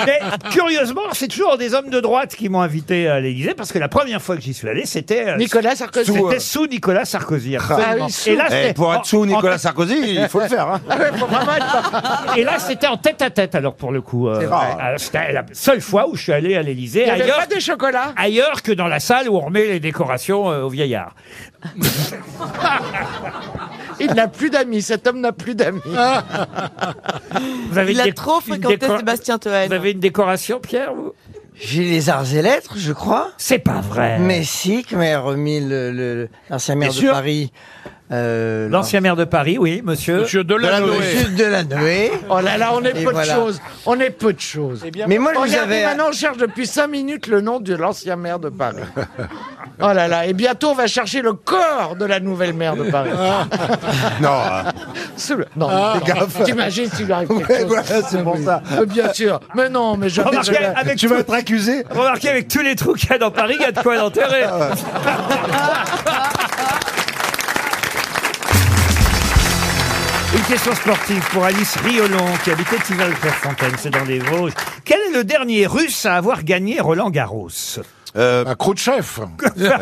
[SPEAKER 2] Mais curieusement, c'est toujours des hommes de droite qui m'ont invité à l'Élysée parce que la première fois que j'y suis allé, c'était euh,
[SPEAKER 8] Nicolas Sarkozy.
[SPEAKER 2] c'était
[SPEAKER 10] euh,
[SPEAKER 2] sous Nicolas Sarkozy. absolument.
[SPEAKER 8] Ah oui, sous.
[SPEAKER 2] et là,
[SPEAKER 10] Eh,
[SPEAKER 2] c'était-
[SPEAKER 10] pour
[SPEAKER 2] en- Ah
[SPEAKER 10] être sous Nicolas
[SPEAKER 2] en-
[SPEAKER 10] Sarkozy, il faut le faire. hein.
[SPEAKER 11] Ah
[SPEAKER 2] et là, c'était en tête à tête, alors pour le coup. euh,
[SPEAKER 10] vrai.
[SPEAKER 2] euh, c'était la seule fois où je suis allé à l'Élysée.
[SPEAKER 8] Il n'y avait
[SPEAKER 2] Ailleurs,
[SPEAKER 8] pas de chocolat.
[SPEAKER 2] ailleurs que dans la salle où on remet les décorations euh, aux vieillards.
[SPEAKER 8] Il n'a plus d'amis, cet homme n'a plus d'amis.
[SPEAKER 2] Vous avez
[SPEAKER 7] Il
[SPEAKER 2] une
[SPEAKER 7] a
[SPEAKER 2] dé-
[SPEAKER 7] trop
[SPEAKER 2] une
[SPEAKER 7] fréquenté
[SPEAKER 2] décor-
[SPEAKER 7] Sébastien Toen.
[SPEAKER 2] Vous avez une décoration, Pierre vous
[SPEAKER 5] J'ai les arts et lettres, je crois.
[SPEAKER 2] C'est pas vrai.
[SPEAKER 5] Mais si, que m'a remis le- le- l'ancien maire
[SPEAKER 2] Bien
[SPEAKER 5] de
[SPEAKER 2] sûr.
[SPEAKER 5] Paris. euh,
[SPEAKER 2] L'ancien maire de Paris, oui, monsieur.
[SPEAKER 6] Monsieur Delanoë.
[SPEAKER 5] Monsieur Delanoë.
[SPEAKER 8] Oh là là, on est
[SPEAKER 5] Et
[SPEAKER 8] peu
[SPEAKER 5] voilà.
[SPEAKER 8] de choses. On est peu de choses.
[SPEAKER 5] Mais moi, je vous
[SPEAKER 8] Eh Regardez,
[SPEAKER 5] avais.
[SPEAKER 8] maintenant, on cherche depuis 5 minutes le nom de l'ancien maire de Paris. Oh là là, et bientôt, on va chercher le corps de la nouvelle maire de Paris.
[SPEAKER 10] Non,
[SPEAKER 11] Ah.
[SPEAKER 10] hein.
[SPEAKER 8] Sous le- euh, Non, mais Ah. fais gaffe. T'imagines s'il lui arrive quelque chose. c'est pour ça.
[SPEAKER 10] Euh,
[SPEAKER 8] bien sûr. Mais non, mais jamais.
[SPEAKER 2] Remarquez, avec tout-
[SPEAKER 10] être accusé Ah
[SPEAKER 2] Remarquez, avec tous les trous qu'il y a dans Paris, il y a de quoi l'enterrer. Une question sportive pour Alice Riolon, qui habitait Tival-Clairefontaine, c'est dans les Vosges. Quel est le dernier russe à avoir gagné Roland Garros
[SPEAKER 10] Euh,
[SPEAKER 4] À Khrouchtchev.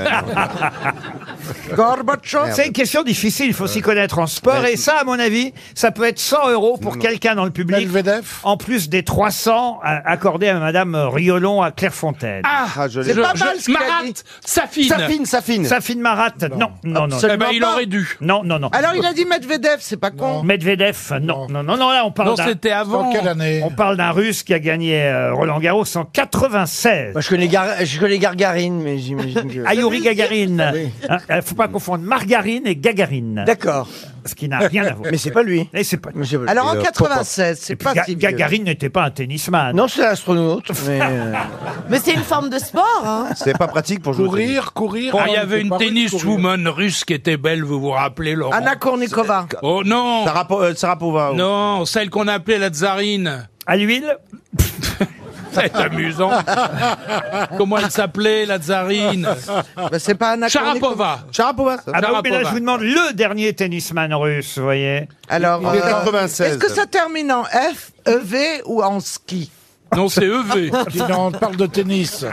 [SPEAKER 8] Gorbatchev.
[SPEAKER 2] C'est une question difficile, il faut s'y connaître en sport. Et ça, à mon avis, ça peut être 100 euros pour quelqu'un dans le public,
[SPEAKER 4] Medvedev.
[SPEAKER 2] en plus des 300 euh, accordés à Madame Riolon à Clairefontaine.
[SPEAKER 6] Ah,
[SPEAKER 10] Ah, je l'ai.
[SPEAKER 6] je-
[SPEAKER 10] C'est
[SPEAKER 8] pas mal,
[SPEAKER 6] je-
[SPEAKER 8] ce qu'il a
[SPEAKER 6] Marat,
[SPEAKER 8] dit.
[SPEAKER 6] Safine.
[SPEAKER 10] Safine, Safine.
[SPEAKER 2] Safine Marat, non, non, non.
[SPEAKER 6] Eh ben, il
[SPEAKER 8] Absolument pas.
[SPEAKER 6] aurait dû.
[SPEAKER 2] Non, non, non.
[SPEAKER 8] Alors, il a dit Medvedev, c'est pas con.
[SPEAKER 2] Medvedev, non, non, non, non, là on parle
[SPEAKER 6] Non,
[SPEAKER 2] d'un,
[SPEAKER 6] c'était
[SPEAKER 4] Dans
[SPEAKER 6] avant.
[SPEAKER 4] quelle année
[SPEAKER 2] on parle d'un Russe qui a gagné euh, Roland Garros en 96.
[SPEAKER 5] Moi, je connais, Gar- je connais Gargarine, mais j'imagine que. Ah
[SPEAKER 2] Ayuri Gagarine. Ah, Hein, euh, faut pas confondre margarine et gagarine.
[SPEAKER 5] D'accord.
[SPEAKER 2] Ce qui n'a rien à voir.
[SPEAKER 5] Mais c'est pas lui. euh,
[SPEAKER 2] Et c'est pas lui.
[SPEAKER 8] Alors,
[SPEAKER 10] euh,
[SPEAKER 8] en 96, c'est
[SPEAKER 2] Et puis
[SPEAKER 8] pas
[SPEAKER 2] Ga-
[SPEAKER 8] si vieux.
[SPEAKER 2] Gagarine n'était pas un tennisman.
[SPEAKER 5] Non, c'est astronaute, mais. euh,
[SPEAKER 7] Mais c'est une forme de sport, hein.
[SPEAKER 10] C'est pas pratique pour jouer. au tennis.
[SPEAKER 4] Courir, courir.
[SPEAKER 6] Ah, il y avait
[SPEAKER 4] c'est
[SPEAKER 6] une
[SPEAKER 4] pas vrai, courir.
[SPEAKER 6] tenniswoman russe qui était belle, vous vous rappelez, Laurent
[SPEAKER 8] Anna Kournikova.
[SPEAKER 6] Oh non
[SPEAKER 10] Sarapo- euh, Sarapova. oui.
[SPEAKER 6] Non, celle qu'on appelait la tsarine.
[SPEAKER 2] À l'huile
[SPEAKER 6] C'est amusant. Comment elle s'appelait, la tsarine
[SPEAKER 8] Bah, c'est pas Anna Kournikova.
[SPEAKER 6] Sharapova.
[SPEAKER 10] Sharapova. ça.
[SPEAKER 2] Ah bon, mais là,
[SPEAKER 6] Sharapova.
[SPEAKER 2] je vous demande le dernier tennisman russe, vous voyez.
[SPEAKER 8] Alors,
[SPEAKER 10] Il est
[SPEAKER 8] euh,
[SPEAKER 10] 96.
[SPEAKER 8] est-ce que ça termine en F, EV ou en ski
[SPEAKER 6] Non, c'est E EV.
[SPEAKER 4] Non, on parle de tennis.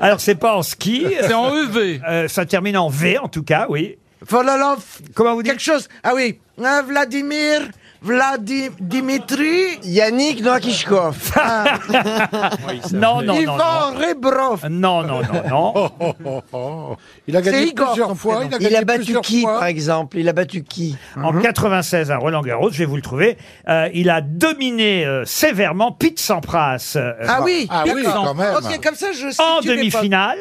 [SPEAKER 2] Alors, c'est pas en ski.
[SPEAKER 6] C'est en E EV.
[SPEAKER 2] Euh, ça termine en V, en tout cas, oui.
[SPEAKER 8] Vololov
[SPEAKER 2] Comment vous dites
[SPEAKER 8] Quelque chose Ah oui, Hein, Vladimir, Vladi, Dimitri, Ah.
[SPEAKER 5] Yannick Noakishkov.
[SPEAKER 2] Non, non, non, non.
[SPEAKER 8] Ivan Rebrov.
[SPEAKER 2] Non, non, non, non.
[SPEAKER 4] Oh, Il a
[SPEAKER 8] C'est
[SPEAKER 4] gagné
[SPEAKER 8] Igor, son
[SPEAKER 4] plusieurs fois.
[SPEAKER 8] prénom.
[SPEAKER 4] a
[SPEAKER 5] Il
[SPEAKER 4] gagné
[SPEAKER 5] a battu
[SPEAKER 4] plusieurs
[SPEAKER 5] qui,
[SPEAKER 4] fois. Mhm.
[SPEAKER 5] par exemple Il a battu qui
[SPEAKER 2] En 96, à Roland Garros, je vais vous le trouver, euh, il a dominé euh, sévèrement Pete Sampras euh,
[SPEAKER 8] Ah oui,
[SPEAKER 4] Ah oui,
[SPEAKER 8] d'accord.
[SPEAKER 4] quand même.
[SPEAKER 8] Ok, comme ça, je
[SPEAKER 2] en
[SPEAKER 8] situe les pas.
[SPEAKER 2] demi-finale.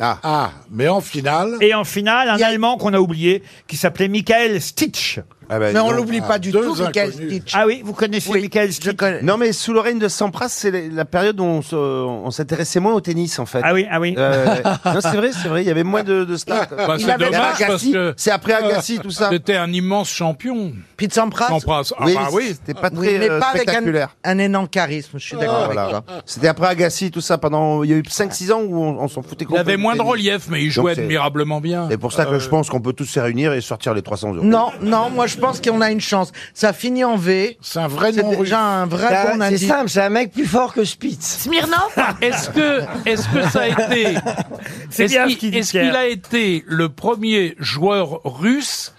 [SPEAKER 4] Ah, mais en finale.
[SPEAKER 2] Et en finale, un Allemand qu'on a oublié, qui s'appelait Michael Stitch.
[SPEAKER 10] Ah bah,
[SPEAKER 8] Mais on
[SPEAKER 10] non.
[SPEAKER 8] l'oublie pas du
[SPEAKER 4] ben, deux
[SPEAKER 8] tout, Michael
[SPEAKER 4] inconnus.
[SPEAKER 8] Stitch.
[SPEAKER 2] Ah oui, vous connaissez Michael Stitch
[SPEAKER 8] Je connais.
[SPEAKER 10] Non, mais sous le règne de Sampras, c'est la- la période où on se- on s'intéressait moins au tennis, en fait.
[SPEAKER 2] Ah oui, ah oui.
[SPEAKER 10] Euh, non, c'est vrai, c'est vrai. Il y avait moins de, de stars.
[SPEAKER 6] Bah,
[SPEAKER 10] Il
[SPEAKER 6] c'est
[SPEAKER 10] avait-
[SPEAKER 6] dommage,
[SPEAKER 10] Agassi,
[SPEAKER 6] parce que-
[SPEAKER 10] C'est après Agassi, tout ça.
[SPEAKER 6] C'était un immense champion.
[SPEAKER 8] Pete Sampras.
[SPEAKER 6] Sampras. Ah
[SPEAKER 10] oui,
[SPEAKER 6] bah
[SPEAKER 10] mais
[SPEAKER 6] oui.
[SPEAKER 10] c'était pas Ah,
[SPEAKER 8] Oui,
[SPEAKER 10] très
[SPEAKER 8] mais
[SPEAKER 10] euh,
[SPEAKER 8] pas avec un,
[SPEAKER 10] spectaculaire.
[SPEAKER 8] un énorme charisme, je suis d'accord avec
[SPEAKER 10] Voilà.
[SPEAKER 8] toi.
[SPEAKER 10] C'était après Agassi, tout ça. Pendant, il y a eu 5-6 ans où on, on s'en foutait
[SPEAKER 6] Il
[SPEAKER 10] complètement.
[SPEAKER 6] avait
[SPEAKER 10] du
[SPEAKER 6] moins de
[SPEAKER 10] tennis.
[SPEAKER 6] relief, mais il jouait
[SPEAKER 10] c'est-
[SPEAKER 6] admirablement bien. Euh,
[SPEAKER 10] C'est pour ça que je pense qu'on peut tous se réunir et sortir les 300 euros.
[SPEAKER 8] Non, non, moi je pense qu'on a une chance. Ça finit en V.
[SPEAKER 4] C'est un vrai
[SPEAKER 8] C'est
[SPEAKER 4] nom russe.
[SPEAKER 8] déjà un vrai bon
[SPEAKER 5] C'est
[SPEAKER 8] indice.
[SPEAKER 5] simple, c'est un mec plus fort que Spitz.
[SPEAKER 7] Smirnov
[SPEAKER 6] Est-ce que, est-ce que ça a été,
[SPEAKER 2] C'est
[SPEAKER 6] est-ce
[SPEAKER 2] bien
[SPEAKER 6] qu'il-
[SPEAKER 2] ce qu'il dit,
[SPEAKER 6] est-ce qu'il
[SPEAKER 2] Pierre.
[SPEAKER 6] a été le premier joueur russe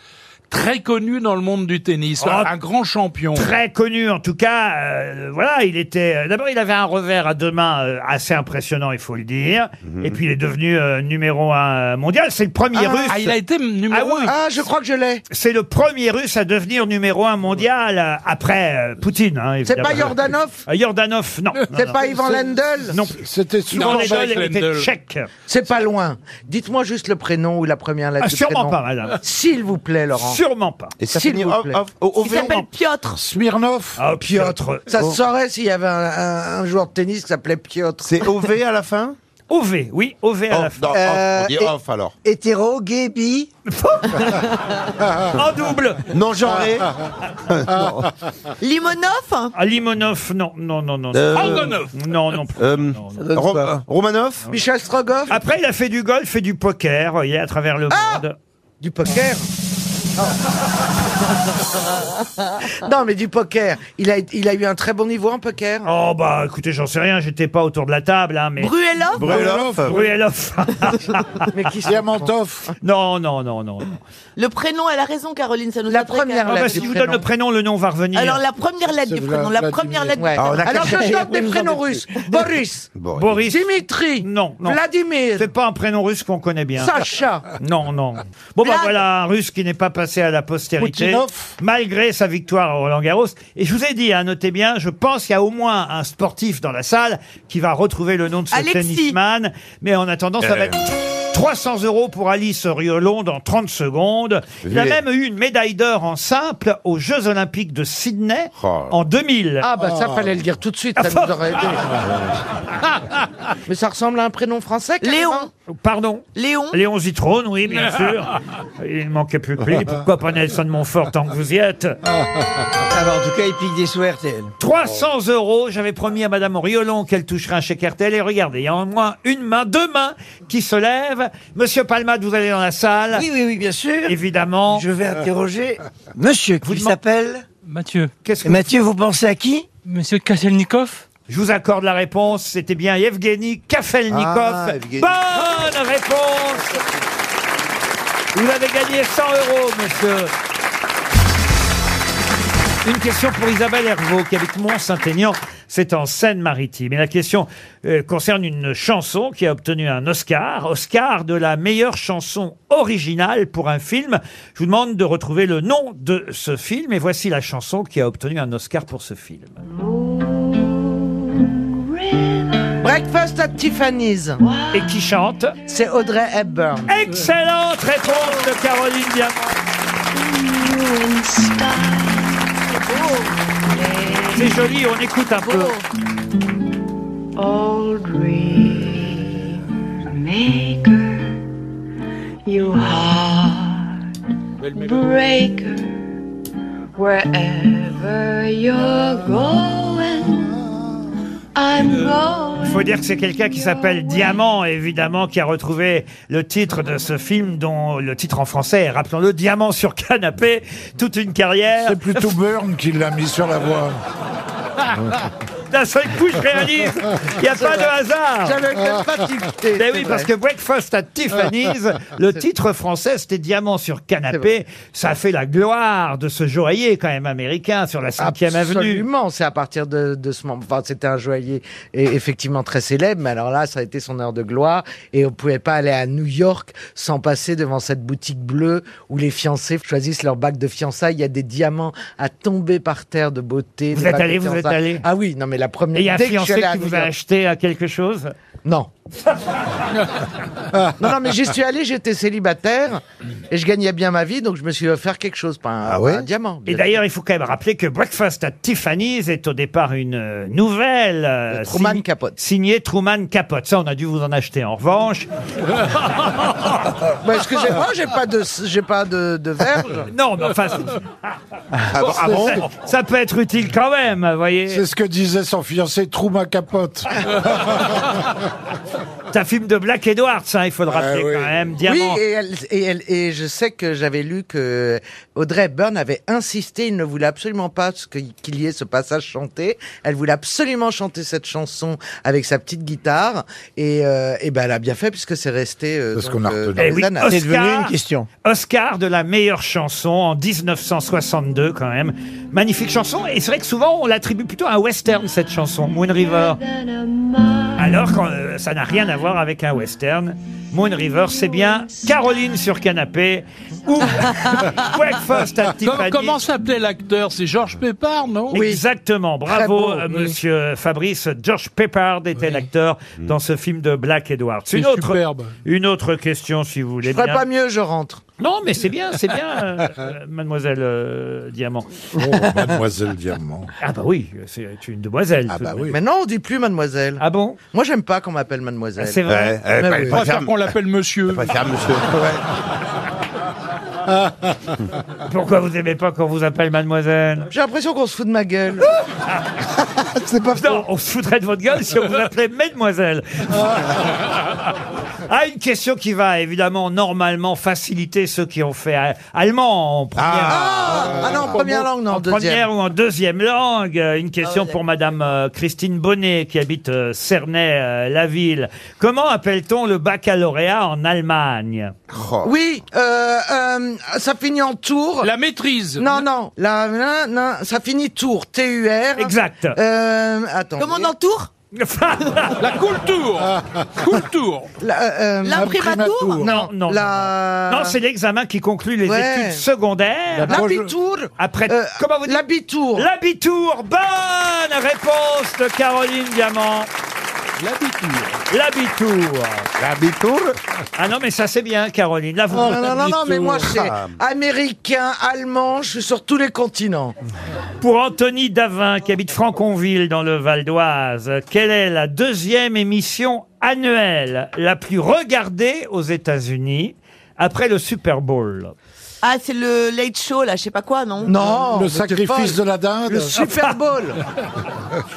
[SPEAKER 6] très connu dans le monde du tennis,
[SPEAKER 2] Oh.
[SPEAKER 6] un, un grand champion
[SPEAKER 2] Très connu en tout cas, euh, voilà, il était. euh, D'abord, il avait un revers à deux mains euh, assez impressionnant, il faut le dire.
[SPEAKER 8] Mhm.
[SPEAKER 2] Et puis, il est devenu euh, numéro un mondial. C'est le premier russe.
[SPEAKER 6] Ah, il a été numéro
[SPEAKER 2] Ah oui.
[SPEAKER 6] un.
[SPEAKER 8] Ah, je crois que je l'ai.
[SPEAKER 2] C'est le premier russe à devenir numéro un mondial euh, après euh, Poutine. hein,
[SPEAKER 8] C'est pas
[SPEAKER 2] évidemment.
[SPEAKER 8] Jordanov
[SPEAKER 2] Euh, Jordanov, non. Non,
[SPEAKER 8] C'est
[SPEAKER 2] non.
[SPEAKER 8] pas Ivan Lendl
[SPEAKER 2] Non.
[SPEAKER 4] C'était
[SPEAKER 2] Ivan
[SPEAKER 4] souvent.
[SPEAKER 6] Non,
[SPEAKER 2] Lendl
[SPEAKER 6] Jacques
[SPEAKER 2] était
[SPEAKER 6] Lendl.
[SPEAKER 2] tchèque.
[SPEAKER 8] C'est pas loin. Dites-moi juste le prénom ou la première lettre
[SPEAKER 2] Ah,
[SPEAKER 8] du
[SPEAKER 2] sûrement
[SPEAKER 8] prénom.
[SPEAKER 2] pas, madame.
[SPEAKER 8] S'il vous plaît, Laurent.
[SPEAKER 2] Sûrement pas.
[SPEAKER 10] Et ça
[SPEAKER 8] S'il
[SPEAKER 10] finit
[SPEAKER 8] vous
[SPEAKER 10] au-
[SPEAKER 8] plaît.
[SPEAKER 10] au- au- au-
[SPEAKER 7] Il s'appelle Piotr.
[SPEAKER 4] Smirnov.
[SPEAKER 2] Ah, Piotr.
[SPEAKER 8] Ça se saurait s'il y avait un, un- un joueur de tennis qui s'appelait Piotr.
[SPEAKER 10] C'est OV à la fin
[SPEAKER 2] OV, oui, OV à la
[SPEAKER 10] Off,
[SPEAKER 2] fin.
[SPEAKER 10] non, off,
[SPEAKER 5] Euh,
[SPEAKER 10] On dit
[SPEAKER 5] et-
[SPEAKER 10] off alors.
[SPEAKER 5] Hétéro, gay, bi.
[SPEAKER 8] Ah,
[SPEAKER 2] En double.
[SPEAKER 10] Non genré.
[SPEAKER 8] ah.
[SPEAKER 7] Limonov
[SPEAKER 2] Ah, Limonov, non, non, non, non.
[SPEAKER 10] Euh,
[SPEAKER 6] Antonov.
[SPEAKER 2] Non, non. plus.
[SPEAKER 10] euh,
[SPEAKER 2] Non, non.
[SPEAKER 10] Ro- euh, Romanov
[SPEAKER 8] Michel Strogoff Ah
[SPEAKER 2] Après, il a fait du golf et du poker, vous voyez, à travers le monde.
[SPEAKER 8] Du poker Non, mais du poker. Il a, il a eu un très bon niveau en poker.
[SPEAKER 2] Oh, bah, écoutez, j'en sais rien, j'étais pas autour de la table, hein, mais.
[SPEAKER 7] Bruelov
[SPEAKER 10] Brulov.
[SPEAKER 2] Bruelov.
[SPEAKER 8] Mais qui
[SPEAKER 4] Diamantov.
[SPEAKER 2] non, non, non, non. non.
[SPEAKER 7] Le prénom, elle a raison, Caroline, ça nous
[SPEAKER 8] La
[SPEAKER 7] intrigue.
[SPEAKER 8] première
[SPEAKER 2] Ah, bah,
[SPEAKER 8] lettre
[SPEAKER 2] si
[SPEAKER 8] du
[SPEAKER 2] je vous donne le
[SPEAKER 8] prénom.
[SPEAKER 2] prénom, le nom va revenir.
[SPEAKER 7] Alors, la première lettre
[SPEAKER 4] C'est
[SPEAKER 7] du prénom,
[SPEAKER 4] Vla-
[SPEAKER 7] la première lettre
[SPEAKER 8] Ouais.
[SPEAKER 7] du prénom.
[SPEAKER 10] on a
[SPEAKER 8] Alors je
[SPEAKER 10] caché.
[SPEAKER 8] donne des prénoms russes. Boris,
[SPEAKER 10] Bon,
[SPEAKER 2] Boris.
[SPEAKER 8] Dimitri,
[SPEAKER 2] Non, non.
[SPEAKER 8] Vladimir,
[SPEAKER 2] C'est pas un prénom russe qu'on connaît bien.
[SPEAKER 8] Sacha.
[SPEAKER 2] Non, non. Bon, bah
[SPEAKER 7] Vlad.
[SPEAKER 2] voilà, un russe qui n'est pas passé à la postérité.
[SPEAKER 4] Poutinov.
[SPEAKER 2] Malgré sa victoire à Roland Garros. Et je vous ai dit, hein, notez bien, je pense qu'il y a au moins un sportif dans la salle qui va retrouver le nom de ce
[SPEAKER 7] Alexis.
[SPEAKER 2] tennisman. Mais en attendant, ça va être 300 euros pour Alice Riolon dans 30 secondes. Il a
[SPEAKER 10] Oui.
[SPEAKER 2] même eu une médaille d'or en simple aux Jeux Olympiques de Sydney
[SPEAKER 10] Oh.
[SPEAKER 2] en Oh. 2000.
[SPEAKER 8] Ah bah ça fallait le dire tout de suite, ça nous aurait aidé. Mais ça ressemble à un prénom français. carrément.
[SPEAKER 7] Léon.
[SPEAKER 2] Pardon
[SPEAKER 7] Léon.
[SPEAKER 2] Léon Zitrone, oui, bien sûr. Il ne manquait plus que lui. Pourquoi pas Nelson Montfort tant que vous y êtes
[SPEAKER 5] Ah bah, en tout cas, il pique des sous RTL.
[SPEAKER 2] 300 euros, j'avais promis à Madame Riolon qu'elle toucherait un chèque RTL. Et regardez, il y a au moins une main, deux mains qui se lèvent. Monsieur Palmade, vous allez dans la salle,
[SPEAKER 5] Oui, oui, oui, bien sûr.
[SPEAKER 2] évidemment. Euh.
[SPEAKER 5] Je vais interroger monsieur
[SPEAKER 2] Vous
[SPEAKER 5] qui
[SPEAKER 2] demande-
[SPEAKER 5] s'appelle.
[SPEAKER 11] Mathieu,
[SPEAKER 2] Qu'est-ce que-
[SPEAKER 5] Mathieu, vous pensez à qui
[SPEAKER 11] Monsieur Kaselnikov
[SPEAKER 2] Je vous accorde la réponse. C'était bien Evgeny Kafelnikov.
[SPEAKER 10] Ah, Evgeny.
[SPEAKER 2] Bonne réponse Vous avez gagné 100 euros, monsieur. Une question pour Isabelle Hervaux, qui habite Mont-Saint-Aignan. C'est en Seine-Maritime. Et la question euh, concerne une chanson qui a obtenu un Oscar. Oscar de la meilleure chanson originale pour un film. Je vous demande de retrouver le nom de ce film. Et voici la chanson qui a obtenu un Oscar pour ce film.
[SPEAKER 8] Break Breakfast at Tiffany's.
[SPEAKER 2] Et qui chante
[SPEAKER 8] C'est Audrey Hepburn.
[SPEAKER 2] Excellente réponse de Caroline Diamant. C'est joli, on écoute un peu.
[SPEAKER 11] Old maker, you heartbreaker, wherever you're going, I'm going.
[SPEAKER 2] Il faut dire que c'est quelqu'un qui s'appelle Diamant, évidemment, qui a retrouvé le titre de ce film, dont le titre en français est, rappelons-le, Diamant sur canapé, toute une carrière. C'est
[SPEAKER 4] plutôt Burn qui l'a mis sur la voie.
[SPEAKER 2] D'un seul coup, je réalise, il n'y a
[SPEAKER 8] C'est
[SPEAKER 2] pas de
[SPEAKER 8] vrai.
[SPEAKER 2] hasard.
[SPEAKER 8] J'avais même pas tilté,
[SPEAKER 2] Mais
[SPEAKER 8] c'est
[SPEAKER 2] oui,
[SPEAKER 8] vrai.
[SPEAKER 2] parce que Breakfast at Tiffany's, le titre français, c'était Diamant sur canapé. Ça a fait la gloire de ce joaillier, quand même, américain, sur la 5e avenue.
[SPEAKER 8] Absolument, c'est à partir de, de ce moment. Enfin, c'était un joaillier et effectivement très célèbre, mais alors là, ça a été son heure de gloire et on pouvait pas aller à New York sans passer devant cette boutique bleue où les fiancés choisissent leur bague de fiançailles. Il y a des diamants à tomber par terre de beauté.
[SPEAKER 2] Vous
[SPEAKER 8] des
[SPEAKER 2] êtes
[SPEAKER 8] bagues de
[SPEAKER 2] allé, vous êtes
[SPEAKER 8] fiançailles.
[SPEAKER 2] allé
[SPEAKER 8] Ah oui, non, mais la première.
[SPEAKER 2] Et il y a un
[SPEAKER 8] dès que je suis
[SPEAKER 2] fiancé
[SPEAKER 8] allé à
[SPEAKER 2] qui
[SPEAKER 8] New
[SPEAKER 2] vous a
[SPEAKER 8] York-
[SPEAKER 2] acheté à quelque chose
[SPEAKER 8] Non. non, non, mais j'y suis allé, j'étais célibataire et je gagnais bien ma vie, donc je me suis offert quelque chose, pas un,
[SPEAKER 2] Ah
[SPEAKER 8] pas Ah, un diamant.
[SPEAKER 2] Et d'ailleurs, il faut quand même rappeler que Breakfast at Tiffany's est au départ une euh, nouvelle euh,
[SPEAKER 8] Truman
[SPEAKER 2] sign- signée Truman Capote. Ça, on a dû vous en acheter. En revanche,
[SPEAKER 8] Bah, excusez-moi, j'ai pas de, j'ai pas de, de verge.
[SPEAKER 2] Non, mais enfin,
[SPEAKER 4] bon, ah bon
[SPEAKER 2] ça, ça peut être utile quand même, vous voyez.
[SPEAKER 4] C'est ce que disait son fiancé Trouma Capote.
[SPEAKER 2] C'est un film de Black Edwards, hein, il faut
[SPEAKER 4] Ah
[SPEAKER 2] le rappeler quand même. Diamant.
[SPEAKER 8] Ah Oui, et, elle- et elle- et je sais que j'avais lu que Audrey Hepburn avait insisté, il ne voulait absolument pas ce que- qu'il y ait ce passage chanté. Elle voulait absolument chanter cette chanson avec sa petite guitare. Et, euh, et ben elle a bien fait puisque c'est resté euh, donc, euh, dans
[SPEAKER 2] Eh
[SPEAKER 8] les
[SPEAKER 2] oui,
[SPEAKER 8] annales.
[SPEAKER 2] Oscar- Oscar de la meilleure chanson en 1962 quand même. Magnifique chanson. Et c'est vrai que souvent on l'attribue plutôt à un western cette chanson, Moon River. Alors que euh, ça n'a rien à voir avec un western. Moon River, c'est bien Caroline sur canapé ou Breakfast at
[SPEAKER 6] Com-
[SPEAKER 2] Tiffany's.
[SPEAKER 6] comment s'appelait l'acteur C'est Georges Pépard, non
[SPEAKER 2] Exactement, bravo euh, monsieur Fabrice. George Peppard était l'acteur
[SPEAKER 4] Mm.
[SPEAKER 2] dans ce film de Black Edwards.
[SPEAKER 6] C'est superbe.
[SPEAKER 2] une autre question si vous voulez
[SPEAKER 8] Je ferais
[SPEAKER 2] bien.
[SPEAKER 8] pas mieux, je rentre.
[SPEAKER 2] Non, mais c'est bien, c'est bien, euh, euh, mademoiselle euh, Diamant.
[SPEAKER 4] Oh, Mademoiselle Diamant.
[SPEAKER 2] Ah bah oui, c'est une demoiselle.
[SPEAKER 4] Ah
[SPEAKER 2] tout
[SPEAKER 4] bah
[SPEAKER 2] de même.
[SPEAKER 4] oui.
[SPEAKER 8] Mais non, on dit plus mademoiselle.
[SPEAKER 2] Ah bon Ah,
[SPEAKER 8] Moi, j'aime pas qu'on m'appelle mademoiselle.
[SPEAKER 2] C'est vrai.
[SPEAKER 10] Ouais, ouais,
[SPEAKER 8] Mais
[SPEAKER 10] bah,
[SPEAKER 8] oui.
[SPEAKER 10] elle
[SPEAKER 6] Je préfère qu'on l'appelle monsieur.
[SPEAKER 10] Préfère monsieur.
[SPEAKER 2] Pourquoi vous aimez pas qu'on vous appelle mademoiselle
[SPEAKER 8] J'ai l'impression qu'on se fout de ma gueule.
[SPEAKER 2] C'est pas Non, on se foutrait de votre gueule si on vous appelait mademoiselle. ah, une question qui va évidemment normalement faciliter ceux qui ont fait euh, allemand en première. euh,
[SPEAKER 8] Ah, ah non, en première langue, non, en
[SPEAKER 2] en
[SPEAKER 8] deuxième. Ah,
[SPEAKER 2] première ou en deuxième langue. Euh, Une question pour Madame euh, Christine Bonnet qui habite euh, Cernay-la-Ville. Comment appelle-t-on le baccalauréat en Allemagne
[SPEAKER 8] Oui, euh, euh, ça finit en tour.
[SPEAKER 6] La maîtrise.
[SPEAKER 8] Non, non, la, la- la- ça finit tour, T-U-R.
[SPEAKER 2] Exact.
[SPEAKER 8] Euh, attends.
[SPEAKER 7] Comme on entoure
[SPEAKER 6] La culture. culture.
[SPEAKER 8] La, euh,
[SPEAKER 7] L'imprimatur
[SPEAKER 2] non, non.
[SPEAKER 8] la...
[SPEAKER 2] Non, c'est l'examen qui conclut les
[SPEAKER 8] Ouais.
[SPEAKER 2] études secondaires.
[SPEAKER 8] L'abitur.
[SPEAKER 2] Après,
[SPEAKER 8] Euh,
[SPEAKER 2] comment vous dites
[SPEAKER 8] L'abitur.
[SPEAKER 2] L'habitour. Bonne réponse de Caroline Diamant. L'habitour.
[SPEAKER 3] L'abitur
[SPEAKER 2] Ah non, mais ça c'est bien, Caroline. Là, vous.
[SPEAKER 8] Oh, non, non, non, non, mais moi, c'est
[SPEAKER 10] Ah.
[SPEAKER 8] américain, allemand, je suis sur tous les continents.
[SPEAKER 2] Pour Anthony Davin, qui habite Franconville dans le Val d'Oise, quelle est la deuxième émission annuelle la plus regardée aux États-Unis après le Super Bowl
[SPEAKER 7] Ah, c'est le late show, là, je sais pas quoi, non
[SPEAKER 8] Non,
[SPEAKER 4] Le
[SPEAKER 8] mais t'es folle.
[SPEAKER 4] sacrifice de la dinde. Ah,
[SPEAKER 8] Le Super Bowl.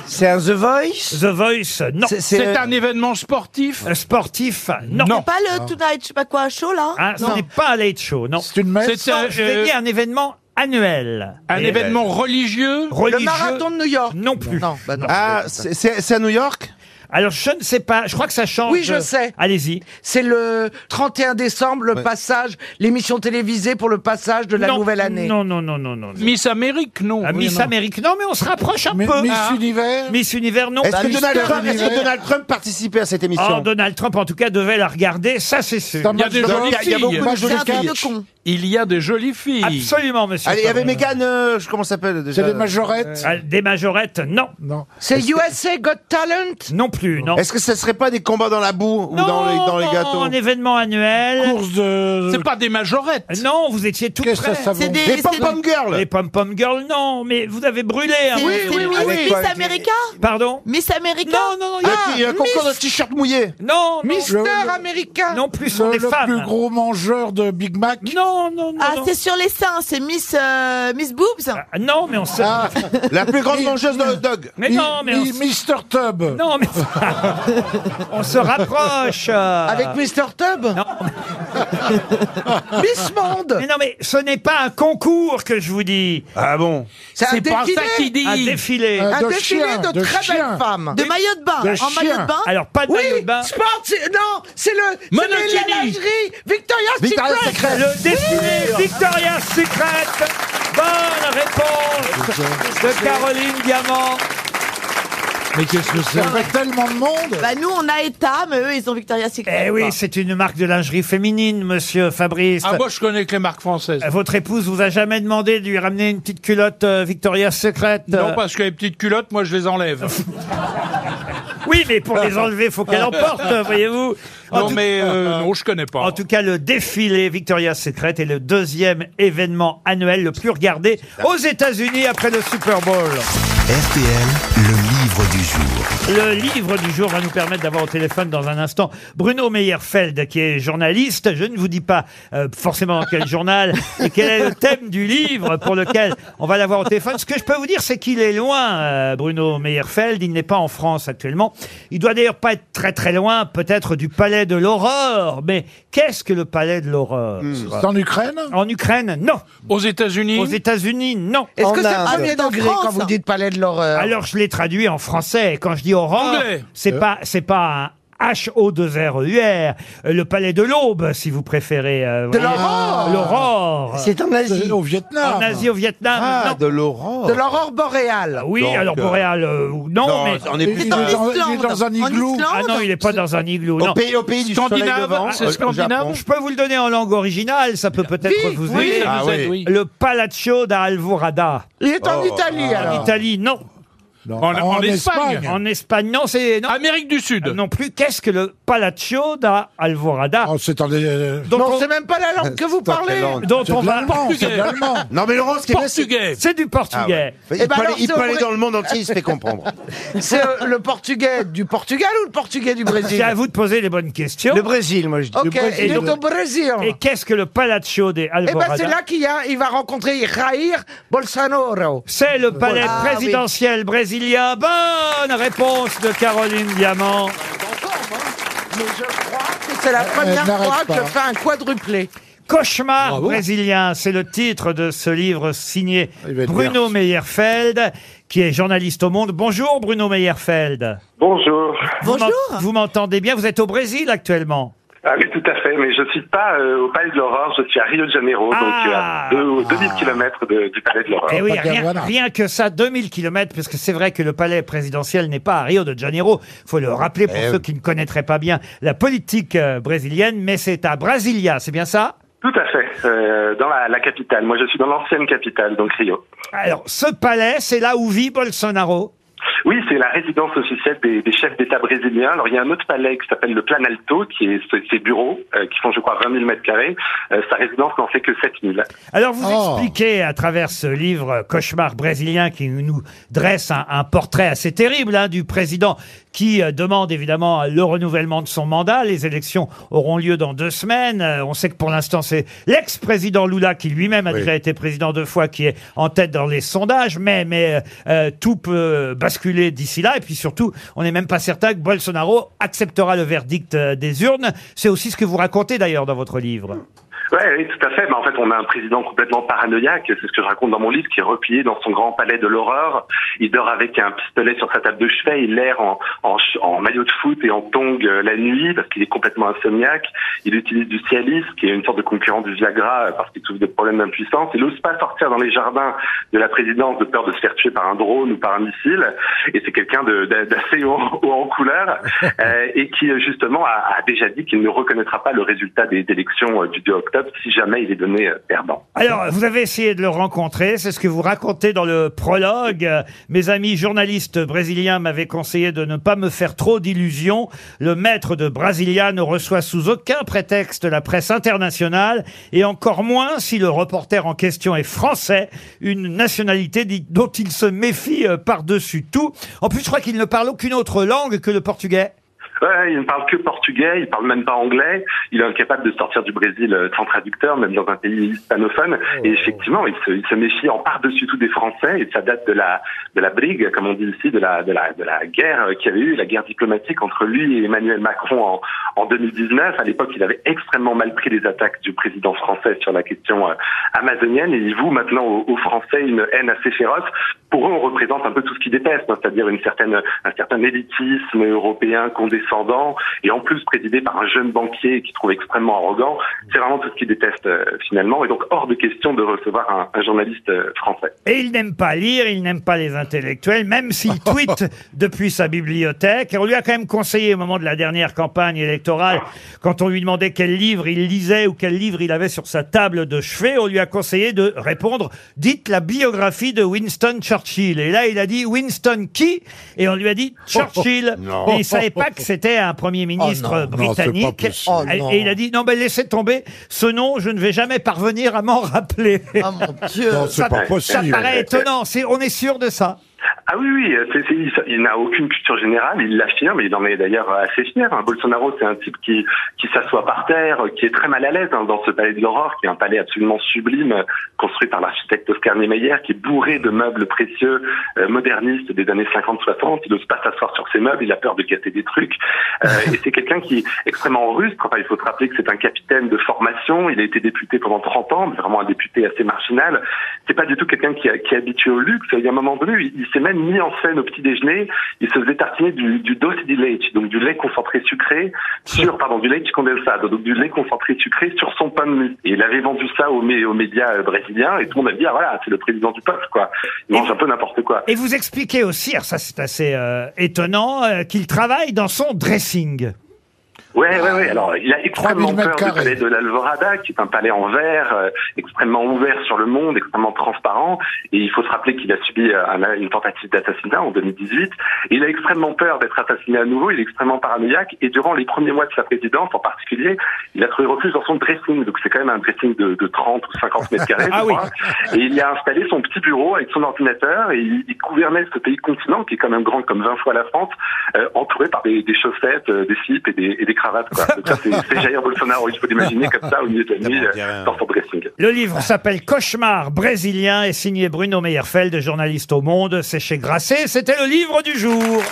[SPEAKER 5] C'est un The Voice
[SPEAKER 2] The Voice, non.
[SPEAKER 5] C'est-
[SPEAKER 6] C'est un événement sportif.
[SPEAKER 2] Un Sportif, non.
[SPEAKER 7] C'est pas
[SPEAKER 4] Ah.
[SPEAKER 7] le Tonight, je sais pas quoi, show, là
[SPEAKER 2] Ah, ce n'est pas un late show, non.
[SPEAKER 4] C'est une messe.
[SPEAKER 6] C'est un,
[SPEAKER 2] Je vais
[SPEAKER 6] euh,
[SPEAKER 2] dire un événement annuel. euh,
[SPEAKER 6] un événement religieux.
[SPEAKER 2] religieux.
[SPEAKER 8] Le marathon de New York.
[SPEAKER 2] Non plus.
[SPEAKER 8] Non, bah non.
[SPEAKER 10] Ah, c'est- c'est c'est à New York
[SPEAKER 2] Alors, je ne sais pas. Je crois que ça change.
[SPEAKER 8] Oui, je sais.
[SPEAKER 2] Allez-y.
[SPEAKER 8] C'est le 31 décembre, le passage, l'émission télévisée pour le passage de la
[SPEAKER 2] Non,
[SPEAKER 8] nouvelle année.
[SPEAKER 2] Non, non, non, non, non. non.
[SPEAKER 6] Miss Amérique, non.
[SPEAKER 2] Ah, Miss
[SPEAKER 6] Oui, non.
[SPEAKER 2] Amérique. Non, mais on se rapproche un
[SPEAKER 4] Mais-
[SPEAKER 2] peu.
[SPEAKER 4] Miss
[SPEAKER 2] Ah.
[SPEAKER 4] Univers.
[SPEAKER 2] Miss Univers, non.
[SPEAKER 10] Est-ce que,
[SPEAKER 4] Mister
[SPEAKER 10] Donald Trump- est-ce que
[SPEAKER 4] Univers.
[SPEAKER 10] Donald Trump participait à cette
[SPEAKER 2] Ah,
[SPEAKER 10] émission
[SPEAKER 2] Donald Trump, en tout cas, devait la regarder. Ça, c'est
[SPEAKER 4] C'est
[SPEAKER 2] sûr.
[SPEAKER 4] un
[SPEAKER 6] Il y a
[SPEAKER 4] match
[SPEAKER 6] des
[SPEAKER 4] de-
[SPEAKER 6] jolies
[SPEAKER 4] il y a
[SPEAKER 6] filles.
[SPEAKER 4] beaucoup de
[SPEAKER 7] C'est
[SPEAKER 4] jolies
[SPEAKER 7] un truc
[SPEAKER 4] filles.
[SPEAKER 7] de con.
[SPEAKER 6] Il y a des jolies filles.
[SPEAKER 2] Absolument, monsieur. euh,
[SPEAKER 10] Allez, il y avait
[SPEAKER 2] Pavlov.
[SPEAKER 10] Megan, euh, je- comment ça s'appelle déjà Euh,
[SPEAKER 4] C'est les majorettes.
[SPEAKER 2] Ah, Des majorettes, non.
[SPEAKER 4] Non.
[SPEAKER 8] C'est USA Got Talent
[SPEAKER 2] Non plus, non.
[SPEAKER 10] Est-ce que ce serait pas des combats dans la boue ou dans les, dans les
[SPEAKER 2] non,
[SPEAKER 10] gâteaux
[SPEAKER 2] un événement annuel. Course de.
[SPEAKER 6] C'est pas des majorettes.
[SPEAKER 2] Non, vous étiez tout
[SPEAKER 10] Qu'est-ce
[SPEAKER 2] près.
[SPEAKER 10] que ça, ça C'est vaut- des- Des pom-pom c'est- girls.
[SPEAKER 2] Les pom-pom girls, non, mais vous avez brûlé. un
[SPEAKER 7] C'est- c'est Miss- Miss America
[SPEAKER 2] Pardon
[SPEAKER 7] Miss America Ah,
[SPEAKER 2] Non, non, non, il y a- il y a un concours de t-shirt mouillé. Non,
[SPEAKER 7] Mister
[SPEAKER 2] America Non plus, ce sont
[SPEAKER 4] Le,
[SPEAKER 2] des
[SPEAKER 4] le
[SPEAKER 2] femmes.
[SPEAKER 4] plus gros mangeur de Big Mac
[SPEAKER 2] Non, non, non.
[SPEAKER 7] Ah, c'est sur les seins, c'est Miss, euh, Miss Boobs
[SPEAKER 2] Non, mais on sait.
[SPEAKER 4] Ah.
[SPEAKER 10] La plus grande mangeuse de hot dog.
[SPEAKER 2] Mais non, mais on-
[SPEAKER 4] Mister Tub.
[SPEAKER 2] Non, mais on se rapproche. euh.
[SPEAKER 8] Avec Mister Tub Miss Monde
[SPEAKER 2] Mais non, mais ce n'est pas un concours que je vous dis.
[SPEAKER 10] Ah bon
[SPEAKER 8] C'est un C'est pas défilé. ça qu'il dit.
[SPEAKER 2] Un défilé.
[SPEAKER 8] Un Un défilé chien, de de très chien. belles femmes.
[SPEAKER 7] De maillot de bain,
[SPEAKER 2] De
[SPEAKER 7] en
[SPEAKER 2] chien.
[SPEAKER 7] maillot de bain.
[SPEAKER 2] Alors, pas de
[SPEAKER 8] oui,
[SPEAKER 2] maillot de bain.
[SPEAKER 8] Sport, c'est- non, c'est le. c'est
[SPEAKER 2] Monokini.
[SPEAKER 8] les- la lingerie Victoria's
[SPEAKER 2] Victoria's
[SPEAKER 8] Secret.
[SPEAKER 2] Secret. Le défilé Victoria's Secret. Bonne réponse de Caroline Diamant.
[SPEAKER 6] Mais qu'est-ce que
[SPEAKER 4] Il y avait tellement de monde.
[SPEAKER 7] Bah nous on a ETA, mais eux ils ont Victoria's Secret.
[SPEAKER 2] Eh oui, c'est une marque de lingerie féminine, monsieur Fabrice. Euh,
[SPEAKER 6] Ah, moi, je connais que les marques françaises.
[SPEAKER 2] Votre épouse vous a jamais demandé de lui ramener une petite culotte euh, Victoria's Secret euh,
[SPEAKER 6] Non, parce que les petites culottes, moi, je les enlève.
[SPEAKER 2] Oui, mais pour les enlever, faut qu'elle en porte, voyez-vous. En
[SPEAKER 6] non,
[SPEAKER 2] tout-
[SPEAKER 6] mais euh, non, je connais pas.
[SPEAKER 2] En tout cas, le défilé Victoria's Secret est le deuxième événement annuel le plus regardé aux États-Unis après le Super Bowl.
[SPEAKER 1] RTL, le livre du jour.
[SPEAKER 2] Le livre du jour va nous permettre d'avoir au téléphone dans un instant Bruno Meyerfeld, qui est journaliste. Je ne vous dis pas euh, forcément dans quel journal et quel est le thème du livre pour lequel on va l'avoir au téléphone. Ce que je peux vous dire, c'est qu'il est loin, euh, Bruno Meyerfeld. Il n'est pas en France actuellement. Il doit d'ailleurs pas être très très loin, peut-être du Palais de l'Aurore. Mais qu'est-ce que le Palais de l'Aurore
[SPEAKER 4] Hmm. C'est en Ukraine
[SPEAKER 2] En Ukraine, non.
[SPEAKER 6] Aux États-Unis
[SPEAKER 2] Aux États-Unis, non.
[SPEAKER 8] Est-ce que
[SPEAKER 5] En
[SPEAKER 8] c'est
[SPEAKER 5] Inde.
[SPEAKER 8] premier
[SPEAKER 5] En
[SPEAKER 8] degré
[SPEAKER 5] France.
[SPEAKER 8] quand vous dites palais de l'horreur
[SPEAKER 2] Alors je l'ai traduit en français. Et Quand je dis aurore,
[SPEAKER 6] Anglais.
[SPEAKER 2] c'est pas c'est pas un H O 2 R U R, le palais de l'aube si vous préférez. euh,
[SPEAKER 8] De
[SPEAKER 2] voyez.
[SPEAKER 8] l'aurore.
[SPEAKER 2] L'aurore.
[SPEAKER 5] C'est en Asie.
[SPEAKER 4] C'est Au Vietnam.
[SPEAKER 2] En Asie au Vietnam.
[SPEAKER 10] Ah,
[SPEAKER 2] non.
[SPEAKER 10] de l'aurore.
[SPEAKER 8] Oh. De l'aurore boréale.
[SPEAKER 2] Ah Oui,
[SPEAKER 10] Donc,
[SPEAKER 2] alors
[SPEAKER 10] euh,
[SPEAKER 2] boréal euh, ou- non,
[SPEAKER 10] Non,
[SPEAKER 2] mais
[SPEAKER 10] on est
[SPEAKER 4] Il
[SPEAKER 10] plus
[SPEAKER 4] est
[SPEAKER 10] dans-
[SPEAKER 4] dans- il est dans un
[SPEAKER 7] En
[SPEAKER 4] igloo.
[SPEAKER 7] Islande.
[SPEAKER 2] ah non, il est pas dans un igloo. non.
[SPEAKER 10] au pays, au pays du soleil
[SPEAKER 6] Scandinave,
[SPEAKER 10] levant.
[SPEAKER 6] c'est
[SPEAKER 10] au- au
[SPEAKER 6] scandinave
[SPEAKER 10] Japon.
[SPEAKER 2] Je peux vous le donner en langue originale, ça peut peut-être
[SPEAKER 8] Oui,
[SPEAKER 2] vous
[SPEAKER 8] oui.
[SPEAKER 2] aider.
[SPEAKER 10] Ah
[SPEAKER 6] vous
[SPEAKER 10] oui.
[SPEAKER 6] êtes, oui.
[SPEAKER 2] Le Palazzo da Alvorada
[SPEAKER 8] Il est en
[SPEAKER 10] Oh,
[SPEAKER 8] Italie alors.
[SPEAKER 2] en Italie, non.
[SPEAKER 4] Non,
[SPEAKER 6] En- en Espagne.
[SPEAKER 2] En Espagne, non, c'est non.
[SPEAKER 6] Amérique du Sud.
[SPEAKER 2] Non plus. Qu'est-ce que le Palazzo da Alvorada
[SPEAKER 4] Oh, c'est en. euh,
[SPEAKER 2] dont
[SPEAKER 8] Non,
[SPEAKER 2] on-
[SPEAKER 8] c'est même pas la langue que vous
[SPEAKER 10] Putain, quelle
[SPEAKER 8] parlez.
[SPEAKER 10] langue.
[SPEAKER 2] dont
[SPEAKER 4] C'est
[SPEAKER 2] on
[SPEAKER 4] de
[SPEAKER 2] va.
[SPEAKER 4] l'allemand, c'est de
[SPEAKER 6] Portugais.
[SPEAKER 4] l'allemand.
[SPEAKER 10] Non, mais Laurent, ce qui est bien, c'est-
[SPEAKER 6] Portugais.
[SPEAKER 2] C'est du
[SPEAKER 10] Ah ouais.
[SPEAKER 2] portugais.
[SPEAKER 10] Il,
[SPEAKER 8] Eh ben
[SPEAKER 10] peut,
[SPEAKER 8] alors,
[SPEAKER 10] aller, il
[SPEAKER 8] c'est
[SPEAKER 10] peut
[SPEAKER 8] au
[SPEAKER 10] aller
[SPEAKER 8] Brésil.
[SPEAKER 10] dans le monde entier, il se fait comprendre.
[SPEAKER 8] C'est euh, le portugais du Portugal ou le portugais du Brésil
[SPEAKER 2] C'est à vous de poser les bonnes questions.
[SPEAKER 5] Le Brésil, moi je dis.
[SPEAKER 8] Ok,
[SPEAKER 4] Brésil.
[SPEAKER 8] il est au Brésil.
[SPEAKER 2] Et qu'est-ce que le
[SPEAKER 10] Ah
[SPEAKER 2] Palazzo des
[SPEAKER 8] Eh ben
[SPEAKER 2] Alvorada
[SPEAKER 8] c'est là qu'il y a, il va rencontrer Jair Bolsonaro.
[SPEAKER 2] C'est le palais
[SPEAKER 7] Ah,
[SPEAKER 2] présidentiel brésilien. Bonne réponse de Caroline Diamant.
[SPEAKER 8] Mais je crois que c'est
[SPEAKER 10] Euh,
[SPEAKER 8] la première
[SPEAKER 4] n'arrête
[SPEAKER 8] fois que
[SPEAKER 4] pas.
[SPEAKER 8] je fais un quadruplé.
[SPEAKER 2] Cauchemar
[SPEAKER 6] Bravo.
[SPEAKER 2] brésilien, c'est le titre de ce livre signé
[SPEAKER 10] Ah,
[SPEAKER 4] Il va être
[SPEAKER 2] Bruno Meyerfeld, qui est journaliste au Monde. Bonjour Bruno Meyerfeld.
[SPEAKER 12] Bonjour.
[SPEAKER 2] Vous m'en-
[SPEAKER 7] Bonjour.
[SPEAKER 2] Vous m'entendez bien Vous êtes au Brésil actuellement.
[SPEAKER 12] Ah oui, tout à fait, mais je ne suis pas euh, au Palais de l'Aurore, je suis à Rio de Janeiro, donc euh,
[SPEAKER 2] Ah.
[SPEAKER 12] à deux- 2000 km du Palais de l'Aurore.
[SPEAKER 2] Eh oui,
[SPEAKER 4] pas de
[SPEAKER 2] rien,
[SPEAKER 4] Garouana.
[SPEAKER 2] rien que ça, 2000 km, parce que c'est vrai que le palais présidentiel n'est pas à Rio de Janeiro. faut le rappeler pour
[SPEAKER 10] Eh
[SPEAKER 2] ceux
[SPEAKER 10] oui.
[SPEAKER 2] qui ne connaîtraient pas bien la politique euh, brésilienne, mais c'est à Brasilia, c'est bien ça
[SPEAKER 12] Tout à fait, euh, dans la, la capitale. Moi, je suis dans l'ancienne capitale, donc Rio.
[SPEAKER 2] Alors, ce palais, c'est là où vit Bolsonaro.
[SPEAKER 12] Oui, c'est la résidence officielle des, des chefs d'État brésiliens. Alors, il y a un autre palais qui s'appelle le Planalto, qui est ce- ses bureaux, euh, qui font, je crois, 20 000 mètres carrés. Euh, sa résidence n'en fait que 7 000.
[SPEAKER 2] Alors, vous
[SPEAKER 4] Oh.
[SPEAKER 2] expliquez à travers ce livre euh, Cauchemar brésilien qui nous dresse un, un portrait assez terrible hein, du président qui euh, demande évidemment le renouvellement de son mandat. Les élections auront lieu dans deux semaines. Euh, on sait que pour l'instant, c'est l'ex-président Lula qui lui-même a
[SPEAKER 10] Oui.
[SPEAKER 2] déjà été président deux fois, qui est en tête dans les sondages. Mais, mais euh, euh, tout peut basculer d'ici là. Et puis surtout, on n'est même pas certain que Bolsonaro acceptera le verdict euh, des urnes. C'est aussi ce que vous racontez d'ailleurs dans votre livre.
[SPEAKER 12] Ouais, oui, tout à fait. Bah, en fait, on a un président complètement paranoïaque. C'est ce que je raconte dans mon livre, qui est replié dans son grand palais de l'horreur. Il dort avec un pistolet sur sa table de chevet. Il erre en, en, ch- en maillot de foot et en tongue euh, la nuit parce qu'il est complètement insomniaque. Il utilise du Cialis, qui est une sorte de concurrent du Viagra euh, parce qu'il souffre de problèmes d'impuissance. Il n'ose pas sortir dans les jardins de la présidence de peur de se faire tuer par un drone ou par un missile. Et c'est quelqu'un de- d'a- d'assez haut, haut en couleur euh, et qui, euh, justement, a, a déjà dit qu'il ne reconnaîtra pas le résultat des élections euh, du 2 octobre club si jamais il est donné euh, perdant.
[SPEAKER 2] Alors, vous avez essayé de le rencontrer, c'est ce que vous racontez dans le prologue. Euh, Mes amis journalistes brésiliens m'avaient conseillé de ne pas me faire trop d'illusions. Le maître de Brasilia ne reçoit sous aucun prétexte la presse internationale, et encore moins si le reporter en question est français, une nationalité dit- dont il se méfie euh, par-dessus tout. En plus, je crois qu'il ne parle aucune autre langue que le portugais.
[SPEAKER 12] Ouais, il ne parle que portugais, il parle même pas anglais, il est incapable de sortir du Brésil euh, sans traducteur, même dans un pays hispanophone. Et effectivement, il se, il se méfie en par-dessus tout des Français, et ça date de la, de la brigue, comme on dit ici, de la, de la, de la guerre euh, qu'il y avait eu, la guerre diplomatique entre lui et Emmanuel Macron en, en 2019. À l'époque, il avait extrêmement mal pris les attaques du président français sur la question euh, amazonienne, et il voue maintenant aux, aux Français une haine assez féroce. Pour eux, on représente un peu tout ce qu'ils détestent, hein, c'est-à-dire une certaine, un certain élitisme européen condescendant, et en plus présidé par un jeune banquier qui trouve extrêmement arrogant. C'est vraiment tout ce qu'ils détestent euh, finalement, et donc hors de question de recevoir un, un journaliste euh, français.
[SPEAKER 2] Et il n'aime pas lire, il n'aime pas les intellectuels, même s'il tweet depuis sa bibliothèque. Et on lui a quand même conseillé au moment de la dernière campagne électorale, quand on lui demandait quel livre il lisait ou quel livre il avait sur sa table de chevet, on lui a conseillé de répondre « Dites la biographie de Winston Churchill ». Et là, il a dit « Winston qui ?» Et on lui a dit « Churchill
[SPEAKER 13] Non.
[SPEAKER 2] Mais il savait pas que c'était un premier ministre
[SPEAKER 13] non, non, c'est pas
[SPEAKER 2] britannique.
[SPEAKER 13] possible. Oh,
[SPEAKER 2] et,
[SPEAKER 13] non.
[SPEAKER 2] et il a dit « Non, mais laissez tomber, ce nom, je ne vais jamais parvenir à m'en rappeler. »
[SPEAKER 13] Non, c'est
[SPEAKER 2] Ça-
[SPEAKER 13] pas
[SPEAKER 2] Ça
[SPEAKER 13] possible.
[SPEAKER 2] paraît étonnant, c'est- on est sûr de ça.
[SPEAKER 12] Ah oui, oui, euh, c'est- c'est- il, il n'a aucune culture générale, il l'affirme, il en est d'ailleurs assez fier. hein. Bolsonaro, c'est un type qui, qui s'assoit par terre, euh, qui est très mal à l'aise hein, dans ce palais de l'Aurore, qui est un palais absolument sublime, euh, construit par l'architecte Oscar Niemeyer, qui est bourré de meubles précieux, euh, modernistes des années 50-60. Il n'ose pas s'asseoir sur ses meubles, il a peur de gâter des trucs. Euh, et c'est quelqu'un qui est extrêmement rustre. Enfin, il faut se rappeler que c'est un capitaine de formation, il a été député pendant 30 ans, mais vraiment un député assez marginal. C'est pas du tout quelqu'un qui, a- qui est habitué au luxe. Il y a un moment donné, il, il s'est même mis en scène au petit déjeuner. Il se faisait tartiner du, du doce de leite, donc du lait concentré sucré sur, pardon, du leite condensado, donc du lait concentré sucré sur son pain de mie. Et il avait vendu ça aux, mé- aux médias euh, brésiliens et tout le monde a dit, ah voilà, c'est le président du peuple, quoi. Il mange un peu n'importe quoi.
[SPEAKER 2] Et vous expliquez aussi, alors ça c'est assez euh, étonnant, euh, qu'il travaille dans son dressing.
[SPEAKER 12] Ouais, ouais, ouais. Alors, il a extrêmement
[SPEAKER 2] 3000
[SPEAKER 12] peur
[SPEAKER 2] mètres
[SPEAKER 12] du
[SPEAKER 2] carrés.
[SPEAKER 12] palais de l'Alvorada, qui est un palais en verre, euh, extrêmement ouvert sur le monde, extrêmement transparent. Et il faut se rappeler qu'il a subi euh, un- une tentative d'assassinat en 2018. Et il a extrêmement peur d'être assassiné à nouveau. Il est extrêmement paranoïaque. Et durant les premiers mois de sa présidence, en particulier, il a trouvé refuge dans son dressing. Donc, c'est quand même un dressing de, de 30 ou 50 mètres carrés.
[SPEAKER 2] Ah
[SPEAKER 12] je
[SPEAKER 2] oui.
[SPEAKER 12] crois. Et il y a installé son petit bureau avec son ordinateur et il, il gouvernait ce pays continent qui est quand même grand comme 20 fois la France, euh, entouré par des, des chaussettes, euh, des slips et des, et des cravates. Quoi. Donc ça, c'est c'est Jair Bolsonaro. Il faut l'imaginer comme ça au milieu de la nuit euh, dans son dressing.
[SPEAKER 2] Le livre s'appelle Cauchemar brésilien et signé Bruno Meyerfeld, journaliste au Monde, c'est chez Grasset. C'était le livre du jour.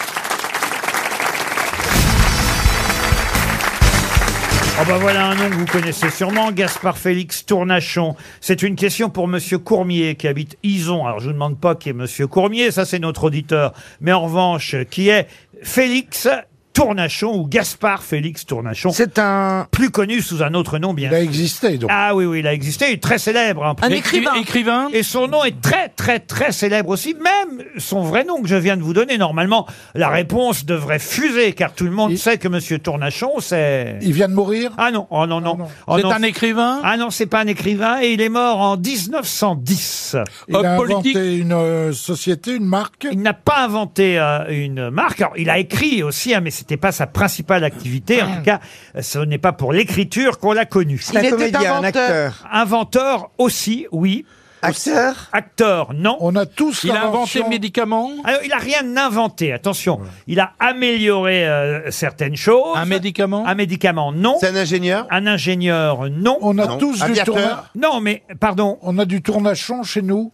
[SPEAKER 2] Oh bah voilà un nom que vous connaissez sûrement, Gaspard Félix Tournachon. C'est une question pour Monsieur Courmier qui habite Ison. Alors je ne demande pas qui est Monsieur Courmier, ça c'est notre auditeur. Mais en revanche, qui est Félix Tournachon ou Gaspard Félix Tournachon. C'est un plus connu sous un autre nom bien. Il a existé donc. Ah oui oui, il a existé, il est très célèbre. hein.
[SPEAKER 6] Un écrivain.
[SPEAKER 2] Et son nom est très très très célèbre aussi. Même son vrai nom que je viens de vous donner. Normalement, la réponse devrait fuser car tout le monde sait que Monsieur Tournachon c'est.
[SPEAKER 4] Il vient de mourir
[SPEAKER 2] Ah non, oh non, non. Oh
[SPEAKER 6] C'est
[SPEAKER 2] non,
[SPEAKER 6] un écrivain
[SPEAKER 2] Ah non, c'est pas un écrivain et il est mort en 1910.
[SPEAKER 4] Il a inventé une euh, société, une marque
[SPEAKER 2] Il n'a pas inventé euh, une marque. Alors, il a écrit aussi, hein, mais c'était pas sa principale activité. En tout cas, euh, ce n'est pas pour l'écriture qu'on l'a connu.
[SPEAKER 5] C'est un Ah. Il était comédien, un inventeur. acteur.
[SPEAKER 2] Inventeur aussi, oui. Acteur Acteur, non.
[SPEAKER 4] On a tous
[SPEAKER 6] Il a inventé
[SPEAKER 2] l'invention-
[SPEAKER 6] médicaments
[SPEAKER 2] alors, il a rien inventé, attention. Il a amélioré euh, certaines choses. Un médicament Un médicament, non. C'est un ingénieur Un ingénieur, non.
[SPEAKER 4] On a tous du tournage.
[SPEAKER 2] Non, mais pardon.
[SPEAKER 4] On a du tournachon chez nous.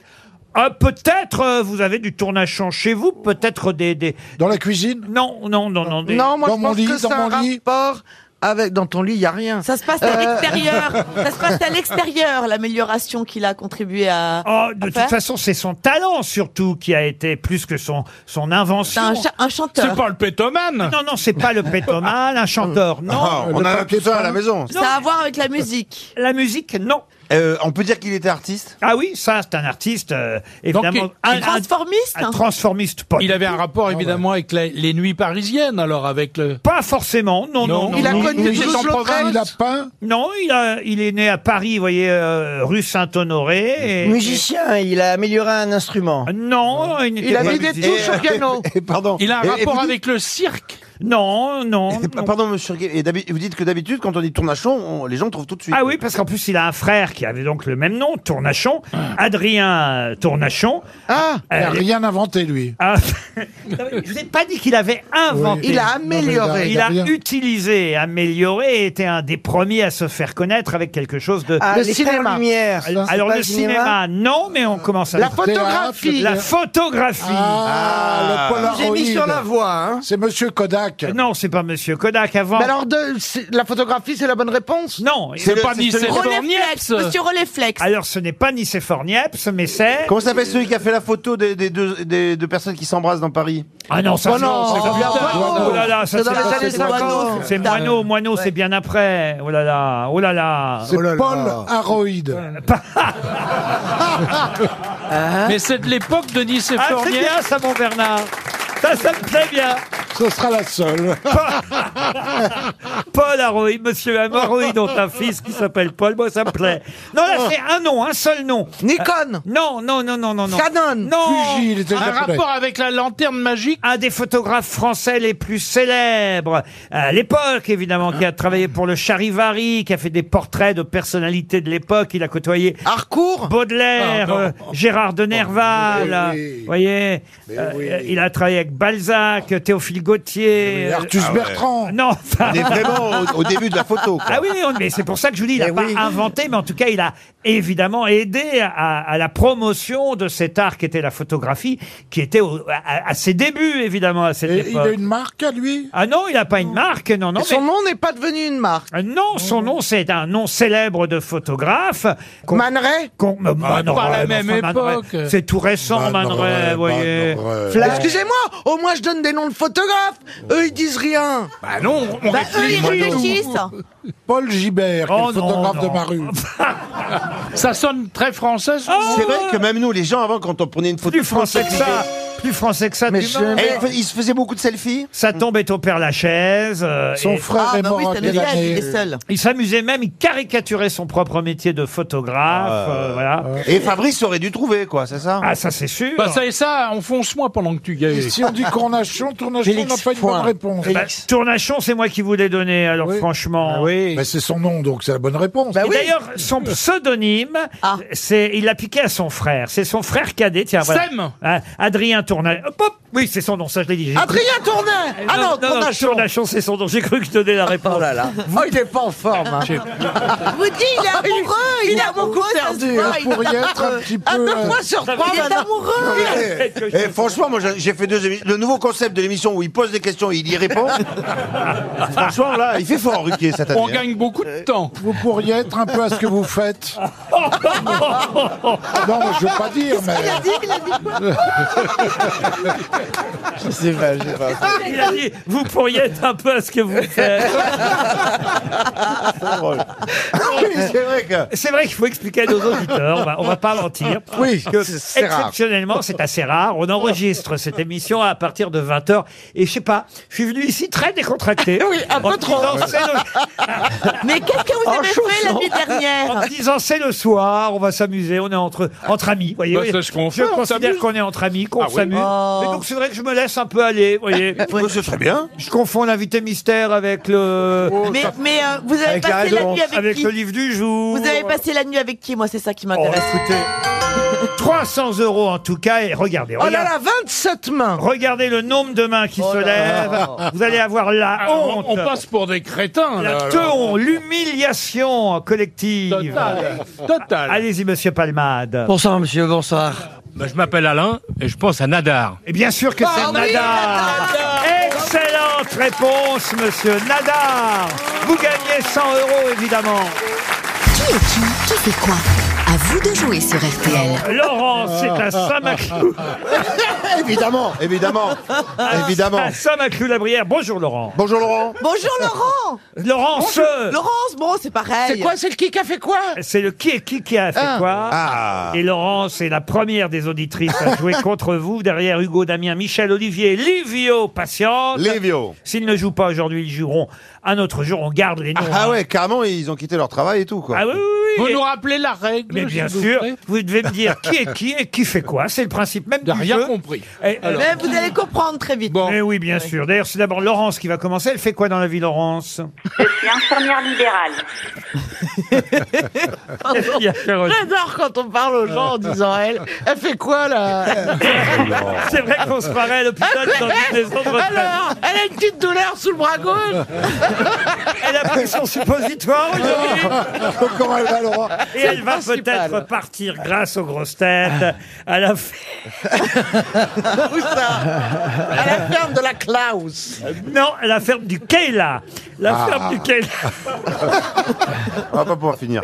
[SPEAKER 2] Ah, peut-être euh, vous avez du tournachon chez vous, peut-être des,
[SPEAKER 4] Dans la cuisine
[SPEAKER 2] Non, non, non, non. des-
[SPEAKER 8] Non, moi je pense que c'est un rapport avec. Dans ton lit, il n'y a rien. Euh,
[SPEAKER 7] Ça se passe
[SPEAKER 2] Euh.
[SPEAKER 7] à Euh, l'extérieur. Ça se passe à l'extérieur, l'amélioration qu'il a contribué à.
[SPEAKER 2] Oh, de toute façon, c'est son talent surtout qui a été plus que son, son invention.
[SPEAKER 7] C'est un cha- un chanteur. C'est pas
[SPEAKER 2] le pétomane. Non, non, c'est pas le pétomane, un chanteur. Non,
[SPEAKER 10] Ah, on en a tous un à la maison. Euh,
[SPEAKER 7] Ça a à voir avec la musique.
[SPEAKER 2] La musique, non.
[SPEAKER 10] on peut dire qu'il était artiste
[SPEAKER 2] Ah oui, ça, c'est un artiste, euh, évidemment.
[SPEAKER 6] il- il- Transformiste
[SPEAKER 7] hein
[SPEAKER 2] un Transformiste, pas. Ah,
[SPEAKER 6] Il avait un rapport évidemment avec la- les nuits parisiennes, alors avec le.
[SPEAKER 2] Pas forcément, non, non, non, non.
[SPEAKER 4] Il a peint
[SPEAKER 2] Non, il, a- il est né à Paris, vous voyez, euh, rue Saint-Honoré. et-
[SPEAKER 5] Musicien, il a amélioré un instrument.
[SPEAKER 2] Non, il, n'était pas musicien.
[SPEAKER 10] pardon.
[SPEAKER 5] Il a un rapport
[SPEAKER 6] avec le cirque
[SPEAKER 2] Non, non.
[SPEAKER 10] Pardon, monsieur. Gué- Et d'habi- vous dites que d'habitude, quand on dit tournachon, on- les gens trouvent tout de suite.
[SPEAKER 2] Ah oui, parce qu'en plus, il a un frère qui avait donc le même nom, Tournachon, Adrien euh, Tournachon. Euh, Ah,
[SPEAKER 4] Ah Il n'a rien inventé, lui.
[SPEAKER 2] je n'ai pas dit qu'il avait inventé.
[SPEAKER 4] Oui. Il a amélioré.
[SPEAKER 2] Il a
[SPEAKER 4] Il a rien.
[SPEAKER 2] utilisé, amélioré, et était un des premiers à se faire connaître avec quelque chose de...
[SPEAKER 5] Ah, Le les frères cinéma. Lumière, ça, c'est
[SPEAKER 2] Alors
[SPEAKER 5] pas
[SPEAKER 2] le
[SPEAKER 5] le
[SPEAKER 2] cinéma,
[SPEAKER 5] cinéma
[SPEAKER 2] non, mais on commence à...
[SPEAKER 5] La photographie.
[SPEAKER 2] La photographie
[SPEAKER 4] Ah, le Polaroid.
[SPEAKER 5] J'ai mis sur la voie,
[SPEAKER 10] hein.
[SPEAKER 4] C'est Monsieur Kodak.
[SPEAKER 2] Euh, Non, c'est pas Monsieur Kodak avant.
[SPEAKER 8] Mais alors, de- euh, c'est- la photographie, c'est la bonne réponse
[SPEAKER 2] Non,
[SPEAKER 10] C'est pas
[SPEAKER 7] René Flex, monsieur René Flex.
[SPEAKER 2] Alors ce n'est pas Nicéphore Niepce, mais c'est...
[SPEAKER 10] Comment s'appelle celui qui a fait la photo des, des deux, des deux personnes qui s'embrassent dans Paris
[SPEAKER 2] Ah non, ça
[SPEAKER 10] Oh non,
[SPEAKER 2] c'est
[SPEAKER 10] c'est
[SPEAKER 2] comme-
[SPEAKER 10] bien
[SPEAKER 2] Oh là là, ça,
[SPEAKER 10] C'est dans les années
[SPEAKER 2] c'est Moineau.
[SPEAKER 10] 50.
[SPEAKER 2] C'est Moineau, Moineau, c'est bien après. Oh là là, oh là là.
[SPEAKER 4] C'est Paul Haroïde.
[SPEAKER 6] Mais c'est de l'époque de Nice et
[SPEAKER 2] Ah, c'est bien ça, mon Bernard. Ça, ça me plaît bien.
[SPEAKER 4] Ce sera la seule.
[SPEAKER 2] Paul Aroï, monsieur Aroï, dont un fils qui s'appelle Paul, moi ça me plaît. Non, là c'est un nom, un seul nom. Euh,
[SPEAKER 8] Nikon
[SPEAKER 2] Non, non, non, non, non. non.
[SPEAKER 8] Canon
[SPEAKER 2] Non
[SPEAKER 4] Fuji, il était
[SPEAKER 6] Un
[SPEAKER 4] japonais.
[SPEAKER 6] rapport avec la lanterne magique
[SPEAKER 2] Un des photographes français les plus célèbres euh, à l'époque, évidemment, qui a travaillé pour le Charivari, qui a fait des portraits de personnalités de l'époque. Il a côtoyé
[SPEAKER 8] Harcourt
[SPEAKER 2] Baudelaire,
[SPEAKER 6] Ah, non.
[SPEAKER 2] euh, Gérard de Nerval.
[SPEAKER 4] Mais oui.
[SPEAKER 2] Vous voyez, euh, euh, il a travaillé avec Balzac, Théophile Gautier. euh,
[SPEAKER 4] Artus
[SPEAKER 10] Ah ouais.
[SPEAKER 4] Bertrand.
[SPEAKER 2] Non, enfin-
[SPEAKER 10] On est vraiment au, au début de la photo. quoi. Eh
[SPEAKER 2] Ah oui, on- mais c'est pour ça que je vous dis, il n'a
[SPEAKER 8] Mais
[SPEAKER 2] pas
[SPEAKER 8] oui.
[SPEAKER 2] inventé, mais en tout cas, il a évidemment aidé à, à la promotion de cet art qui était la photographie, qui était au- à, à ses débuts, évidemment, à cette
[SPEAKER 4] Et il a
[SPEAKER 2] époque.
[SPEAKER 4] une marque à lui
[SPEAKER 2] Ah non, il n'a pas une marque, non, non.
[SPEAKER 8] Et Son
[SPEAKER 2] mais-
[SPEAKER 8] nom n'est pas devenu une marque.
[SPEAKER 2] Ah Non, son nom, c'est un nom célèbre de photographe. qu'on-
[SPEAKER 8] Man Ray
[SPEAKER 2] qu'on- Man
[SPEAKER 6] pas la
[SPEAKER 2] Ray,
[SPEAKER 6] même
[SPEAKER 2] enfin, Man Ray.
[SPEAKER 6] époque.
[SPEAKER 2] C'est tout
[SPEAKER 10] Bah,
[SPEAKER 2] récent, Man Ray, vous voyez.
[SPEAKER 8] Euh, Excusez-moi, au moins je donne des noms de photographes.
[SPEAKER 10] Euh.
[SPEAKER 8] Eux, ils disent rien.
[SPEAKER 6] Bah non, on
[SPEAKER 7] Bah, eux,
[SPEAKER 6] réfléchit.
[SPEAKER 7] ils réfléchissent.
[SPEAKER 4] Paul Gibert, qui est
[SPEAKER 2] Oh
[SPEAKER 4] le
[SPEAKER 2] non,
[SPEAKER 4] photographe
[SPEAKER 2] non.
[SPEAKER 4] de ma rue.
[SPEAKER 6] Ça sonne très français. ce
[SPEAKER 10] C'est vrai que même nous, les gens, avant, quand on prenait une photo.
[SPEAKER 2] Ah Plus français que ça. Plus français que ça.
[SPEAKER 8] Mais
[SPEAKER 2] tu
[SPEAKER 8] je-
[SPEAKER 2] vois.
[SPEAKER 10] Eh, il fa- il se faisait beaucoup de selfies
[SPEAKER 2] Ça tombe et ton père Lachaise. euh,
[SPEAKER 4] Son
[SPEAKER 2] et-
[SPEAKER 4] frère
[SPEAKER 7] Ah,
[SPEAKER 4] est
[SPEAKER 7] bah
[SPEAKER 4] mort
[SPEAKER 7] oui,
[SPEAKER 4] à
[SPEAKER 7] ça le
[SPEAKER 4] quelle
[SPEAKER 7] gage, il
[SPEAKER 4] année
[SPEAKER 7] est seul.
[SPEAKER 2] Il s'amusait même, il caricaturait son propre métier de photographe, euh, voilà.
[SPEAKER 10] Et Fabrice aurait dû trouver, quoi, c'est ça
[SPEAKER 2] Ah, ça c'est sûr.
[SPEAKER 6] Bah ça et ça, on fonce moi pendant que tu gagnes.
[SPEAKER 4] Si on dit Cornachon, Tournachon, on n'a
[SPEAKER 5] Félix
[SPEAKER 4] pas une
[SPEAKER 5] Point.
[SPEAKER 4] bonne réponse.
[SPEAKER 2] Bah, Tournachon, c'est moi qui vous l'ai donné, alors
[SPEAKER 4] Oui.
[SPEAKER 2] franchement.
[SPEAKER 4] Mais c'est son nom, donc c'est la bonne réponse.
[SPEAKER 8] Bah
[SPEAKER 2] Et D'ailleurs, son pseudonyme,
[SPEAKER 7] Ah.
[SPEAKER 2] c'est, il l'a piqué à son frère. C'est son frère cadet, tiens. voilà.
[SPEAKER 6] Sem
[SPEAKER 2] Ah, Adrien Tournachon. Hop, hop. Oui, c'est son nom, ça je l'ai dit. j'ai cru-
[SPEAKER 8] Adrien Tournet Ah non, Tournachon
[SPEAKER 2] Tournachon, c'est son nom. J'ai cru que je donnais la réponse.
[SPEAKER 8] Oh là là. Oh, il est pas en forme. hein.
[SPEAKER 7] Ah, Vous dites, il est
[SPEAKER 2] Ah,
[SPEAKER 7] amoureux, il est amoureux, ça se
[SPEAKER 8] perdu,
[SPEAKER 7] voit,
[SPEAKER 2] Eh,
[SPEAKER 4] Vous pourriez être un petit
[SPEAKER 8] Ah,
[SPEAKER 4] peu...
[SPEAKER 8] deux
[SPEAKER 4] euh,
[SPEAKER 8] fois sur trois,
[SPEAKER 7] Il est
[SPEAKER 8] maintenant.
[SPEAKER 7] amoureux.
[SPEAKER 10] Eh, eh, franchement, moi j'ai j'ai fait deux émissions. Le nouveau concept de l'émission où il pose des questions et il y répond.
[SPEAKER 2] Bah,
[SPEAKER 10] franchement, là, il fait fort, Ruquier, cette année.
[SPEAKER 6] On
[SPEAKER 10] hein.
[SPEAKER 6] gagne beaucoup de temps.
[SPEAKER 4] Vous pourriez être un peu à ce que vous faites. non, mais je veux pas dire, mais
[SPEAKER 7] Il a dit, il a dit quoi
[SPEAKER 2] Il a dit, vous pourriez être un peu à ce que vous faites.
[SPEAKER 10] Oui, c'est vrai que.
[SPEAKER 2] C'est vrai qu'il faut expliquer à nos auditeurs, on va, on va pas mentir.
[SPEAKER 8] Oui,
[SPEAKER 2] que
[SPEAKER 8] c'est- c'est rare.
[SPEAKER 2] exceptionnellement, c'est assez rare. On enregistre cette émission à partir de 20h. Et je sais pas, je suis venu ici très décontracté.
[SPEAKER 8] Oui, un
[SPEAKER 2] en
[SPEAKER 8] peu
[SPEAKER 2] me
[SPEAKER 8] trop.
[SPEAKER 2] disant, c'est le-
[SPEAKER 7] Mais qu'est-ce que vous avez fait la nuit
[SPEAKER 2] en me
[SPEAKER 7] dernière
[SPEAKER 2] disant, c'est le soir, on va s'amuser, on est entre, entre amis. Voyez,
[SPEAKER 6] Bah,
[SPEAKER 2] voyez.
[SPEAKER 6] c'est ce qu'on
[SPEAKER 2] je
[SPEAKER 6] fait, on
[SPEAKER 2] considère
[SPEAKER 6] s'amuse.
[SPEAKER 2] qu'on est entre amis, qu'on
[SPEAKER 6] Ah oui.
[SPEAKER 2] s'amuse.
[SPEAKER 7] Oh.
[SPEAKER 2] Et donc, c'est vrai que je me laisse un peu aller. Voyez.
[SPEAKER 10] Oh, C'est très bien.
[SPEAKER 2] Je confonds l'invité mystère avec le,
[SPEAKER 7] Mais, mais euh, vous avez
[SPEAKER 2] Avec la
[SPEAKER 7] passé la nuit
[SPEAKER 2] réponse,
[SPEAKER 7] avec,
[SPEAKER 2] avec
[SPEAKER 7] qui
[SPEAKER 2] le livre du jour.
[SPEAKER 7] Vous avez passé la nuit avec qui Moi, c'est ça qui
[SPEAKER 2] Oh,
[SPEAKER 7] m'intéresse.
[SPEAKER 2] écoutez, 300 euros en tout cas, et regardez,
[SPEAKER 8] Oh
[SPEAKER 2] regardez,
[SPEAKER 8] là là, 27 mains
[SPEAKER 2] regardez le nombre de mains
[SPEAKER 7] Oh
[SPEAKER 2] qui se lèvent. Vous allez avoir la
[SPEAKER 6] Ah, on,
[SPEAKER 2] honte,
[SPEAKER 6] on passe pour des
[SPEAKER 2] la
[SPEAKER 6] crétins. Là, là.
[SPEAKER 2] teon, l'humiliation collective.
[SPEAKER 6] Total. Total.
[SPEAKER 2] Allez-y, monsieur Palmade.
[SPEAKER 5] Bonsoir, monsieur, bonsoir.
[SPEAKER 13] Bah, je m'appelle Alain et je pense à Nadar.
[SPEAKER 2] Et bien sûr que c'est Nadar. Eh, Excellente réponse, monsieur Nadar. Vous gagnez 100 euros, évidemment.
[SPEAKER 9] Qui est qui Qui fait quoi À vous de jouer sur RTL.
[SPEAKER 2] Laurent, c'est à Saint-Maclou. Ah,
[SPEAKER 10] évidemment, évidemment, évidemment.
[SPEAKER 2] À Saint-Maclou-la-Brière. Bonjour Laurent. Bonjour Laurent.
[SPEAKER 7] Bonjour Laurent
[SPEAKER 2] Laurence
[SPEAKER 7] Bonjour. Laurence, bon, c'est pareil.
[SPEAKER 2] C'est quoi,
[SPEAKER 7] c'est le qui qui a fait quoi
[SPEAKER 2] C'est le qui est qui qui a fait
[SPEAKER 7] Ah.
[SPEAKER 2] quoi. Et Laurence est la première des auditrices à jouer contre vous. Derrière Hugo, Damien, Michel, Olivier, Livio, patience.
[SPEAKER 10] Livio.
[SPEAKER 2] S'ils ne jouent pas aujourd'hui, ils joueront un autre jour. On garde les noms. hein.
[SPEAKER 10] Ah ouais, carrément, ils ont quitté leur travail et tout, quoi.
[SPEAKER 2] Ah oui, oui, oui.
[SPEAKER 6] Vous
[SPEAKER 2] Et-
[SPEAKER 6] nous rappelez la règle
[SPEAKER 2] Mais bien
[SPEAKER 6] s'il vous
[SPEAKER 2] sûr,
[SPEAKER 6] plaît
[SPEAKER 2] vous devez me dire qui est qui et qui fait quoi. C'est le principe même du
[SPEAKER 6] rien
[SPEAKER 2] jeu.
[SPEAKER 6] compris.
[SPEAKER 2] Et-
[SPEAKER 6] Alors.
[SPEAKER 7] Mais vous allez comprendre très vite.
[SPEAKER 2] Mais oui, bien sûr. D'ailleurs, c'est d'abord Laurence qui va commencer. Elle fait quoi dans la vie, Laurence
[SPEAKER 14] Je suis infirmière libérale.
[SPEAKER 8] J'adore quand on parle aux gens en disant elle. Elle fait quoi là
[SPEAKER 2] C'est vrai qu'on se paraît à l'hôpital dans une maison de retraite.
[SPEAKER 8] Alors, elle a une petite douleur sous le bras gauche.
[SPEAKER 2] Elle a pris son suppositoire aujourd'hui.
[SPEAKER 4] Comment elle va, Laurent
[SPEAKER 2] Et elle va peut-être partir grâce aux grosses têtes à la fin.
[SPEAKER 8] À la ferme de la Klaus.
[SPEAKER 2] Non, à la ferme du Keila. La
[SPEAKER 10] Ah.
[SPEAKER 2] ferme du Keila.
[SPEAKER 10] On va pas pouvoir finir.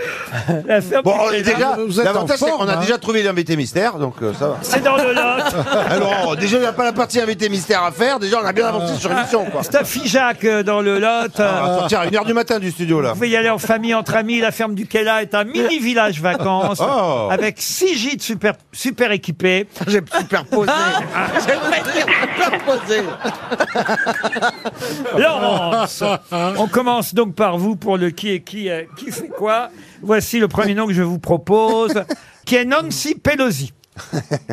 [SPEAKER 2] La ferme
[SPEAKER 10] Bon,
[SPEAKER 2] du
[SPEAKER 10] on-
[SPEAKER 2] Keila.
[SPEAKER 10] déjà, l'avantage, c'est qu'on a déjà
[SPEAKER 2] trouvé.
[SPEAKER 10] trouvé l'invité mystère, donc euh, ça va.
[SPEAKER 2] hein. C'est dans le Lot.
[SPEAKER 10] Alors, Ah, déjà, il n'y a pas la partie invité mystère à faire. Déjà, on a bien avancé sur l'émission, quoi. Ah,
[SPEAKER 2] C'est à Figeac euh, dans le Lot.
[SPEAKER 10] On va sortir à 1h du matin du studio, là.
[SPEAKER 2] Vous pouvez y aller en famille, entre amis. La ferme du Kella est un mini village vacances
[SPEAKER 10] Oh.
[SPEAKER 2] avec six gîtes super, super équipés. Ah, J'ai superposé.
[SPEAKER 8] Ah,
[SPEAKER 2] Laurence, on commence donc par vous pour le qui est qui, euh, qui fait quoi. Voici le premier nom que je vous propose, qui est Nancy Pelosi.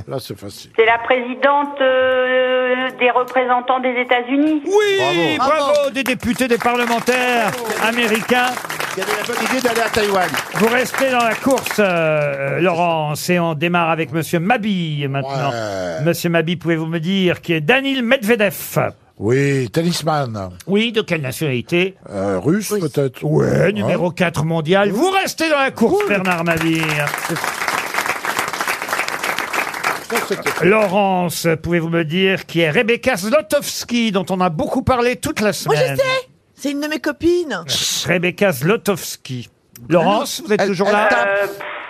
[SPEAKER 4] Là, c'est facile.
[SPEAKER 14] C'est la présidente euh, des représentants des États-Unis.
[SPEAKER 2] Oui, bravo, des députés, des parlementaires américains.
[SPEAKER 10] Il y avait la bonne idée d'aller à Taïwan.
[SPEAKER 2] Vous restez dans la course, euh, Laurence, et on démarre avec Monsieur Mabille maintenant. Monsieur Mabille, pouvez-vous me dire qui est Danil Medvedev
[SPEAKER 4] Oui, tennisman. Euh,
[SPEAKER 2] Oui, de quelle nationalité
[SPEAKER 4] Russe, peut-être.
[SPEAKER 2] Ouais, numéro 4 mondial. Vous restez dans la course, Bernard Mabille. Laurence, pouvez-vous me dire qui est Rebecca Zlotowski, dont on a beaucoup parlé toute la
[SPEAKER 7] Moi, je
[SPEAKER 2] semaine
[SPEAKER 7] sais C'est une de mes copines.
[SPEAKER 2] Rebecca Zlotowski. Laurence, vous êtes toujours là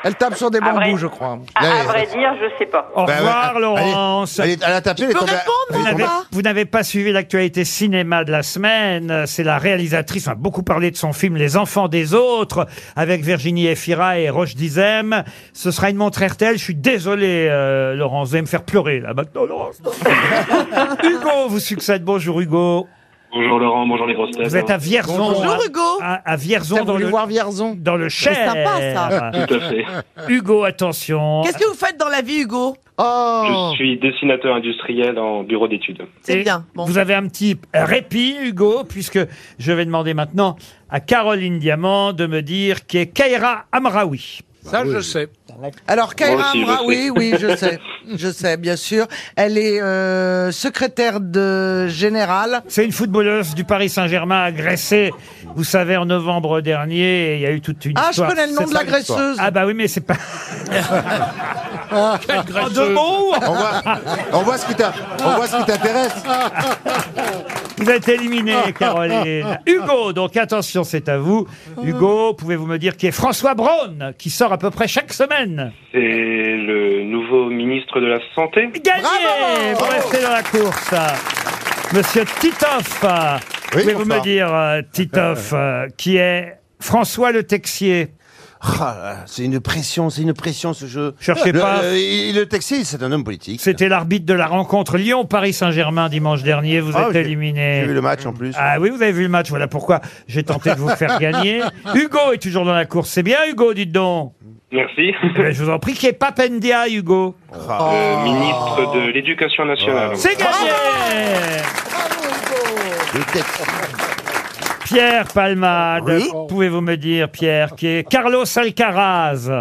[SPEAKER 8] Elle tape sur des
[SPEAKER 14] À vrai-
[SPEAKER 8] bambous, je crois.
[SPEAKER 5] Ah,
[SPEAKER 8] Bah
[SPEAKER 14] À, à vrai dire, je sais pas.
[SPEAKER 5] Bah,
[SPEAKER 2] Au revoir, Laurence. Vous n'avez- Vous n'avez pas suivi l'actualité cinéma de la semaine. C'est la réalisatrice, on a beaucoup parlé de son film Les Enfants des Autres, avec Virginie Efira et Roche Dizem. Ce sera une montre RTL. Je suis désolé, euh, Laurence. Vous allez me faire pleurer, là, maintenant, Laurence. Hugo vous succède. Bonjour, Hugo.
[SPEAKER 15] Bonjour Laurent, bonjour les grosses têtes.
[SPEAKER 2] Vous êtes à Vierzon. hein. à- À, à Vierzon, dans le,
[SPEAKER 8] Vierzon
[SPEAKER 2] dans le
[SPEAKER 7] C'est
[SPEAKER 2] Cher.
[SPEAKER 7] sympa, ça.
[SPEAKER 15] Tout à fait.
[SPEAKER 2] Hugo, attention.
[SPEAKER 7] Qu'est-ce que vous faites dans la vie, Hugo
[SPEAKER 2] Oh.
[SPEAKER 15] Je suis dessinateur industriel en bureau d'études.
[SPEAKER 2] Et Vous avez un petit répit, Hugo, puisque je vais demander maintenant à Caroline Diamant de me dire qui est Kaira Amraoui.
[SPEAKER 6] Ça, je sais.
[SPEAKER 8] Alors, Kaira
[SPEAKER 6] aussi, je
[SPEAKER 8] Amra,
[SPEAKER 6] sais.
[SPEAKER 8] oui, oui, je sais. Je sais, bien sûr. Elle est euh, secrétaire de générale.
[SPEAKER 2] C'est une footballeuse du Paris Saint-Germain agressée, vous savez, en novembre dernier. et Il y a eu toute une
[SPEAKER 8] Ah, je
[SPEAKER 2] histoire.
[SPEAKER 8] connais le nom
[SPEAKER 2] C'est
[SPEAKER 8] de
[SPEAKER 2] pas
[SPEAKER 8] la
[SPEAKER 2] l'histoire.
[SPEAKER 8] graisseuse.
[SPEAKER 2] Ah bah oui, mais c'est pas... en deux mots
[SPEAKER 10] On voit, on voit ce qui t'a- on voit ce qui t'intéresse.
[SPEAKER 2] Vous êtes éliminé, Caroline. Hugo, donc attention, c'est à vous. Hugo, pouvez-vous me dire qui est François Braun, qui sort à peu près chaque semaine
[SPEAKER 15] C'est le nouveau ministre de la Santé.
[SPEAKER 2] Gagné Vous restez dans la course. Monsieur Titoff, pouvez-vous
[SPEAKER 15] bonsoir.
[SPEAKER 2] me dire, euh, Titoff, euh, qui est François Le Texier
[SPEAKER 10] Ah, là, c'est une pression, c'est une pression ce jeu.
[SPEAKER 2] Cherchez
[SPEAKER 10] le,
[SPEAKER 2] pas.
[SPEAKER 10] euh, il- le taxi, c'est un homme politique.
[SPEAKER 2] C'était l'arbitre de la rencontre Lyon-Paris-Saint-Germain dimanche dernier. Vous
[SPEAKER 10] Ah,
[SPEAKER 2] êtes
[SPEAKER 10] j'ai-
[SPEAKER 2] éliminé.
[SPEAKER 10] j'ai vu le match, en plus.
[SPEAKER 2] Ah oui, vous avez vu le match. Voilà pourquoi j'ai tenté de vous faire gagner. Hugo est toujours dans la course. C'est bien, Hugo, dites donc.
[SPEAKER 15] Merci.
[SPEAKER 2] Mais je vous en prie, qui est Papendia, Hugo
[SPEAKER 15] Le ministre de l'Éducation nationale.
[SPEAKER 2] C'est gagné Pierre Palmade, pouvez-vous me dire, Pierre, qui est Carlos Alcaraz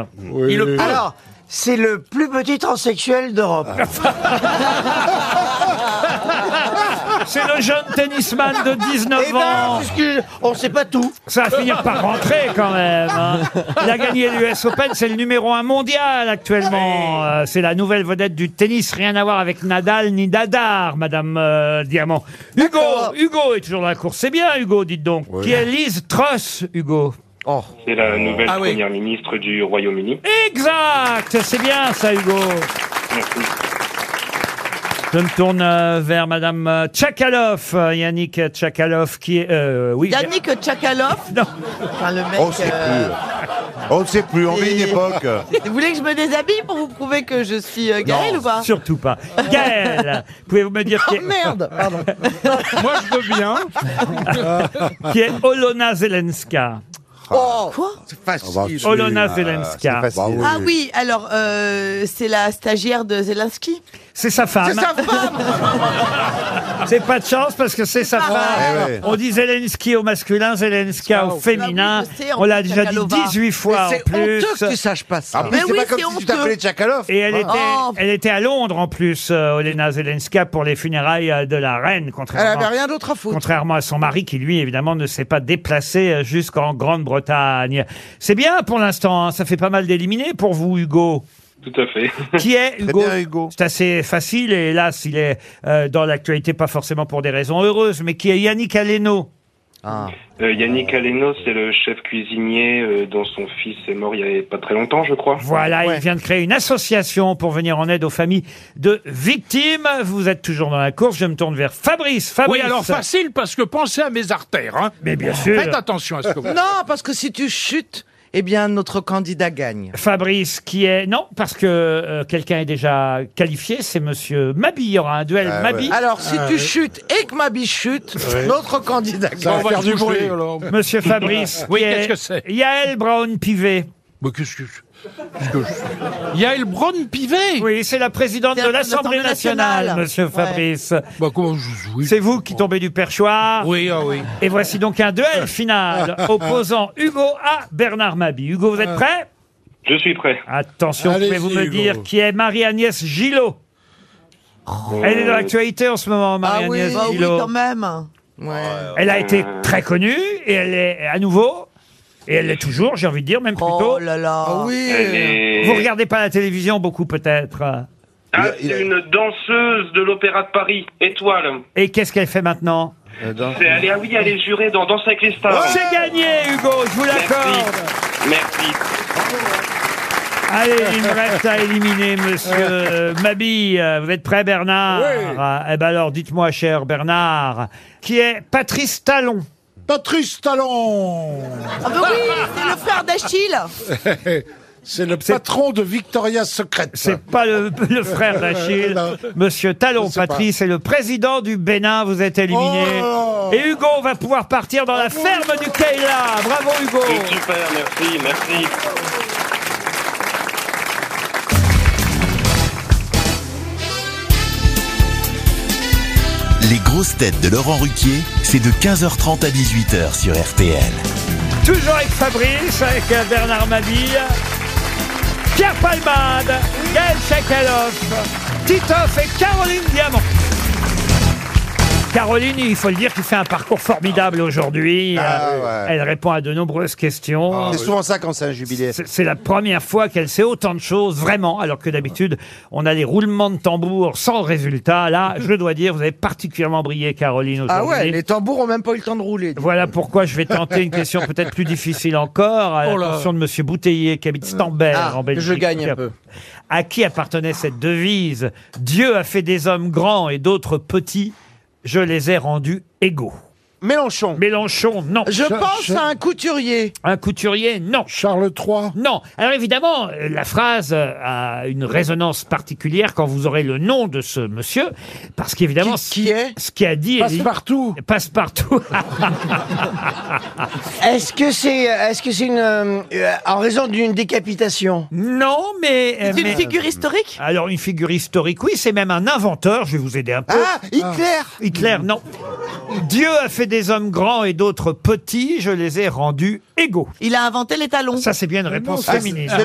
[SPEAKER 5] Il le peut.
[SPEAKER 2] Alors,
[SPEAKER 5] Alors, c'est le plus petit transsexuel d'Europe.
[SPEAKER 2] c'est le jeune tennisman de 19
[SPEAKER 5] Eh ben,
[SPEAKER 2] ans.
[SPEAKER 5] On sait pas tout.
[SPEAKER 2] Ça va finir par rentrer quand même. hein. Il a gagné l'US Open, c'est le numéro un mondial actuellement. Euh, c'est la nouvelle vedette du tennis, rien à voir avec Nadal ni Dadar, Madame euh, Diamant. Hugo, Hugo est toujours dans la course. C'est bien, Hugo, dites donc. Qui est Lise Truss, Hugo
[SPEAKER 5] Oh.
[SPEAKER 15] C'est la nouvelle
[SPEAKER 2] Ah oui.
[SPEAKER 15] première ministre du Royaume-Uni.
[SPEAKER 2] Exact C'est bien ça, Hugo
[SPEAKER 15] Merci.
[SPEAKER 2] Je me tourne euh, vers Madame euh, Tchakalov, euh, Yannick Tchakalov, qui est... euh, oui,
[SPEAKER 7] Yannick Tchakalov
[SPEAKER 2] Non.
[SPEAKER 7] Enfin, le mec.
[SPEAKER 10] On sait
[SPEAKER 7] euh,
[SPEAKER 10] plus. On ne sait plus, on vit une
[SPEAKER 7] Et-
[SPEAKER 10] époque.
[SPEAKER 7] Vous voulez que je me déshabille pour vous prouver que je suis euh, Gaël ou pas Oh,
[SPEAKER 2] Surtout pas. Gaël, pouvez-vous me dire qui est...
[SPEAKER 7] merde,
[SPEAKER 2] pardon.
[SPEAKER 6] Moi, je veux bien.
[SPEAKER 2] Ah, qui est Olona Zelenska.
[SPEAKER 7] Ah. Quoi bah,
[SPEAKER 8] C'est
[SPEAKER 2] facile. Olona Zelenska.
[SPEAKER 7] Ah oui, alors euh, c'est la stagiaire de Zelensky.
[SPEAKER 2] C'est sa femme.
[SPEAKER 7] C'est sa femme.
[SPEAKER 2] C'est pas de chance parce que c'est sa
[SPEAKER 7] pas
[SPEAKER 2] femme.
[SPEAKER 7] vrai.
[SPEAKER 2] On dit Zelensky au masculin, Zelenska au féminin.
[SPEAKER 7] Bah oui, je sais, on
[SPEAKER 2] on l'a
[SPEAKER 7] dit
[SPEAKER 2] déjà dit
[SPEAKER 7] Chakalova.
[SPEAKER 2] 18 fois
[SPEAKER 7] Mais
[SPEAKER 2] en
[SPEAKER 7] c'est
[SPEAKER 2] plus.
[SPEAKER 7] honteux que tu saches
[SPEAKER 8] pas
[SPEAKER 7] ça. Mais oui, c'est honteux.
[SPEAKER 2] Et elle,
[SPEAKER 7] Oh.
[SPEAKER 2] était,
[SPEAKER 10] Ah.
[SPEAKER 2] elle était à Londres en plus, euh, Olena Zelenska, pour les funérailles euh, de la reine. Contrairement,
[SPEAKER 8] Elle avait rien d'autre à foutre.
[SPEAKER 2] Contrairement à son mari qui, lui, évidemment, ne s'est pas déplacé euh, jusqu'en Grande-Bretagne. C'est bien pour l'instant, hein, ça fait pas mal d'éliminés pour vous, Hugo.
[SPEAKER 15] Tout à fait.
[SPEAKER 2] Qui est Hugo C'est assez facile et hélas, il est euh, dans l'actualité, pas forcément pour des raisons heureuses, mais qui est Yannick Aleno.
[SPEAKER 15] Euh, Yannick Aleno, c'est le chef cuisinier euh, dont son fils est mort il y a pas très longtemps, je crois.
[SPEAKER 2] Voilà, il vient de créer une association pour venir en aide aux familles de victimes. Vous êtes toujours dans la course, je me tourne vers Fabrice. Fabrice.
[SPEAKER 6] Oui, alors facile parce que pensez à mes artères. hein.
[SPEAKER 2] Mais bien sûr.
[SPEAKER 6] Faites attention à ce que vous
[SPEAKER 8] Non, parce que si tu chutes, eh bien, notre candidat gagne.
[SPEAKER 2] Fabrice qui est non parce que euh, quelqu'un est déjà qualifié, c'est Monsieur Mabi. Il y aura un duel Mabi.
[SPEAKER 8] Ah Alors,
[SPEAKER 6] Ah,
[SPEAKER 8] si tu chutes et que Mabi chute,
[SPEAKER 2] Ah, Ouais.
[SPEAKER 8] notre candidat gagne.
[SPEAKER 2] Monsieur Fabrice.
[SPEAKER 6] Oui,
[SPEAKER 2] qui est
[SPEAKER 6] qu'est-ce que c'est
[SPEAKER 2] Yael Brown Pivet.
[SPEAKER 6] Mais qu'est-ce que Yael Brown Pivet
[SPEAKER 2] Oui, c'est la présidente de
[SPEAKER 6] C'est la-
[SPEAKER 2] l'Assemblée
[SPEAKER 6] l'Assemblée nationale.
[SPEAKER 2] nationale, monsieur
[SPEAKER 6] Ouais.
[SPEAKER 2] Fabrice.
[SPEAKER 6] Bah,
[SPEAKER 2] C'est vous qui tombez du perchoir.
[SPEAKER 6] Oui, ah oui.
[SPEAKER 2] Et voici donc un duel final opposant Hugo à Bernard Mabi. Hugo, vous êtes prêt
[SPEAKER 15] Je suis prêt.
[SPEAKER 2] Ah. Attention, pouvez-vous me dire qui est Marie-Agnès Gillot Elle est dans l'actualité en ce moment, Marie-Agnès
[SPEAKER 7] bah oui,
[SPEAKER 2] Gillot.
[SPEAKER 7] quand même.
[SPEAKER 2] Elle a été très connue et elle est à nouveau. Et elle l'est toujours, j'ai envie de dire, même plutôt.
[SPEAKER 7] Oh là là.
[SPEAKER 2] Ah oui.
[SPEAKER 15] Elle est-
[SPEAKER 2] Vous regardez pas la télévision beaucoup peut-être.
[SPEAKER 15] Ah, c'est une danseuse de l'Opéra de Paris, étoile.
[SPEAKER 2] Et qu'est-ce qu'elle fait maintenant
[SPEAKER 15] C'est elle est- ah oui, elle est jurée dans Danse avec les stars.
[SPEAKER 2] C'est gagné, Hugo, je vous l'accorde.
[SPEAKER 15] Merci.
[SPEAKER 2] Allez, il me reste à éliminer Monsieur euh, Mabille. Euh, Vous êtes prêt, Bernard
[SPEAKER 4] Oui.
[SPEAKER 2] Ah, Eh ben alors, dites-moi, cher Bernard, qui est Patrice Talon
[SPEAKER 4] Patrice Talon
[SPEAKER 7] Ah bah oui, c'est le frère d'Achille.
[SPEAKER 4] C'est le patron de Victoria's Secret.
[SPEAKER 2] C'est pas le, le frère d'Achille.
[SPEAKER 4] Non.
[SPEAKER 2] Monsieur Talon,
[SPEAKER 4] Je sais pas.
[SPEAKER 2] Patrice, est le président du Bénin. Vous êtes éliminé.
[SPEAKER 4] Oh.
[SPEAKER 2] Et Hugo va pouvoir partir dans la ferme du Kayla. Ah, Bravo, Hugo.
[SPEAKER 15] Super, merci, merci.
[SPEAKER 1] Les grosses têtes de Laurent Ruquier, c'est de 15h30 à 18h sur RTL.
[SPEAKER 2] Toujours avec Fabrice, avec euh, Bernard Mabille, Pierre Palmade, Gaël Chakalov, Titoff et Caroline Diamant. Caroline, il faut le dire, qui fait un parcours formidable aujourd'hui.
[SPEAKER 10] Ah
[SPEAKER 2] Euh,
[SPEAKER 10] ouais. Ah
[SPEAKER 2] Elle répond à de nombreuses questions.
[SPEAKER 10] C'est souvent ça quand c'est un jubilé.
[SPEAKER 2] C'est- C'est la première fois qu'elle sait autant de choses, vraiment, alors que d'habitude, on a les roulements de tambour sans résultat. Là, je dois dire, vous avez particulièrement brillé, Caroline,
[SPEAKER 8] Ah
[SPEAKER 2] aujourd'hui.
[SPEAKER 8] ouais, les tambours ont même pas eu le temps de rouler.
[SPEAKER 2] Voilà pourquoi je vais tenter une question peut-être plus difficile encore, à
[SPEAKER 8] Oh là.
[SPEAKER 2] l'attention de Monsieur Bouteiller, qui habite Stambert,
[SPEAKER 8] Ah,
[SPEAKER 2] en Belgique.
[SPEAKER 8] je gagne un peu.
[SPEAKER 2] À qui appartenait cette devise Dieu a fait des hommes grands et d'autres petits, je les ai rendus égaux.
[SPEAKER 10] Mélenchon.
[SPEAKER 2] Mélenchon, non.
[SPEAKER 8] Je pense à un couturier.
[SPEAKER 2] Un couturier, non.
[SPEAKER 4] Charles III
[SPEAKER 2] Non. Alors évidemment, euh, la phrase euh, a une résonance particulière quand vous aurez le nom de ce monsieur, parce qu'évidemment, ce qui est ce qui a dit
[SPEAKER 4] Passepartout.
[SPEAKER 2] Passepartout.
[SPEAKER 5] Est-ce que c'est est-ce que c'est une euh, euh, en raison d'une décapitation
[SPEAKER 2] Non, mais
[SPEAKER 5] C'est une figure
[SPEAKER 7] historique.
[SPEAKER 2] Alors une figure historique, oui, c'est même un inventeur. Je vais vous aider un peu.
[SPEAKER 5] Ah, Hitler
[SPEAKER 2] Hitler, non. Dieu a fait des hommes grands et d'autres petits. Je les ai rendus égaux.
[SPEAKER 7] Il a inventé les talons.
[SPEAKER 2] Ça, c'est bien une réponse
[SPEAKER 10] c'est-
[SPEAKER 2] féminine. Ah,
[SPEAKER 10] c'est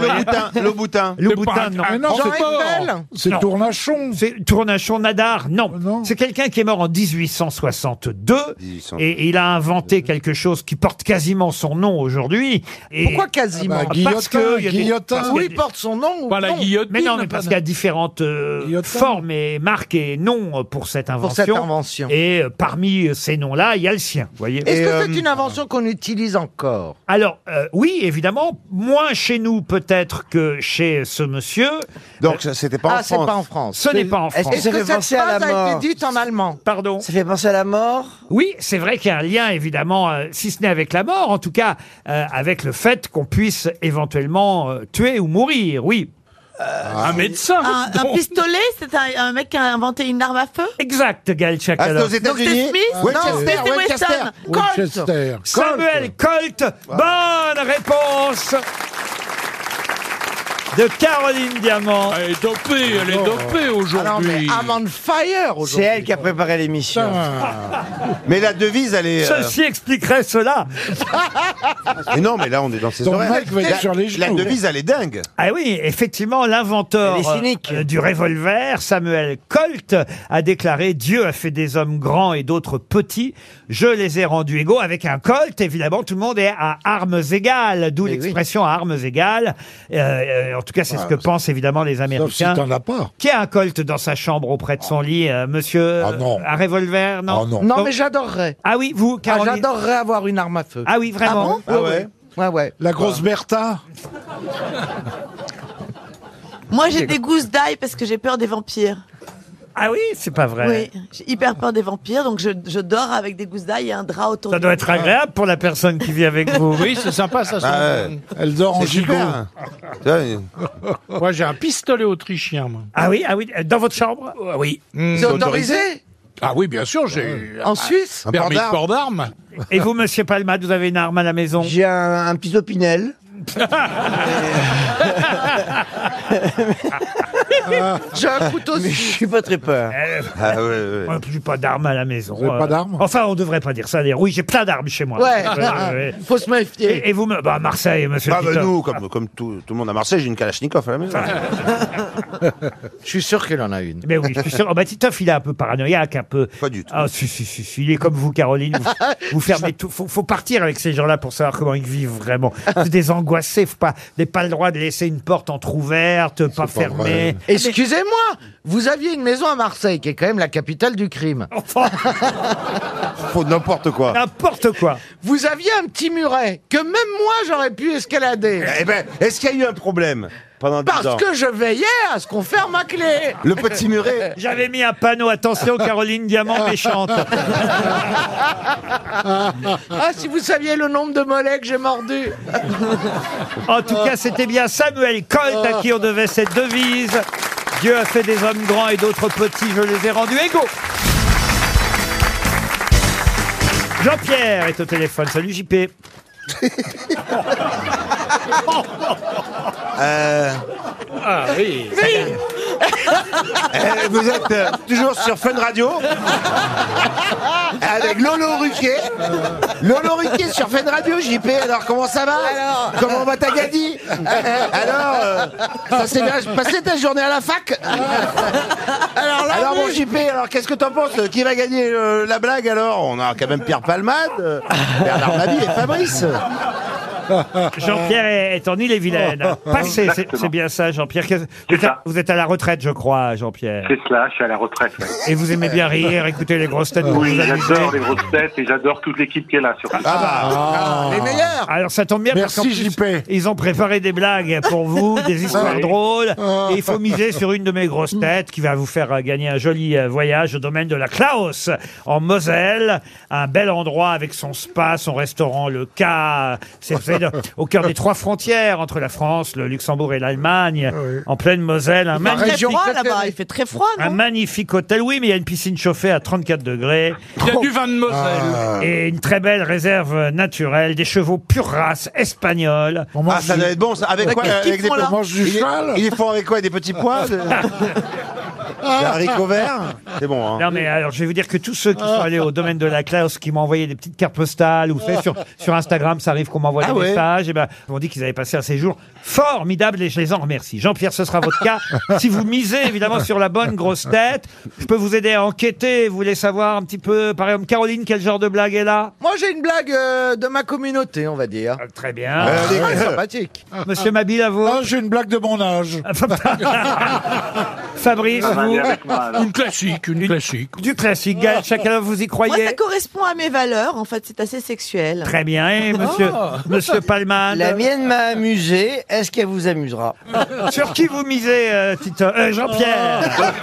[SPEAKER 10] le boutin, le boutin.
[SPEAKER 2] Le
[SPEAKER 10] C'est
[SPEAKER 2] boutin,
[SPEAKER 10] pas-
[SPEAKER 2] non.
[SPEAKER 10] Ah non, Jean c'est Ah, pas- Engel
[SPEAKER 4] c'est Tournachon.
[SPEAKER 2] C'est Tournachon Nadar, non. C'est quelqu'un qui est mort en 1862 et il a inventé quelque chose qui porte quasiment son nom aujourd'hui. Et-
[SPEAKER 8] Pourquoi quasiment
[SPEAKER 2] Ah bah, Parce que il y a des- parce qu'il y a
[SPEAKER 8] Oui,
[SPEAKER 2] des-
[SPEAKER 8] porte son nom. ou
[SPEAKER 2] Pas la
[SPEAKER 8] non.
[SPEAKER 2] guillotine, Mais non, mais parce qu'il y a différentes euh, formes et marques et noms pour cette invention.
[SPEAKER 8] cette invention.
[SPEAKER 2] Et euh, parmi euh, que ces noms-là, il y a le sien, vous voyez. euh,
[SPEAKER 8] Est-ce que c'est une invention qu'on utilise encore
[SPEAKER 2] Alors, euh, oui, évidemment, moins chez nous peut-être que chez ce monsieur.
[SPEAKER 10] Donc, ça, c'était pas en Ah, c'est France. pas en France.
[SPEAKER 2] Ce n'est pas en
[SPEAKER 10] Est-ce
[SPEAKER 2] France.
[SPEAKER 10] que ça Est-ce que fait cette penser à la phrase a été mort
[SPEAKER 8] dite en allemand
[SPEAKER 2] Pardon
[SPEAKER 5] Ça fait penser à la mort
[SPEAKER 2] Oui, c'est vrai qu'il y a un lien, évidemment, euh, si ce n'est avec la mort, en tout cas euh, avec le fait qu'on puisse éventuellement euh, tuer ou mourir, oui.
[SPEAKER 6] un médecin
[SPEAKER 7] Un, un pistolet, c'est un, un mec qui a inventé une arme à feu
[SPEAKER 2] Exact, Gaël Chakalov.
[SPEAKER 7] Ah, aux États-Unis Donc, c'est Smith Non, Winchester, c'était Wesson.
[SPEAKER 2] Winchester.
[SPEAKER 4] Winchester.
[SPEAKER 2] Colt. Samuel Colt. Bonne réponse de Caroline Diamant.
[SPEAKER 6] Elle est dopée, elle
[SPEAKER 7] Oh.
[SPEAKER 8] Oh.
[SPEAKER 6] est dopée aujourd'hui.
[SPEAKER 8] Ah I'm on fire aujourd'hui. Ah.
[SPEAKER 5] C'est elle qui a préparé l'émission.
[SPEAKER 10] Mais la devise, elle est. euh,
[SPEAKER 2] Ceci expliquerait cela.
[SPEAKER 10] mais non, mais là, on est dans ses
[SPEAKER 2] Ton
[SPEAKER 10] horaires.
[SPEAKER 2] mec va être
[SPEAKER 10] la,
[SPEAKER 2] sur les
[SPEAKER 10] la
[SPEAKER 2] genoux.
[SPEAKER 10] devise, elle est dingue.
[SPEAKER 2] Ah oui, effectivement, l'inventeur
[SPEAKER 10] Elle est cynique.
[SPEAKER 2] euh, du revolver, Samuel Colt, a déclaré Dieu a fait des hommes grands et d'autres petits. Je les ai rendus égaux. Avec un Colt, évidemment, tout le monde est à armes égales,
[SPEAKER 10] Eh
[SPEAKER 2] d'où l'expression à armes égales. Euh, euh, en tout cas, c'est ce que pensent évidemment les Américains.
[SPEAKER 4] Ah, si t'en as pas.
[SPEAKER 2] Qui a un Colt dans sa chambre auprès de son lit, euh, monsieur Un revolver, non
[SPEAKER 4] Ah non.
[SPEAKER 8] Non,
[SPEAKER 2] Donc-
[SPEAKER 8] mais j'adorerais.
[SPEAKER 2] Oh. Ah oui, vous,
[SPEAKER 8] Ah,
[SPEAKER 2] Caroline
[SPEAKER 8] J'adorerais avoir une arme à feu.
[SPEAKER 2] Ah oui, vraiment
[SPEAKER 8] Ah bon Ouais, ouais. ouais.
[SPEAKER 4] La grosse Bertha
[SPEAKER 7] Moi, j'ai des gousses d'ail parce que j'ai peur des vampires.
[SPEAKER 2] Ah oui, c'est pas vrai.
[SPEAKER 7] Oui, j'ai hyper peur des vampires, donc je, je dors avec des gousses d'ail et un drap autour
[SPEAKER 2] Ça
[SPEAKER 7] du
[SPEAKER 2] doit
[SPEAKER 7] cou.
[SPEAKER 2] être agréable pour la personne qui vit avec vous.
[SPEAKER 13] Oui, c'est sympa,
[SPEAKER 2] Bah,
[SPEAKER 13] ça.
[SPEAKER 10] Ah
[SPEAKER 6] Bah,
[SPEAKER 13] ça.
[SPEAKER 10] ouais.
[SPEAKER 4] Elle dort en
[SPEAKER 10] C'est
[SPEAKER 4] gigot.
[SPEAKER 10] super. Tu vois, une-
[SPEAKER 13] Moi, j'ai un pistolet autrichien, moi.
[SPEAKER 2] Ah oui, ah oui, dans votre chambre Hmm.
[SPEAKER 13] Ah oui.
[SPEAKER 8] C'est autorisé
[SPEAKER 6] Ah oui, bien sûr, j'ai.
[SPEAKER 8] En Suisse
[SPEAKER 6] un permis de port d'armes.
[SPEAKER 2] Et vous, monsieur Palmade, vous avez une arme à la maison
[SPEAKER 5] J'ai un, un petit opinel.
[SPEAKER 8] J'ai un couteau
[SPEAKER 5] Mais je suis pas très peur.
[SPEAKER 10] Ah ouais, ouais.
[SPEAKER 2] Eh, Moi, J'ai pas d'armes à la maison. Euh,
[SPEAKER 4] Vous avez pas d'armes
[SPEAKER 2] Enfin, on devrait pas dire ça. d'ailleurs. Oui, j'ai plein d'armes chez moi.
[SPEAKER 8] Ouais.
[SPEAKER 2] ouais.
[SPEAKER 8] Faut se méfier.
[SPEAKER 2] Et, et vous, me... bah, Marseille, monsieur.
[SPEAKER 10] Ah bah
[SPEAKER 2] Tito.
[SPEAKER 10] nous, comme, comme tout, tout le monde à Marseille, j'ai une Kalachnikov à la maison.
[SPEAKER 8] Je suis sûr qu'elle en a une.
[SPEAKER 2] Mais oui, je suis sûr. Oh, bah, Titoff, il est un peu paranoïaque, un peu.
[SPEAKER 10] Pas du tout.
[SPEAKER 2] Ah, si, si, si, si. Il est comme vous, Caroline. Vous, vous fermez tout. Faut, faut partir avec ces gens-là pour savoir comment ils vivent vraiment. C'est des angoissés. Faut pas, n'avez pas le droit de laisser une porte entrouverte, pas,
[SPEAKER 10] Ah,
[SPEAKER 2] fermée.
[SPEAKER 8] Excusez-moi, vous aviez une maison à Marseille, qui est quand même la capitale du crime.
[SPEAKER 2] Enfin,
[SPEAKER 10] Faut n'importe quoi.
[SPEAKER 2] n'importe quoi.
[SPEAKER 8] Vous aviez un petit muret que même moi j'aurais pu escalader.
[SPEAKER 10] Eh ben, est-ce qu'il y a eu un problème pendant 10
[SPEAKER 8] Parce
[SPEAKER 10] ans
[SPEAKER 8] que je veillais à ce qu'on ferme ma clé.
[SPEAKER 10] Le petit muret.
[SPEAKER 2] J'avais mis un panneau. Attention, Caroline Diamant méchante.
[SPEAKER 8] Ah, si vous saviez le nombre de mollets que j'ai mordus.
[SPEAKER 2] En tout cas, c'était bien Samuel Colt à qui on devait cette devise. Dieu a fait des hommes grands et d'autres petits, je les ai rendus égaux. Jean-Pierre est au téléphone. Salut JP.
[SPEAKER 10] Euh.
[SPEAKER 13] Ah oui.
[SPEAKER 10] Eh, vous êtes euh, toujours sur Fun Radio avec Lolo Ruquier. Lolo Ruquier sur Fun Radio, JP. Alors, comment ça va Comment va ta gadie Alors, euh, ça s'est bien passé ta journée à la fac Alors, bon, JP, alors qu'est-ce que t'en penses Qui va gagner euh, la blague alors On a quand même Pierre Palmade, euh, Bernard Mabie et Fabrice.
[SPEAKER 2] Jean-Pierre est- est en Île-et-Vilaine. Passé, c'est-
[SPEAKER 12] Exactement.
[SPEAKER 2] c'est bien ça, Jean-Pierre. Qu'est-ce- Vous, êtes à- vous êtes à la retraite, je crois, Jean-Pierre.
[SPEAKER 12] C'est cela, je suis à la retraite. ouais.
[SPEAKER 2] Et vous aimez bien rire, écouter les grosses têtes. vous
[SPEAKER 12] Oui,
[SPEAKER 2] vous
[SPEAKER 12] j'adore
[SPEAKER 2] amusez. Ah bah.
[SPEAKER 12] les grosses têtes et j'adore toute l'équipe qui est là, surtout.
[SPEAKER 8] Ah bah,
[SPEAKER 15] Ah.
[SPEAKER 8] Les meilleurs.
[SPEAKER 2] Alors ça tombe bien parce qu'en
[SPEAKER 4] Merci,
[SPEAKER 2] plus,
[SPEAKER 4] JP.
[SPEAKER 2] ils ont préparé des blagues pour vous, des histoires
[SPEAKER 12] Oui.
[SPEAKER 2] drôles. Et il faut miser sur une de mes grosses têtes qui va vous faire euh, gagner un joli euh, voyage au domaine de la Klaus en Moselle. Un bel endroit avec son spa, son restaurant, le K. C'est fait de- au cœur des trois frontières entre la France, le Luxembourg et l'Allemagne. En pleine Moselle, un
[SPEAKER 7] Il fait très
[SPEAKER 2] magnifique,
[SPEAKER 7] froid là-bas, il fait très froid,
[SPEAKER 2] un
[SPEAKER 7] non
[SPEAKER 2] magnifique hôtel. Oui, mais il y a une piscine chauffée à 34 degrés Ah.
[SPEAKER 6] Il y a du vin de Moselle.
[SPEAKER 2] et une très belle réserve naturelle, des chevaux pure race espagnols.
[SPEAKER 4] On
[SPEAKER 10] Ah,
[SPEAKER 4] mange
[SPEAKER 10] ça
[SPEAKER 4] du-
[SPEAKER 10] doit être bon, ça. Avec quoi euh,
[SPEAKER 7] Qu'est-ce qu'ils
[SPEAKER 10] Avec des
[SPEAKER 7] font, là
[SPEAKER 10] petits-
[SPEAKER 4] on mange du
[SPEAKER 10] Il est-
[SPEAKER 4] cheval
[SPEAKER 10] Ils font avec quoi Des petits pois de- Des haricots verts C'est bon, hein
[SPEAKER 2] Non mais alors je vais vous dire que tous ceux qui sont allés au domaine de la Klaus, qui m'ont envoyé des petites cartes postales ou vous savez, sur sur Instagram, ça arrive qu'on m'envoie
[SPEAKER 10] Ah
[SPEAKER 2] des
[SPEAKER 10] ouais.
[SPEAKER 2] messages et ben on dit qu'ils avaient passé un séjour formidable et je les en remercie. Jean-Pierre, ce sera votre cas si vous misez évidemment sur la bonne grosse tête. Je peux vous aider à enquêter, vous voulez savoir un petit peu par exemple Caroline quel genre de blague est là
[SPEAKER 8] Moi j'ai une blague euh, de ma communauté, on va dire.
[SPEAKER 2] Ah, Très bien.
[SPEAKER 10] Euh,
[SPEAKER 8] C'est sympathique.
[SPEAKER 2] Monsieur Mabille à vous.
[SPEAKER 4] Ah, j'ai une blague de mon âge.
[SPEAKER 2] Fabrice, vous vous.
[SPEAKER 15] Venez bah, avec moi, alors.
[SPEAKER 6] Une classique, une classique.
[SPEAKER 2] Du classique, Gaël Chakalov, vous y
[SPEAKER 7] Moi,
[SPEAKER 2] croyez
[SPEAKER 7] ça correspond à mes valeurs, en fait, c'est assez sexuel. Oh.
[SPEAKER 2] Très bien, et monsieur,
[SPEAKER 8] Ah.
[SPEAKER 2] monsieur Palman
[SPEAKER 5] La mienne m'a amusé, est-ce qu'elle vous amusera
[SPEAKER 2] Sur qui vous misez, euh, Tito Euh,
[SPEAKER 8] Ah.
[SPEAKER 2] Jean-Pierre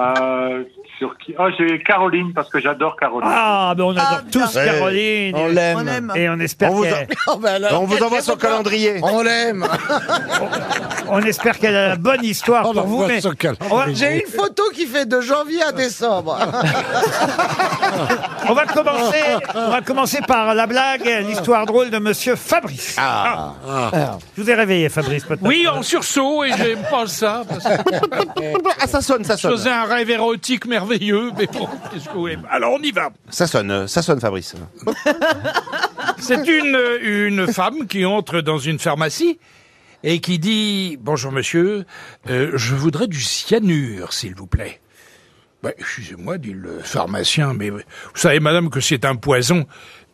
[SPEAKER 15] Euh, sur qui Oh, j'ai Caroline, parce que j'adore Caroline.
[SPEAKER 2] Ah, ben on adore tous
[SPEAKER 15] Ouais.
[SPEAKER 2] Caroline.
[SPEAKER 15] On
[SPEAKER 2] Et-
[SPEAKER 15] l'aime. On aime.
[SPEAKER 2] Et on espère
[SPEAKER 15] On vous
[SPEAKER 2] qu'elle
[SPEAKER 8] ben
[SPEAKER 15] On vous envoie
[SPEAKER 10] son calendrier.
[SPEAKER 5] On l'aime.
[SPEAKER 2] on espère qu'elle a la bonne histoire pour vous.
[SPEAKER 4] voit
[SPEAKER 2] mais-
[SPEAKER 4] son
[SPEAKER 2] on, va,
[SPEAKER 4] calendrier.
[SPEAKER 10] J'ai une photo qui fait de janvier à décembre.
[SPEAKER 2] on va commencer, on va commencer par la blague, l'histoire drôle de monsieur Fabrice. Ah.
[SPEAKER 6] Ah.
[SPEAKER 2] Je vous ai réveillé, Fabrice, peut-être.
[SPEAKER 6] Oui, en sursaut, et j'aime pas ça. Parce que...
[SPEAKER 10] Ah, ça sonne, ça
[SPEAKER 6] Je faisais
[SPEAKER 10] sonne.
[SPEAKER 6] un rêve érotique merveilleux, mais bon, qu'est-ce que vous voulez Alors, on y va.
[SPEAKER 10] Ça sonne, euh, ça sonne, Fabrice.
[SPEAKER 6] C'est une, une femme qui entre dans une pharmacie et qui dit Bonjour monsieur, euh, je voudrais du cyanure, s'il vous plaît. Bah, Excusez-moi, dit le pharmacien, mais vous savez, madame, que c'est un poison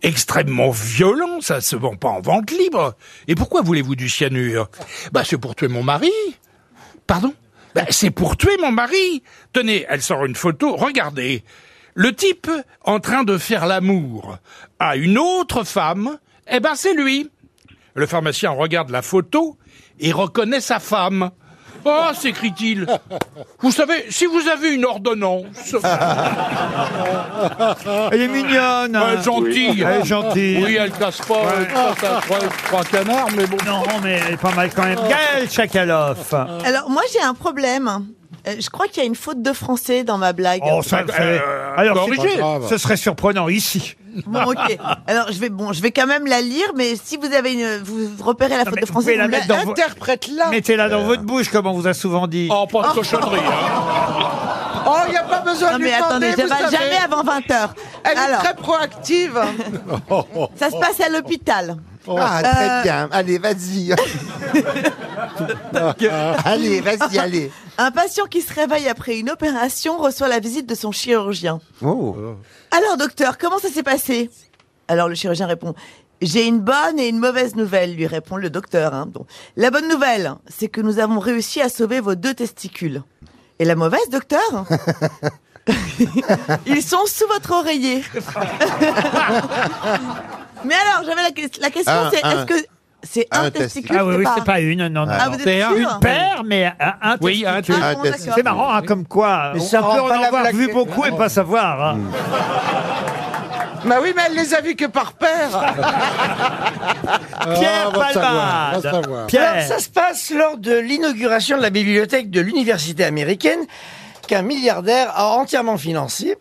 [SPEAKER 6] extrêmement violent, ça se vend pas en vente libre. Et pourquoi voulez-vous du cyanure Bah, c'est pour tuer mon mari. Pardon Ben, C'est pour tuer mon mari. Tenez, elle sort une photo, regardez. Le type en train de faire l'amour à une autre femme, eh ben c'est lui. Le pharmacien regarde la photo et reconnaît sa femme. Oh, s'écrie-t-il. Vous savez, si vous avez une ordonnance.
[SPEAKER 2] Elle est mignonne. hein.
[SPEAKER 6] Elle est gentille.
[SPEAKER 2] Elle est gentille.
[SPEAKER 6] Oui, elle casse pas euh, trois, trois- trois canards, mais bon.
[SPEAKER 2] Non, mais elle est pas mal quand même. Gaël Chakalov.
[SPEAKER 7] Alors, moi, j'ai un problème. Euh, Je crois qu'il y a une faute de français dans ma blague.
[SPEAKER 2] Oh,
[SPEAKER 10] Bah,
[SPEAKER 2] ça, vous savez.
[SPEAKER 10] euh,
[SPEAKER 2] alors,
[SPEAKER 6] corrigé.
[SPEAKER 2] c'est- ce serait surprenant ici.
[SPEAKER 7] Bon, ok. Alors, je vais, bon, je vais quand même la lire, mais si vous avez une, vous repérez la faute de français,
[SPEAKER 2] pouvez la
[SPEAKER 7] vous
[SPEAKER 2] mettre dans vo-
[SPEAKER 7] interprète-la.
[SPEAKER 2] Mettez-la dans votre bouche, comme on vous a souvent dit.
[SPEAKER 6] Oh, pas de cochonnerie, hein.
[SPEAKER 10] Oh, il n'y a pas besoin
[SPEAKER 7] Non,
[SPEAKER 10] de lui
[SPEAKER 7] mais
[SPEAKER 10] demander,
[SPEAKER 7] attendez, ça
[SPEAKER 10] vous
[SPEAKER 7] va
[SPEAKER 10] savez.
[SPEAKER 7] jamais avant 20h.
[SPEAKER 10] Elle
[SPEAKER 7] Alors,
[SPEAKER 10] est très proactive.
[SPEAKER 7] ça se passe à l'hôpital.
[SPEAKER 10] Ah,
[SPEAKER 7] Euh,
[SPEAKER 10] très bien. Allez, vas-y. allez, vas-y, allez.
[SPEAKER 7] Un patient qui se réveille après une opération reçoit la visite de son chirurgien.
[SPEAKER 10] Oh.
[SPEAKER 7] Alors, docteur, comment ça s'est passé Alors, le chirurgien répond J'ai une bonne et une mauvaise nouvelle, lui répond le docteur. hein. Bon. La bonne nouvelle, c'est que nous avons réussi à sauver vos deux testicules. Et la mauvaise, docteur Ils sont sous votre oreiller. Mais alors, j'avais la, que- la question
[SPEAKER 2] Un,
[SPEAKER 7] c'est
[SPEAKER 2] un.
[SPEAKER 7] est-ce que c'est un,
[SPEAKER 2] Un
[SPEAKER 7] testicule
[SPEAKER 2] Ah oui, oui, c'est pas une, non, non.
[SPEAKER 7] Ah,
[SPEAKER 2] non.
[SPEAKER 7] vous êtes sûr
[SPEAKER 2] une paire, mais un, un
[SPEAKER 6] Oui, un
[SPEAKER 2] testicule.
[SPEAKER 6] testicule. Ah, bon, d'accord.
[SPEAKER 2] C'est marrant, hein, comme quoi,
[SPEAKER 10] Mais
[SPEAKER 2] on,
[SPEAKER 10] ça
[SPEAKER 2] on
[SPEAKER 10] rend
[SPEAKER 2] peut en
[SPEAKER 10] pas la
[SPEAKER 2] avoir
[SPEAKER 10] blague-
[SPEAKER 2] vu beaucoup et pas savoir. hein.
[SPEAKER 10] Bah oui, mais elle les a vus que par paire. Ah, va
[SPEAKER 2] Pierre Palmade.
[SPEAKER 10] savoir, va savoir.
[SPEAKER 2] Pierre.
[SPEAKER 5] Alors, ça se passe lors de l'inauguration de la bibliothèque de l'université américaine qu'un milliardaire a entièrement financée.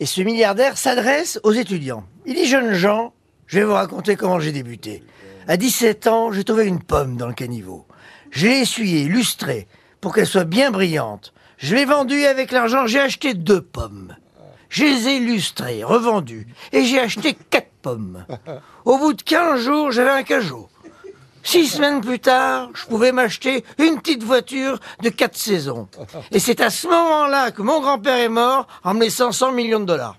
[SPEAKER 5] Et ce milliardaire s'adresse aux étudiants. Il dit Jeunes gens, je vais vous raconter comment j'ai débuté. À 17 ans, j'ai trouvé une pomme dans le caniveau. Je l'ai essuyée, lustrée, pour qu'elle soit bien brillante. Je l'ai vendue et avec l'argent, j'ai acheté deux pommes. Je les ai lustrées, revendues, et j'ai acheté quatre pommes. Au bout de 15 jours, j'avais un cajot. Six semaines plus tard, je pouvais m'acheter une petite voiture de quatre saisons. Et c'est à ce moment-là que mon grand-père est mort en me laissant 100 millions de dollars.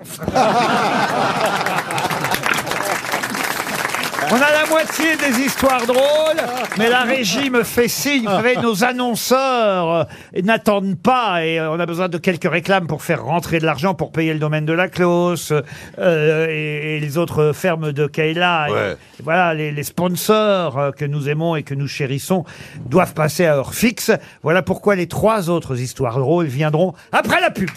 [SPEAKER 2] On a la moitié des histoires drôles, Oh mais la régie me fait signe. Vous savez, nos annonceurs euh, n'attendent pas et euh, on a besoin de quelques réclames pour faire rentrer de l'argent pour payer le domaine de la Clos euh, euh, et, et les autres fermes de Kayla. Et
[SPEAKER 3] Ouais.
[SPEAKER 2] voilà, les, les sponsors euh, que nous aimons et que nous chérissons doivent passer à heure fixe. Voilà pourquoi les trois autres histoires drôles viendront après la pub.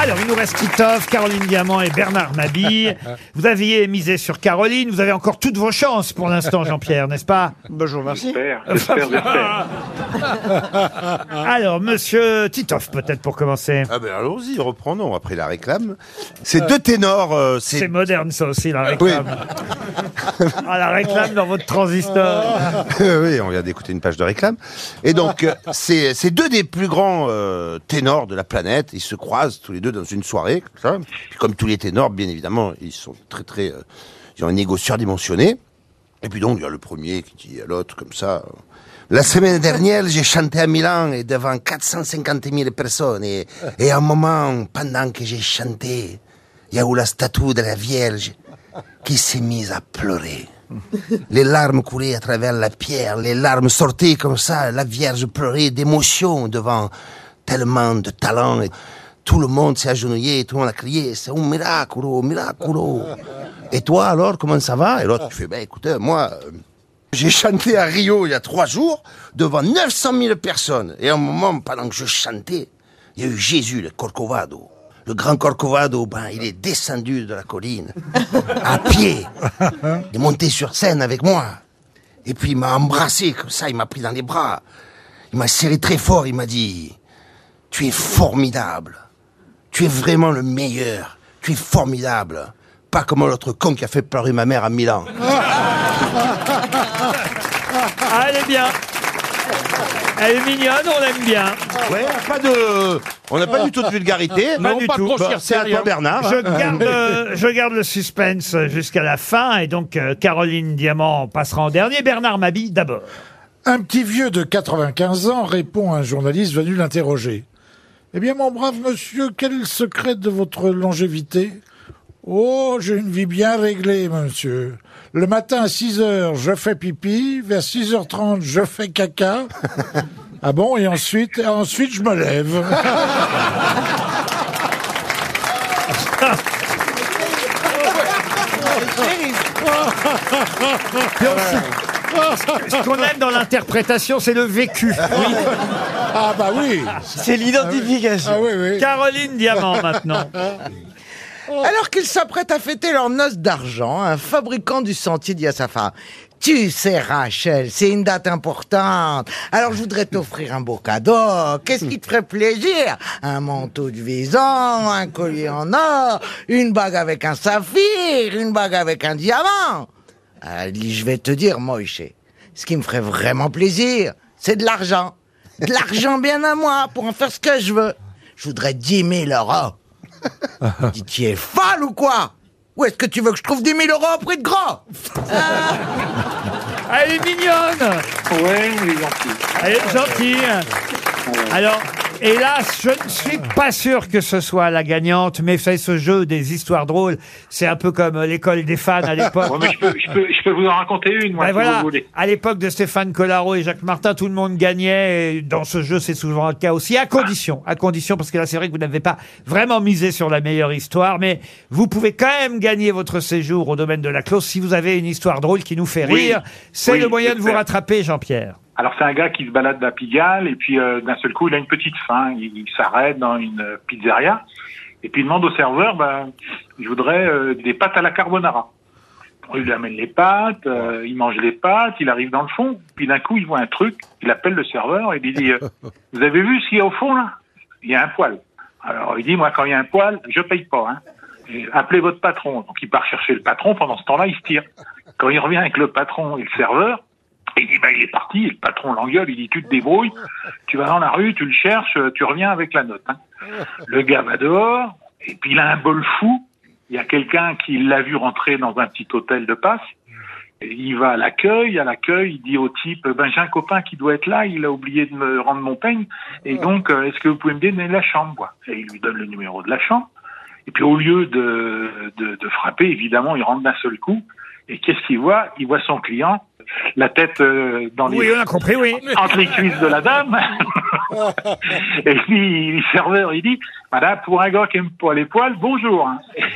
[SPEAKER 2] Alors, il nous reste Titoff, Caroline Diamant et Bernard Mabille. vous aviez misé sur Caroline. Vous avez encore toutes vos chances pour l'instant, Jean-Pierre, n'est-ce pas
[SPEAKER 5] Bonjour, merci.
[SPEAKER 15] J'espère, j'espère,
[SPEAKER 8] Ah,
[SPEAKER 15] j'espère.
[SPEAKER 2] Alors, monsieur Titoff, peut-être pour commencer.
[SPEAKER 3] Ah ben allons-y, reprenons après la réclame. C'est deux ténors, euh, c'est...
[SPEAKER 2] C'est moderne, ça aussi, la réclame. Ah, la réclame dans votre transistor.
[SPEAKER 3] Euh, oui, on vient d'écouter une page de réclame. Et donc, euh, c'est c'est deux des plus grands euh, ténors de la planète. Ils se croisent tous les deux dans une soirée, comme ça. Puis comme tous les ténors, bien évidemment, ils sont très, très... euh, ils ont un égo surdimensionné. Et puis donc, il y a le premier qui dit à l'autre, comme ça... euh, La semaine dernière, j'ai chanté à Milan et devant 450 000 personnes. Et, et à un moment, pendant que j'ai chanté, il y a eu la statue de la Vierge qui s'est mise à pleurer. Les larmes coulaient à travers la pierre, les larmes sortaient comme ça, la Vierge pleurait d'émotion devant tellement de talent. Et tout le monde s'est agenouillé, tout le monde a crié, c'est un miracle, un miracle. Et toi alors, comment ça va Et l'autre, tu fais, ben écoutez, moi, euh, j'ai chanté à Rio il y a trois jours devant 900 000 personnes. Et à un moment, pendant que je chantais, il y a eu Jésus, le Corcovado. Le grand Corcovado, ben, il est descendu de la colline à pied. Il est monté sur scène avec moi. Et puis il m'a embrassé comme ça, il m'a pris dans les bras. Il m'a serré très fort, il m'a dit Tu es formidable. Tu es vraiment le meilleur. Tu es formidable. Pas comme l'autre con qui a fait pleurer ma mère à Milan.
[SPEAKER 2] Ah, elle est bien. Elle est mignonne, on l'aime bien.
[SPEAKER 10] Ouais, pas de, on n'a pas du tout de vulgarité.
[SPEAKER 2] Pas du tout.
[SPEAKER 10] Bah, c'est à toi, Bernard.
[SPEAKER 2] Je
[SPEAKER 10] hein.
[SPEAKER 2] garde, euh, je garde le suspense jusqu'à la fin. Et donc, euh, Caroline Diamant passera en dernier. Bernard Mabille d'abord.
[SPEAKER 4] Un petit vieux de 95 ans répond à un journaliste venu l'interroger. Eh bien, mon brave monsieur, quel est le secret de votre longévité Oh, j'ai une vie bien réglée, monsieur. Le matin à 6 heures, je fais pipi. Vers 6h30, je fais caca. Ah bon, et ensuite, et ensuite, je me lève.
[SPEAKER 2] Ce qu'on aime dans l'interprétation, c'est le vécu.
[SPEAKER 4] Ah bah oui.
[SPEAKER 11] C'est l'identification.
[SPEAKER 4] Ah oui, oui.
[SPEAKER 2] Caroline Diamant maintenant.
[SPEAKER 8] Alors qu'ils s'apprêtent à fêter leur noce d'argent, un fabricant du sentier dit à sa femme Tu sais, Rachel, c'est une date importante. Alors je voudrais t'offrir un beau cadeau. Qu'est-ce qui te ferait plaisir Un manteau de Visan, un collier en or, une bague avec un saphir, une bague avec un diamant. Elle dit Je vais te dire, Moïse, ce qui me ferait vraiment plaisir, c'est de l'argent. De l'argent bien à moi pour en faire ce que je veux. Je voudrais 10 000 euros. Il dit, tu es folle ou quoi Où est-ce que tu veux que je trouve 10 000 euros au prix de gros Ah,
[SPEAKER 2] Elle est mignonne.
[SPEAKER 15] Ouais, il est gentil.
[SPEAKER 2] Elle est gentille. Alors, hélas, je ne suis pas sûr que ce soit la gagnante, mais c'est ce jeu des histoires drôles. C'est un peu comme l'école des fans à l'époque.
[SPEAKER 15] Ouais, mais je, peux, je, peux, je peux vous en raconter une, moi,
[SPEAKER 2] Ben
[SPEAKER 15] si
[SPEAKER 2] voilà,
[SPEAKER 15] vous voulez.
[SPEAKER 2] à l'époque de Stéphane Collaro et Jacques Martin, tout le monde gagnait. Et dans ce jeu, c'est souvent le cas aussi, à condition, à condition, parce que là, c'est vrai que vous n'avez pas vraiment misé sur la meilleure histoire, mais vous pouvez quand même gagner votre séjour au domaine de la Close si vous avez une histoire drôle qui nous fait
[SPEAKER 15] Oui.
[SPEAKER 2] rire. C'est
[SPEAKER 15] Oui,
[SPEAKER 2] le moyen de vous
[SPEAKER 15] j'espère.
[SPEAKER 2] rattraper, Jean-Pierre.
[SPEAKER 15] Alors c'est un gars qui se balade à Pigalle et puis euh, d'un seul coup il a une petite faim, il, il s'arrête dans une euh, pizzeria et puis il demande au serveur, ben, je voudrais euh, des pâtes à la carbonara. Bon, Il lui amène les pâtes, euh, il mange les pâtes, il arrive dans le fond, puis d'un coup il voit un truc, il appelle le serveur et il lui dit, euh, vous avez vu ce qu'il y a au fond là Il y a un poil. Alors il dit, moi quand il y a un poil, je paye pas. Hein. Et Appelez votre patron. Donc il part chercher le patron, pendant ce temps-là il se tire. Quand il revient avec le patron et le serveur, et il dit, bah, il est parti, et le patron l'engueule, il dit, tu te débrouilles, tu vas dans la rue, tu le cherches, euh, tu reviens avec la note. hein. Le gars va dehors, et puis il a un bol fou, il y a quelqu'un qui l'a vu rentrer dans un petit hôtel de passe, Et il va à l'accueil, à l'accueil, il dit au type, ben, j'ai un copain qui doit être là, il a oublié de me rendre mon peigne, et donc, euh, est-ce que vous pouvez me donner la chambre quoi Et il lui donne le numéro de la chambre, et puis au lieu de, de, de frapper, évidemment, il rentre d'un seul coup, et qu'est-ce qu'il voit Il voit son client, la tête euh, dans les
[SPEAKER 2] Oui, on a compris, oui.
[SPEAKER 15] entre les cuisses de la dame. et puis, le serveur, il dit, Madame, pour un gars qui aime pas les poils, bonjour.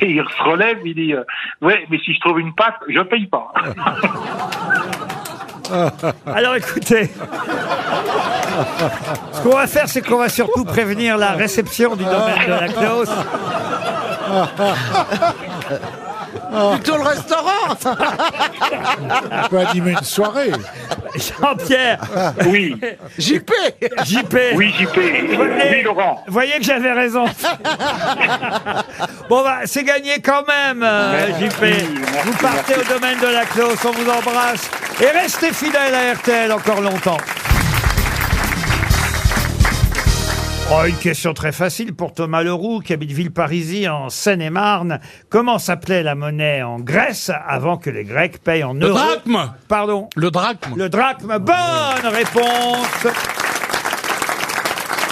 [SPEAKER 15] Et il se relève, il dit, euh, ouais, mais si je trouve une pâte, je paye pas.
[SPEAKER 2] Alors écoutez, ce qu'on va faire, c'est qu'on va surtout prévenir la réception du domaine de la Close.
[SPEAKER 8] Plutôt le restaurant
[SPEAKER 4] On peut animer une soirée.
[SPEAKER 2] Jean-Pierre,
[SPEAKER 15] oui,
[SPEAKER 8] JP
[SPEAKER 2] JP.
[SPEAKER 15] oui, JP. Oui, Laurent.
[SPEAKER 2] Voyez que j'avais raison. bon, bah, c'est gagné quand même, euh,
[SPEAKER 15] Merci,
[SPEAKER 2] JP.
[SPEAKER 15] merci,
[SPEAKER 2] vous partez au domaine de la clause, on vous embrasse. Et restez fidèles à RTL encore longtemps. Oh, une question très facile pour Thomas Leroux, qui habite Villeparisis, en Seine-et-Marne. Comment s'appelait la monnaie en Grèce avant que les Grecs payent en
[SPEAKER 6] Le
[SPEAKER 2] euros
[SPEAKER 6] drachme
[SPEAKER 2] Pardon
[SPEAKER 6] Le drachme
[SPEAKER 2] le drachme, bonne réponse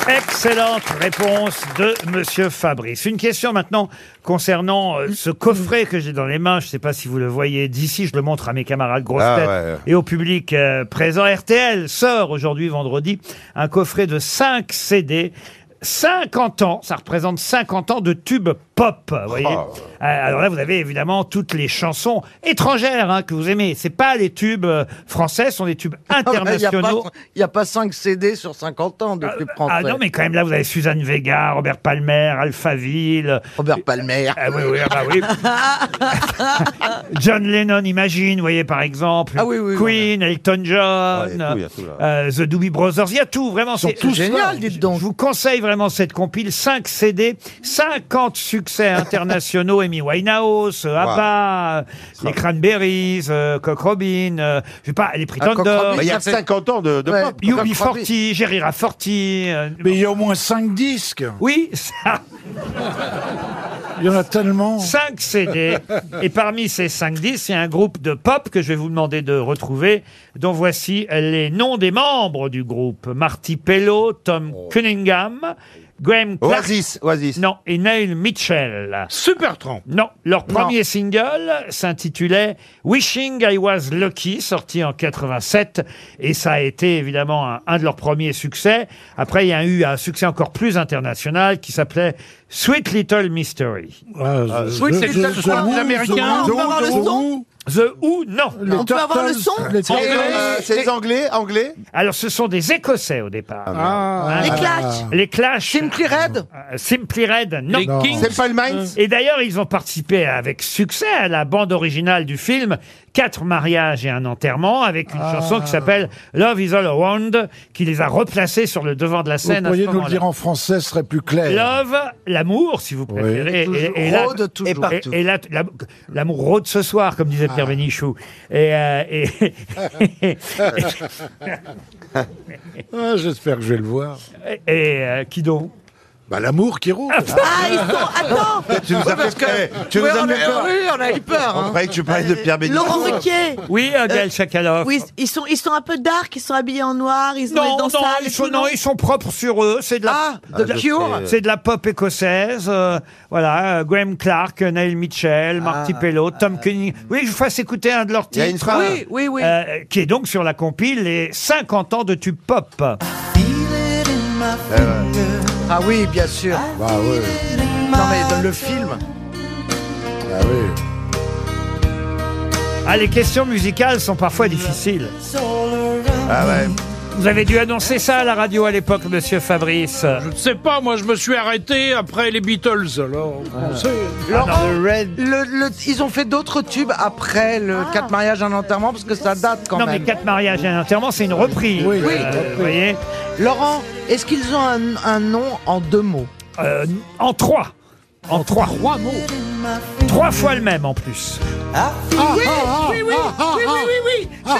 [SPEAKER 2] Excellente réponse de Monsieur Fabrice. Une question maintenant concernant euh, ce coffret que j'ai dans les mains. Je ne sais pas si vous le voyez d'ici. Je le montre à mes camarades grosses
[SPEAKER 3] Ah,
[SPEAKER 2] têtes
[SPEAKER 3] ouais, ouais.
[SPEAKER 2] et au public euh, présent. RTL sort aujourd'hui, vendredi, un coffret de 5 CD. 50 ans, ça représente 50 ans de tubes pop, vous voyez.
[SPEAKER 3] Ah.
[SPEAKER 2] Euh, Alors là, vous avez évidemment toutes les chansons étrangères hein, que vous aimez. C'est pas les tubes euh, français, ce sont des tubes internationaux.
[SPEAKER 8] Il n'y a, pas 5 CD sur 50 ans de plus
[SPEAKER 2] Ah non, mais quand même, là, vous avez Suzanne Vega, Robert Palmer, Alphaville. Robert Palmer. Ah oui, oui, ah bah oui. John Lennon, imagine, vous voyez, par exemple.
[SPEAKER 8] Ah oui, oui,
[SPEAKER 2] Queen, Elton John,
[SPEAKER 8] Ouais, il y a tout, il y a tout, là.
[SPEAKER 2] euh, The Doobie Brothers, il y a tout, vraiment.
[SPEAKER 8] sont
[SPEAKER 2] C'est
[SPEAKER 8] tous là.
[SPEAKER 2] dites donc. Je vous conseille vraiment cette compile. 5 CD, 50 succès internationaux. Amy Winehouse, euh, ABBA, euh, les Cranberries, euh, Cock Robin, euh, je sais pas, les Pretenders.
[SPEAKER 3] Bah, il y a 50 ans de, de pop.
[SPEAKER 2] UB40, Jerry Rafforti. Mais il y a au moins 5 disques. euh, Oui, ça. Il y en a tellement. 5 CD. Et parmi ces 5 disques, il y a un groupe de pop que je vais vous demander de retrouver, dont voici les noms des membres du groupe. Marty Pello, Tom Cunningham, Graham Clark.
[SPEAKER 3] Oh. Oasis, Oasis.
[SPEAKER 2] Non, et Neil Mitchell.
[SPEAKER 13] Supertramp.
[SPEAKER 2] Non, leur premier single s'intitulait Wishing I Was Lucky, sorti en 87, et ça a été évidemment un, un de leurs premiers succès. Après, il y a eu un succès encore plus international qui s'appelait Sweet Little Mystery.
[SPEAKER 3] Ah,
[SPEAKER 13] Sweet je- Little je- Mystery, The Who, américain. The Who, On peut avoir le The son
[SPEAKER 2] The Who, non.
[SPEAKER 13] Les On peut avoir le son Turtles, les Turtles.
[SPEAKER 3] Euh, c'est les
[SPEAKER 2] Anglais, Anglais. Alors, ce sont des Écossais au départ.
[SPEAKER 3] Ah. Les Clash.
[SPEAKER 2] Les Clash. Simply Red. Simply Red, non.
[SPEAKER 3] Les Non. Kings. C'est pas le Mainz.
[SPEAKER 2] Et d'ailleurs, ils ont participé avec succès à la bande originale du film Quatre mariages et un enterrement avec une chanson qui s'appelle Love is All Around qui les a replacés sur le devant de la
[SPEAKER 4] Vous
[SPEAKER 2] scène. à ce
[SPEAKER 4] pourriez nous le
[SPEAKER 2] moment-là.
[SPEAKER 4] dire en français, ce serait plus clair.
[SPEAKER 2] Love, l'amour, si vous préférez.
[SPEAKER 4] Oui.
[SPEAKER 2] Et,
[SPEAKER 4] Toujours.
[SPEAKER 2] la-
[SPEAKER 4] Rôde toujours.
[SPEAKER 2] et partout. Et, et la- la- l'amour rôde ce soir, comme disait Pierre Bénichou. Et, euh, et- et-
[SPEAKER 4] Ah, J'espère que je vais le voir.
[SPEAKER 2] et, euh, qui donc
[SPEAKER 4] bah, L'amour qui roule.
[SPEAKER 7] Ah, ils sont. Attends Oh,
[SPEAKER 3] Tu nous as fait peur. Tu nous as fait peur.
[SPEAKER 7] on a eu peur.
[SPEAKER 3] Eh
[SPEAKER 7] hein. Euh,
[SPEAKER 3] On croyait que tu parlais de Pierre Bénichou.
[SPEAKER 7] Laurent Ruquier
[SPEAKER 2] euh,
[SPEAKER 7] Euh,
[SPEAKER 2] Oui, euh, Adèle Chakalov.
[SPEAKER 7] Oui, ils sont, ils sont un peu dark, ils sont habillés en noir, ils ont
[SPEAKER 2] Non,
[SPEAKER 7] les dents
[SPEAKER 2] non,
[SPEAKER 7] sales.
[SPEAKER 2] ils sont, non, ils sont propres sur eux. C'est de la,
[SPEAKER 7] Ah, The
[SPEAKER 2] de la-
[SPEAKER 7] Cure.
[SPEAKER 2] C'est de la pop écossaise. euh, voilà, euh, Graham Clark, euh, Neil Mitchell, Marty Pello, Tom Cunning. Oui, je vous fasse écouter un de leurs
[SPEAKER 3] Il y
[SPEAKER 2] titres.
[SPEAKER 3] a une phrase.
[SPEAKER 2] euh,
[SPEAKER 3] Oui, oui, oui.
[SPEAKER 2] euh, qui est donc sur la compile les 50 ans de tube pop.
[SPEAKER 8] Ah oui, bien sûr.
[SPEAKER 4] Bah oui.
[SPEAKER 8] Non, mais dans le film.
[SPEAKER 4] Bah oui.
[SPEAKER 2] Ah, les questions musicales sont parfois difficiles.
[SPEAKER 3] Ah ouais.
[SPEAKER 2] Vous avez dû annoncer ça à la radio à l'époque, monsieur Fabrice.
[SPEAKER 6] Je sais pas, moi je me suis arrêté après les Beatles, alors. on sait.
[SPEAKER 2] Ah,
[SPEAKER 8] Laurent, le- le- ils ont fait d'autres tubes après le 4 mariages, un enterrement, parce que ça date quand
[SPEAKER 2] Ah. non,
[SPEAKER 8] même.
[SPEAKER 2] mais quatre mariages et un enterrement, c'est une reprise.
[SPEAKER 8] Oui,
[SPEAKER 2] Euh,
[SPEAKER 8] oui.
[SPEAKER 2] vous voyez
[SPEAKER 8] Laurent, est-ce qu'ils ont un, un nom en deux mots
[SPEAKER 2] Euh, En trois. En trois. Trois mots. Trois fois le même en plus.
[SPEAKER 4] Ah.
[SPEAKER 8] oui, oui, oui, oui, oui, oui, oui.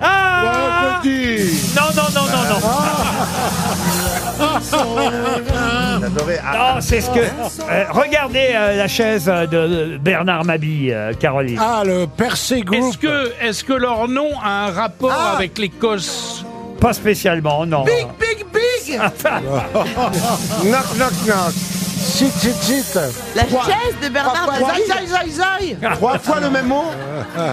[SPEAKER 2] Ah Non, non, non, non, non.
[SPEAKER 8] Ah,
[SPEAKER 3] J'adorais. Ah.
[SPEAKER 2] Non, c'est ce que. euh, regardez euh, la chaise euh, de de Bernard Mabille, euh, Caroline.
[SPEAKER 4] Ah, le Percé Group.
[SPEAKER 6] Est-ce que, est-ce que leur nom a un rapport
[SPEAKER 8] Ah.
[SPEAKER 6] avec l'Écosse
[SPEAKER 2] Pas spécialement, non. Ah.
[SPEAKER 8] Big, big, big ah,
[SPEAKER 4] Knock, knock, knock. Chit, chit, chit.
[SPEAKER 7] La chaise de Bernard
[SPEAKER 8] Zaï,
[SPEAKER 7] Mabille.
[SPEAKER 8] zaï, zaï, zaï
[SPEAKER 3] Trois fois le même mot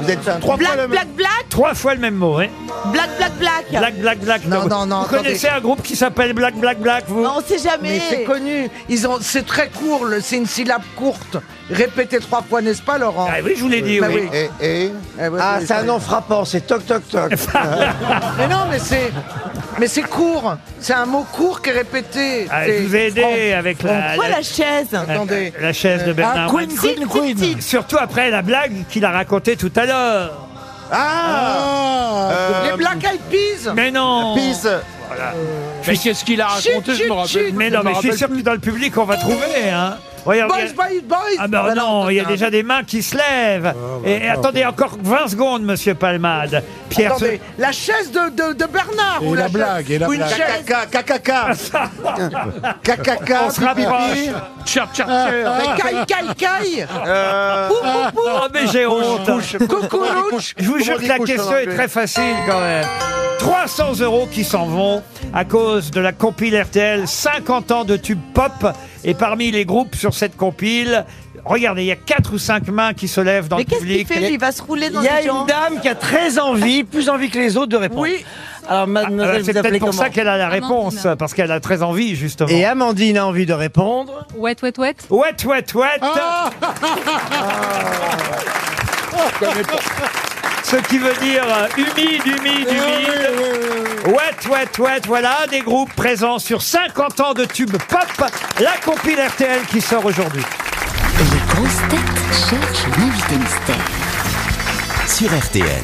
[SPEAKER 3] Vous êtes trois fois le
[SPEAKER 7] Black,
[SPEAKER 3] même
[SPEAKER 7] black, black,
[SPEAKER 2] Trois fois le même mot, hein.
[SPEAKER 7] black, black, black.
[SPEAKER 2] Black, black, black.
[SPEAKER 8] Non, non, non,
[SPEAKER 2] Vous
[SPEAKER 8] attendez.
[SPEAKER 2] connaissez un groupe qui s'appelle Black, black, black, vous
[SPEAKER 7] Non, on sait jamais.
[SPEAKER 8] Mais c'est connu, ils ont, c'est très court, le- c'est une syllabe courte. Répétez trois fois, n'est-ce pas, Laurent
[SPEAKER 2] Ah oui, je vous l'ai dit,
[SPEAKER 8] Bah
[SPEAKER 2] oui.
[SPEAKER 8] oui.
[SPEAKER 3] Et, et...
[SPEAKER 8] Eh oui,
[SPEAKER 5] Ah,
[SPEAKER 8] oui,
[SPEAKER 5] c'est un
[SPEAKER 8] oui.
[SPEAKER 5] nom frappant, c'est toc toc toc.
[SPEAKER 8] Mais non, mais c'est, mais c'est court. C'est un mot court qui est répété.
[SPEAKER 2] Ah, je
[SPEAKER 8] C'est
[SPEAKER 2] vous ai aidé
[SPEAKER 8] Franck.
[SPEAKER 2] avec la,
[SPEAKER 7] Pourquoi
[SPEAKER 2] la-
[SPEAKER 7] la chaise
[SPEAKER 8] Attendez.
[SPEAKER 2] la chaise de
[SPEAKER 4] Ah,
[SPEAKER 2] Bernard
[SPEAKER 4] Queen,
[SPEAKER 2] Mabille.
[SPEAKER 4] Queen, Queen.
[SPEAKER 2] Surtout après la blague qu'il a racontée tout à l'heure.
[SPEAKER 3] Ah
[SPEAKER 4] Ah,
[SPEAKER 3] Euh,
[SPEAKER 8] Les Black Eyed Peas.
[SPEAKER 2] Mais non
[SPEAKER 3] Peace.
[SPEAKER 6] Mais qu'est-ce qu'il a raconté Je me rappelle.
[SPEAKER 2] Mais
[SPEAKER 6] je
[SPEAKER 2] non,
[SPEAKER 6] me
[SPEAKER 2] mais je suis
[SPEAKER 6] rappelle
[SPEAKER 2] sûr que dans le public, on va trouver, hein. Voyons,
[SPEAKER 10] Boys,
[SPEAKER 2] il y a-
[SPEAKER 10] boys, boys
[SPEAKER 2] Ah ben
[SPEAKER 10] Voilà,
[SPEAKER 2] non, il y a
[SPEAKER 10] putain.
[SPEAKER 2] déjà des mains qui se lèvent.
[SPEAKER 10] bah,
[SPEAKER 2] et, et
[SPEAKER 10] attends.
[SPEAKER 2] attendez encore 20 secondes, monsieur Palmade. Pierre,
[SPEAKER 10] Attendez, la chaise de, de, de Bernard ou la blague, et la une
[SPEAKER 2] blague.
[SPEAKER 10] chaise cacaca cacaca
[SPEAKER 2] On se rapproche.
[SPEAKER 8] Ah.
[SPEAKER 6] Tchar, tchar,
[SPEAKER 10] Mais caille caille caille
[SPEAKER 3] Euh.
[SPEAKER 10] Pou, pou, pou.
[SPEAKER 3] Ah,
[SPEAKER 2] Oh, mais j'ai honte.
[SPEAKER 10] Coucoulouche.
[SPEAKER 2] Je vous jure que la question est très facile quand même. 300 euros qui s'en vont à cause de la compile RTL 50 ans de tube pop. Et parmi les groupes sur cette compile, regardez, il y a 4 ou 5 mains qui se lèvent dans
[SPEAKER 7] Mais
[SPEAKER 2] le
[SPEAKER 7] qu'est-ce qu'il
[SPEAKER 2] public.
[SPEAKER 7] fait lui Il va se rouler dans
[SPEAKER 5] Il y a
[SPEAKER 7] les gens. Ah,
[SPEAKER 5] une dame qui a très envie, plus envie que les autres, de répondre. Oui. Alors,
[SPEAKER 2] Ah,
[SPEAKER 5] mademoiselle,
[SPEAKER 2] C'est
[SPEAKER 5] vous
[SPEAKER 2] peut-être
[SPEAKER 5] appelez
[SPEAKER 2] pour ça
[SPEAKER 5] comment
[SPEAKER 2] qu'elle a la réponse, parce qu'elle a très envie, justement.
[SPEAKER 5] Et Amandine a envie de répondre.
[SPEAKER 16] Ouette, ouette, ouette.
[SPEAKER 2] Ouette, ouette, ouette.
[SPEAKER 7] Oh
[SPEAKER 11] Ah.
[SPEAKER 2] Ce qui veut dire euh, humide, humide, humide. Ouette, ouette, ouette. Voilà, un des groupes présents sur 50 ans de tube pop. La compile RTL qui sort aujourd'hui.
[SPEAKER 9] Les grosses têtes cherchent l'invité mystère.
[SPEAKER 1] Sur RTL.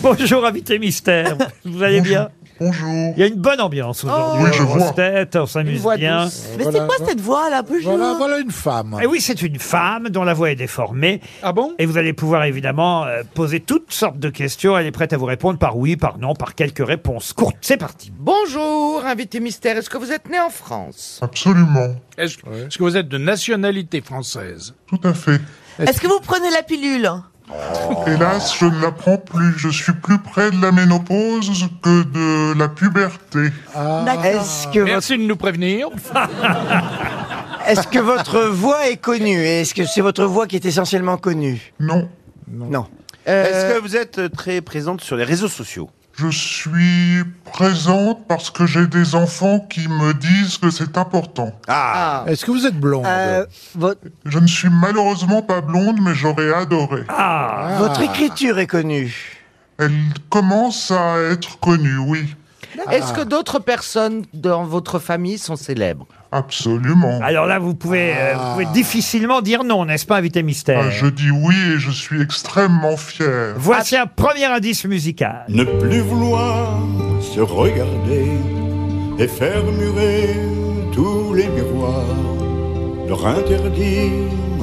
[SPEAKER 2] Bonjour, invité mystère. Vous allez bien Bonjour. Il y a une bonne ambiance aujourd'hui.
[SPEAKER 13] Oui, je
[SPEAKER 2] aux grosses
[SPEAKER 13] vois.
[SPEAKER 2] têtes, on s'amuse bien.
[SPEAKER 7] Mais c'est quoi cette voix là Bonjour.
[SPEAKER 4] Voilà, voilà une femme.
[SPEAKER 2] Et Eh oui, c'est une femme dont la voix est déformée.
[SPEAKER 6] Ah bon
[SPEAKER 2] Et vous allez pouvoir évidemment euh, poser toutes sortes de questions. Elle est prête à vous répondre par oui, par non, par quelques réponses courtes. C'est parti.
[SPEAKER 8] Bonjour, invité mystère. Est-ce que vous êtes né en France
[SPEAKER 6] Absolument. Est-ce est-ce que vous êtes de nationalité française
[SPEAKER 13] Tout à fait. Oh.
[SPEAKER 7] Est-ce que vous prenez la pilule
[SPEAKER 13] Hélas, je ne la prends plus. Je suis plus près de la ménopause que de la puberté.
[SPEAKER 7] D'accord. Est-ce
[SPEAKER 5] que
[SPEAKER 6] Merci de nous prévenir.
[SPEAKER 5] Est-ce que votre voix est connue Et Est-ce que c'est votre voix qui est essentiellement connue
[SPEAKER 13] Non.
[SPEAKER 5] Non.
[SPEAKER 3] Est-ce que vous êtes euh, très présente sur les réseaux sociaux
[SPEAKER 13] Je suis présente parce que j'ai des enfants qui me disent que c'est important.
[SPEAKER 3] Ah.
[SPEAKER 4] Est-ce que vous êtes blonde
[SPEAKER 13] Je ne suis malheureusement pas blonde, mais j'aurais adoré.
[SPEAKER 2] Ah.
[SPEAKER 5] Votre écriture est connue
[SPEAKER 13] Elle commence à être connue, oui.
[SPEAKER 2] Ah.
[SPEAKER 8] Est-ce que d'autres personnes dans votre famille sont célèbres
[SPEAKER 13] Absolument.
[SPEAKER 2] Alors là, vous pouvez, euh, vous pouvez difficilement dire non, n'est-ce pas, invité mystère
[SPEAKER 13] Ah, je dis oui et je suis extrêmement fier.
[SPEAKER 2] Voici un premier indice musical.
[SPEAKER 17] Ne plus vouloir se regarder et faire murer tous les miroirs, leur interdire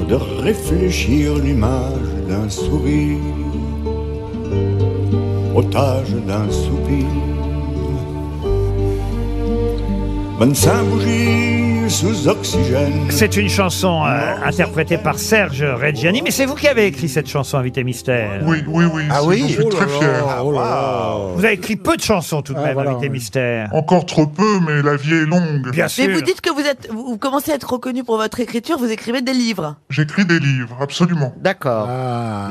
[SPEAKER 17] de réfléchir l'image d'un sourire, otage d'un soupir. 25 bougies sous oxygène.
[SPEAKER 2] C'est une chanson euh, interprétée par Serge Reggiani, mais c'est vous qui avez écrit cette chanson, invité mystère.
[SPEAKER 13] Oui, oui, oui. c'est- Je suis très fier.
[SPEAKER 10] Ah, oh
[SPEAKER 2] Vous avez écrit peu de chansons
[SPEAKER 4] Ah,
[SPEAKER 2] tout de même, invité mystère.
[SPEAKER 13] Encore trop peu, mais la vie est longue.
[SPEAKER 2] Bien
[SPEAKER 7] Mais
[SPEAKER 2] sûr.
[SPEAKER 7] vous dites que vous êtes, vous commencez à être reconnu pour votre écriture. Vous écrivez des livres.
[SPEAKER 13] J'écris des livres, absolument.
[SPEAKER 8] D'accord.
[SPEAKER 4] Ah.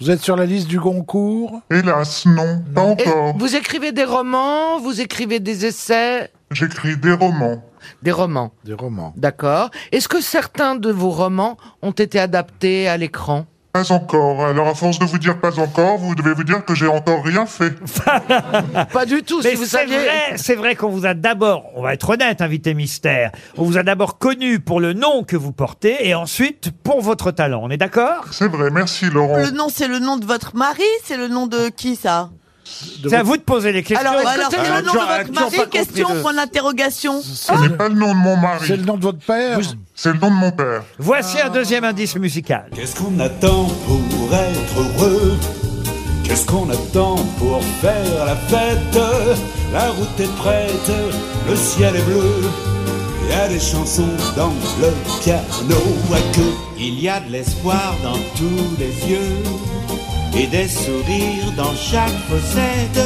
[SPEAKER 4] Vous êtes sur la liste du Goncourt
[SPEAKER 13] Hélas, non, pas
[SPEAKER 8] Et
[SPEAKER 13] encore.
[SPEAKER 8] Vous écrivez des romans, vous écrivez des essais
[SPEAKER 13] J'écris des romans.
[SPEAKER 8] Des romans.
[SPEAKER 4] Des romans.
[SPEAKER 8] D'accord. Est-ce que certains de vos romans ont été adaptés à l'écran
[SPEAKER 13] Pas encore. Alors, à force de vous dire pas encore, vous devez vous dire que j'ai encore rien fait.
[SPEAKER 8] Pas du tout,
[SPEAKER 2] Mais
[SPEAKER 8] si vous
[SPEAKER 2] c'est
[SPEAKER 8] saviez.
[SPEAKER 2] vrai, c'est vrai qu'on vous a d'abord, on va être honnête, invité mystère, on vous a d'abord connu pour le nom que vous portez et ensuite pour votre talent. On est d'accord
[SPEAKER 13] C'est vrai, merci Laurent.
[SPEAKER 7] Le nom, c'est le nom de votre mari. C'est le nom de qui ça
[SPEAKER 2] C'est à vous de poser les questions.
[SPEAKER 7] Alors, alors, c'est
[SPEAKER 2] Euh,
[SPEAKER 7] le nom
[SPEAKER 13] toujours-
[SPEAKER 7] de
[SPEAKER 13] elle a
[SPEAKER 7] votre
[SPEAKER 13] toujours pas
[SPEAKER 7] mari.
[SPEAKER 13] compris
[SPEAKER 7] Question
[SPEAKER 13] le-
[SPEAKER 7] point d'interrogation.
[SPEAKER 13] Ce n'est pas le nom de mon mari.
[SPEAKER 4] C'est le nom de votre père
[SPEAKER 13] C'est le nom de mon père.
[SPEAKER 2] Voici un deuxième indice musical.
[SPEAKER 17] Qu'est-ce qu'on attend pour être heureux Qu'est-ce qu'on attend pour faire la fête La route est prête, le ciel est bleu. Il y a des chansons dans le piano à queue. Il y a de l'espoir dans tous les yeux et des sourires dans chaque fossette.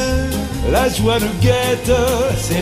[SPEAKER 17] La joie nous guette, c'est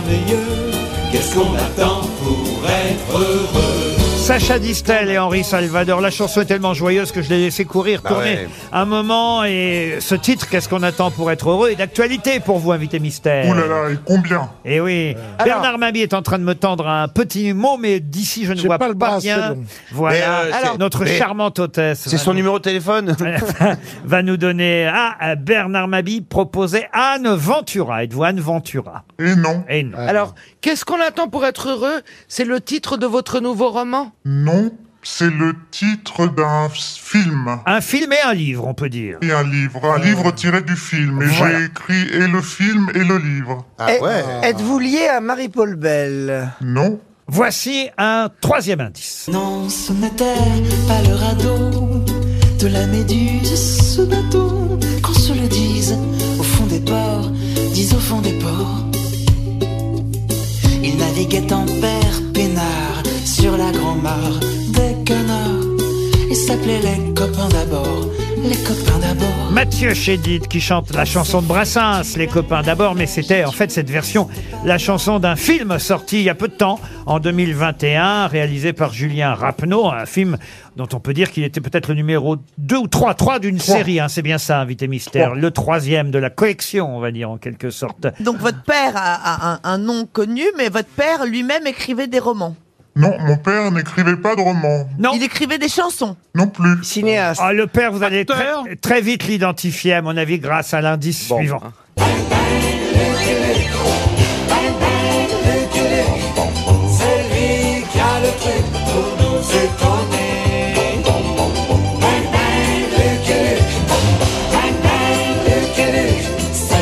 [SPEAKER 17] merveilleux. Qu'est-ce qu'on attend pour être heureux
[SPEAKER 2] Sacha Distel et Henri Salvador. La chanson est tellement joyeuse que je l'ai laissé courir,
[SPEAKER 3] Bah
[SPEAKER 2] tourner
[SPEAKER 3] ouais.
[SPEAKER 2] un moment. Et ce titre, qu'est-ce qu'on attend pour être heureux, est d'actualité pour vous, invité mystère.
[SPEAKER 13] Ouh là là, et combien
[SPEAKER 2] Et oui, Bernard Mabie est en train de me tendre un petit mot, mais d'ici je ne
[SPEAKER 4] J'ai
[SPEAKER 2] vois
[SPEAKER 4] pas
[SPEAKER 2] pas,
[SPEAKER 4] le bras assez
[SPEAKER 2] bien.
[SPEAKER 4] long.
[SPEAKER 2] Voilà,
[SPEAKER 3] Mais, euh, c'est-
[SPEAKER 2] notre
[SPEAKER 3] mais-
[SPEAKER 2] charmante hôtesse.
[SPEAKER 3] C'est
[SPEAKER 2] va
[SPEAKER 3] son
[SPEAKER 2] nous-
[SPEAKER 3] numéro de téléphone
[SPEAKER 2] va nous donner ah, à Bernard Mabie proposait Anne Ventura. Êtes-vous Anne Ventura
[SPEAKER 13] Et non.
[SPEAKER 2] Et non.
[SPEAKER 8] Alors, qu'est-ce qu'on attend pour être heureux C'est le titre de votre nouveau roman
[SPEAKER 13] Non, c'est le titre d'un film.
[SPEAKER 2] Un film et un livre, on peut dire.
[SPEAKER 13] Et un livre,
[SPEAKER 4] Ah.
[SPEAKER 13] un livre tiré du film. Et
[SPEAKER 2] Voilà.
[SPEAKER 13] j'ai écrit et le film et le livre.
[SPEAKER 3] Ah
[SPEAKER 5] Et-
[SPEAKER 3] ouais
[SPEAKER 5] Êtes-vous lié à Marie-Paul Bell
[SPEAKER 13] Non.
[SPEAKER 2] Voici un troisième indice.
[SPEAKER 16] Non, ce n'était pas le radeau de la méduse, ce bateau, qu'on se le dise, au fond des ports, dise au fond des ports. Il naviguait en père peinard sur la grand-mare des canards. Il s'appelait les copains d'abord, les copains d'abord.
[SPEAKER 2] Mathieu Chédid qui chante la chanson de Brassens, Les copains d'abord, mais c'était en fait cette version, la chanson d'un film sorti il y a peu de temps, en 2021, réalisé par Julien Rapneau, un film dont on peut dire qu'il était peut-être le numéro 2 ou 3, 3 d'une série, hein, c'est bien ça, Invité Mystère, le troisième de la collection, on va dire en quelque sorte.
[SPEAKER 7] Donc votre père a, a un, un nom connu, mais votre père lui-même écrivait des romans.
[SPEAKER 13] Non, mon père n'écrivait pas de romans.
[SPEAKER 7] Il écrivait des chansons.
[SPEAKER 13] Non plus.
[SPEAKER 7] Cinéaste.
[SPEAKER 2] Ah, le père, vous allez très, très vite l'identifier, à mon avis, grâce à l'indice
[SPEAKER 13] Ah.
[SPEAKER 2] suivant.
[SPEAKER 11] C'est lui qui a le truc pour nous étonner. Bang bang Lucky Bang bang Lucky C'est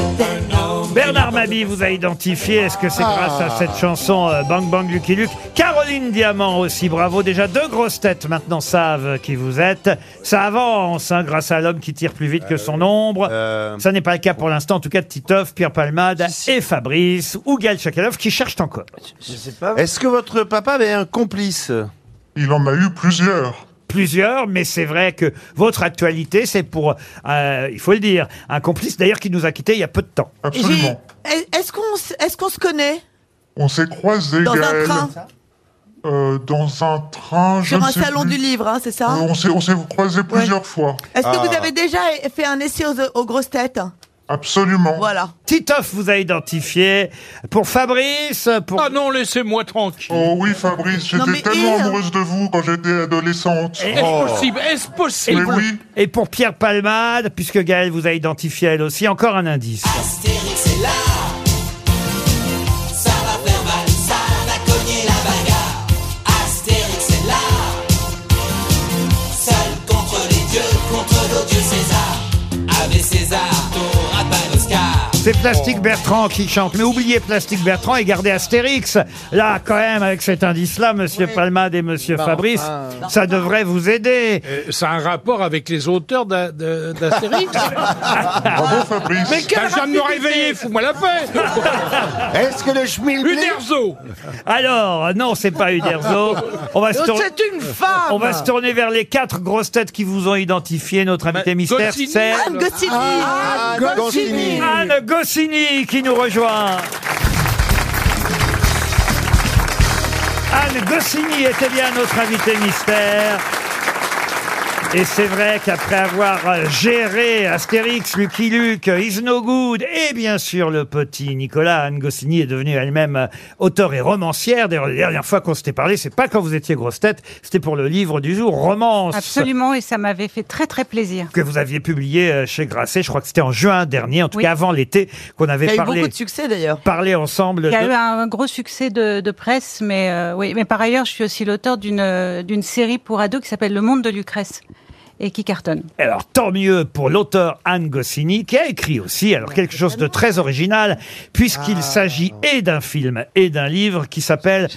[SPEAKER 11] un homme.
[SPEAKER 2] Bernard Mabi vous a identifié. Est-ce que c'est grâce à cette chanson euh, Bang Bang Lucky Luke Caroline Diamant aussi, bravo. Déjà deux grosses têtes maintenant savent qui vous êtes. Ça avance hein, grâce à l'homme qui tire plus vite que son ombre. Ça n'est pas le cas pour l'instant, en tout cas de Titoff, Pierre Palmade et Fabrice ou Gaël Chakalov qui cherchent encore. Bah
[SPEAKER 3] Est-ce que votre papa avait un complice
[SPEAKER 13] Il en a eu plusieurs.
[SPEAKER 2] Plusieurs, mais c'est vrai que votre actualité, c'est pour, euh, il faut le dire, un complice d'ailleurs qui nous a quittés il y a peu de temps.
[SPEAKER 13] Absolument.
[SPEAKER 7] Est- Est-ce qu'on s- est-ce qu'on se connaît
[SPEAKER 13] On s'est croisés,
[SPEAKER 7] Dans un
[SPEAKER 13] Gaël.
[SPEAKER 7] train
[SPEAKER 13] Euh, dans un train, je
[SPEAKER 7] sur
[SPEAKER 13] ne
[SPEAKER 7] un
[SPEAKER 13] sais
[SPEAKER 7] salon
[SPEAKER 13] plus.
[SPEAKER 7] du livre, hein, c'est ça
[SPEAKER 13] Euh, On s'est, on s'est croisés plusieurs fois.
[SPEAKER 7] Est-ce que
[SPEAKER 13] Ah.
[SPEAKER 7] vous avez déjà fait un essai aux, aux grosses têtes
[SPEAKER 13] Absolument.
[SPEAKER 7] Voilà.
[SPEAKER 2] Titoff vous a identifié. Pour Fabrice, pour...
[SPEAKER 6] Ah non, laissez-moi tranquille.
[SPEAKER 13] Oh oui, Fabrice, j'étais
[SPEAKER 6] Non, mais
[SPEAKER 13] tellement
[SPEAKER 7] euh,
[SPEAKER 6] il-
[SPEAKER 13] amoureuse de vous quand j'étais adolescente. Oh.
[SPEAKER 6] Est-ce possible Est-ce possible
[SPEAKER 2] Et pour, et pour Pierre Palmade, puisque Gaëlle vous a identifié elle aussi, encore un indice.
[SPEAKER 11] Astérix est là. Ça va faire mal, ça va cogner la bagarre. Astérix est là. Seul contre les dieux, contre nos dieux César. Avec César, t'auras pas d'Oscar.
[SPEAKER 2] C'est Plastique Bertrand qui chante. Mais oubliez Plastique Bertrand et gardez Astérix. Là, quand même, avec cet indice-là, Monsieur Palmade et Monsieur
[SPEAKER 6] Bah,
[SPEAKER 2] Fabrice,
[SPEAKER 6] enfin.
[SPEAKER 2] ça devrait vous aider.
[SPEAKER 6] Euh, ça a un rapport avec les auteurs d'A- de- d'Astérix
[SPEAKER 2] Ah,
[SPEAKER 13] Bravo Fabrice
[SPEAKER 6] Mais quel Je viens de me réveiller, fous-moi la paix
[SPEAKER 3] Est-ce que le schmilblick
[SPEAKER 6] Uderzo
[SPEAKER 2] Alors, non, c'est pas Uderzo. On va se
[SPEAKER 6] Oh,
[SPEAKER 2] tourner-
[SPEAKER 6] c'est une femme
[SPEAKER 2] On va se tourner vers les quatre grosses têtes qui vous ont identifié. Notre invité mystère,
[SPEAKER 6] Goscinny.
[SPEAKER 2] c'est...
[SPEAKER 6] Anne Goscinny. Ah, Anne Goscinny.
[SPEAKER 2] Anne Goscinny qui nous rejoint Anne Goscinny était bien notre invitée mystère. Et c'est vrai qu'après avoir euh, géré Astérix, Lucky Luke, Is No Good et bien sûr le petit Nicolas, Anne Goscinny est devenue elle-même euh, auteure et romancière. D'ailleurs, la dernière fois qu'on s'était parlé, c'est pas quand vous étiez grosse tête, c'était pour le livre du jour, Romance.
[SPEAKER 18] Absolument, et ça m'avait fait très très plaisir.
[SPEAKER 2] Que vous aviez publié euh, chez Grasset, je crois que c'était en juin dernier, en tout cas avant l'été, qu'on avait
[SPEAKER 18] Il y a eu
[SPEAKER 2] parlé.
[SPEAKER 18] beaucoup de
[SPEAKER 7] succès d'ailleurs.
[SPEAKER 2] Parlé ensemble.
[SPEAKER 18] Il y a
[SPEAKER 2] de-
[SPEAKER 18] eu un, un gros succès de, de presse, mais euh, oui. Mais par ailleurs, je suis aussi l'auteur d'une euh, d'une série pour ados qui s'appelle Le Monde de Lucrèce et qui cartonne.
[SPEAKER 2] Alors tant mieux pour l'auteur Anne Goscinny qui a écrit aussi alors quelque chose de très original puisqu'il s'agit et d'un film et d'un livre qui s'appelle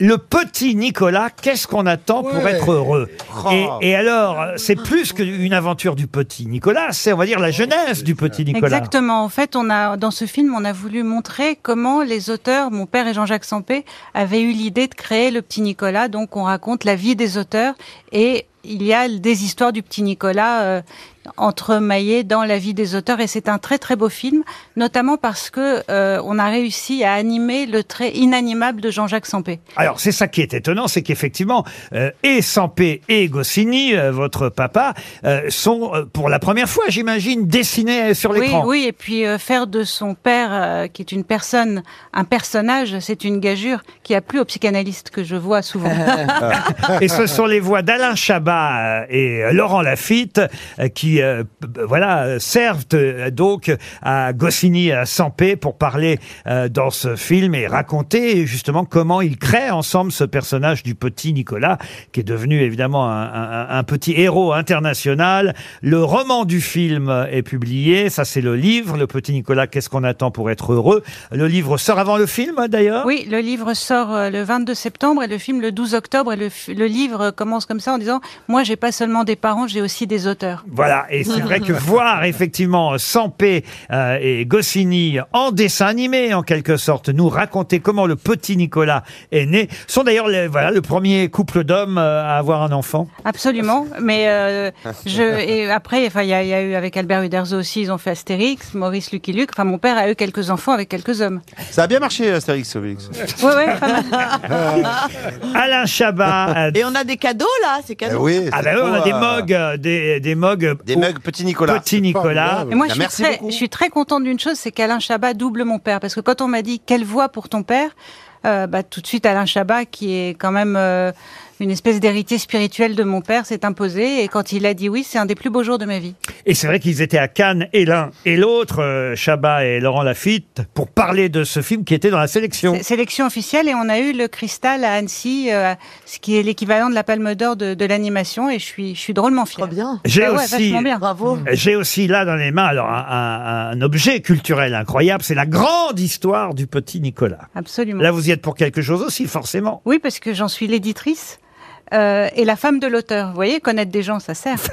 [SPEAKER 2] Le petit Nicolas, qu'est-ce qu'on attend pour
[SPEAKER 10] Ouais.
[SPEAKER 2] être heureux
[SPEAKER 10] Oh.
[SPEAKER 2] et, et alors, c'est plus qu'une aventure du petit Nicolas, c'est on va dire la jeunesse du petit Nicolas.
[SPEAKER 18] Exactement. En fait, on a dans ce film, on a voulu montrer comment les auteurs, mon père et Jean-Jacques Sampé, avaient eu l'idée de créer le petit Nicolas. Donc, on raconte la vie des auteurs et il y a des histoires du petit Nicolas euh, entremaillées dans la vie des auteurs. Et c'est un très très beau film, notamment parce que euh, on a réussi à animer le trait inanimable de Jean-Jacques Sampé.
[SPEAKER 2] Alors, c'est ça qui est étonnant, c'est qu'effectivement, euh, et Sampé et Goscinny, euh, votre papa, euh, sont euh, pour la première fois, j'imagine, dessinés sur
[SPEAKER 18] Oui,
[SPEAKER 2] l'écran.
[SPEAKER 18] oui, et puis euh, faire de son père, euh, qui est une personne, un personnage, c'est une gageure qui a plu aux psychanalystes que je vois souvent.
[SPEAKER 2] et ce sont les voix d'Alain Chabat euh, et Laurent Lafitte euh, qui qui euh, b- voilà euh, servent euh, donc à Goscinny et à Sampé pour parler euh, dans ce film et raconter justement comment ils créent ensemble ce personnage du petit Nicolas qui est devenu évidemment un, un- un petit héros international. Le roman du film est publié, ça c'est le livre, Le petit Nicolas, qu'est-ce qu'on attend pour être heureux Le livre sort avant le film hein, d'ailleurs
[SPEAKER 18] Oui, le livre sort euh, le 22 septembre et le film le 12 octobre. Et le, f- le livre euh, commence comme ça en disant Moi, j'ai pas seulement des parents, j'ai aussi des auteurs.
[SPEAKER 2] Voilà, et c'est vrai que voir effectivement Sampé euh, et Goscinny en dessin animé, en quelque sorte, nous raconter comment le petit Nicolas est né, sont d'ailleurs les- voilà, le premier couple d'hommes euh, à avoir un enfant.
[SPEAKER 18] Absolument, mais euh, je et après, enfin, il y, a- il y a eu avec Albert Uderzo aussi, ils ont fait Astérix, Maurice Lucky Luke. Enfin, mon père a eu quelques enfants avec quelques hommes.
[SPEAKER 10] Ça a bien marché, Astérix, Obélix.
[SPEAKER 18] Ouais, ouais, pas mal.
[SPEAKER 2] Alain
[SPEAKER 18] Ah,
[SPEAKER 2] Chabat.
[SPEAKER 7] Et on a des cadeaux là, c'est cadeaux.
[SPEAKER 2] ah bah oui, on a des mugs, euh, des, des mugs. Des mugs
[SPEAKER 10] petit Nicolas.
[SPEAKER 2] Petit Nicolas. Bah,
[SPEAKER 18] Et moi, je suis, très, je suis très contente d'une chose, c'est qu'Alain Chabat double mon père. Parce que quand on m'a dit quelle voix pour ton père, euh, bah, tout de suite Alain Chabat, qui est quand même euh, une espèce d'héritier spirituel de mon père, s'est imposé. Et quand il a dit oui, c'est un des plus beaux jours de ma vie.
[SPEAKER 2] Et c'est vrai qu'ils étaient à Cannes, et l'un et l'autre, euh, Chabat et Laurent Lafitte, pour parler de ce film qui était dans la sélection.
[SPEAKER 18] C'est- Sélection officielle et on a eu le cristal à Annecy, euh, ce qui est l'équivalent de la Palme d'Or de, de l'animation et je suis, je suis drôlement fière. bien.
[SPEAKER 2] J'ai aussi,
[SPEAKER 18] Bah
[SPEAKER 2] Mmh.
[SPEAKER 18] bien. Mmh. Bravo.
[SPEAKER 2] j'ai aussi là dans les mains alors un, un- un objet culturel incroyable, c'est la grande histoire du petit Nicolas.
[SPEAKER 18] Absolument.
[SPEAKER 2] Là, vous y êtes pour quelque chose aussi, forcément.
[SPEAKER 18] Oui, parce que j'en suis l'éditrice euh, et la femme de l'auteur. Vous voyez, connaître des gens, ça sert.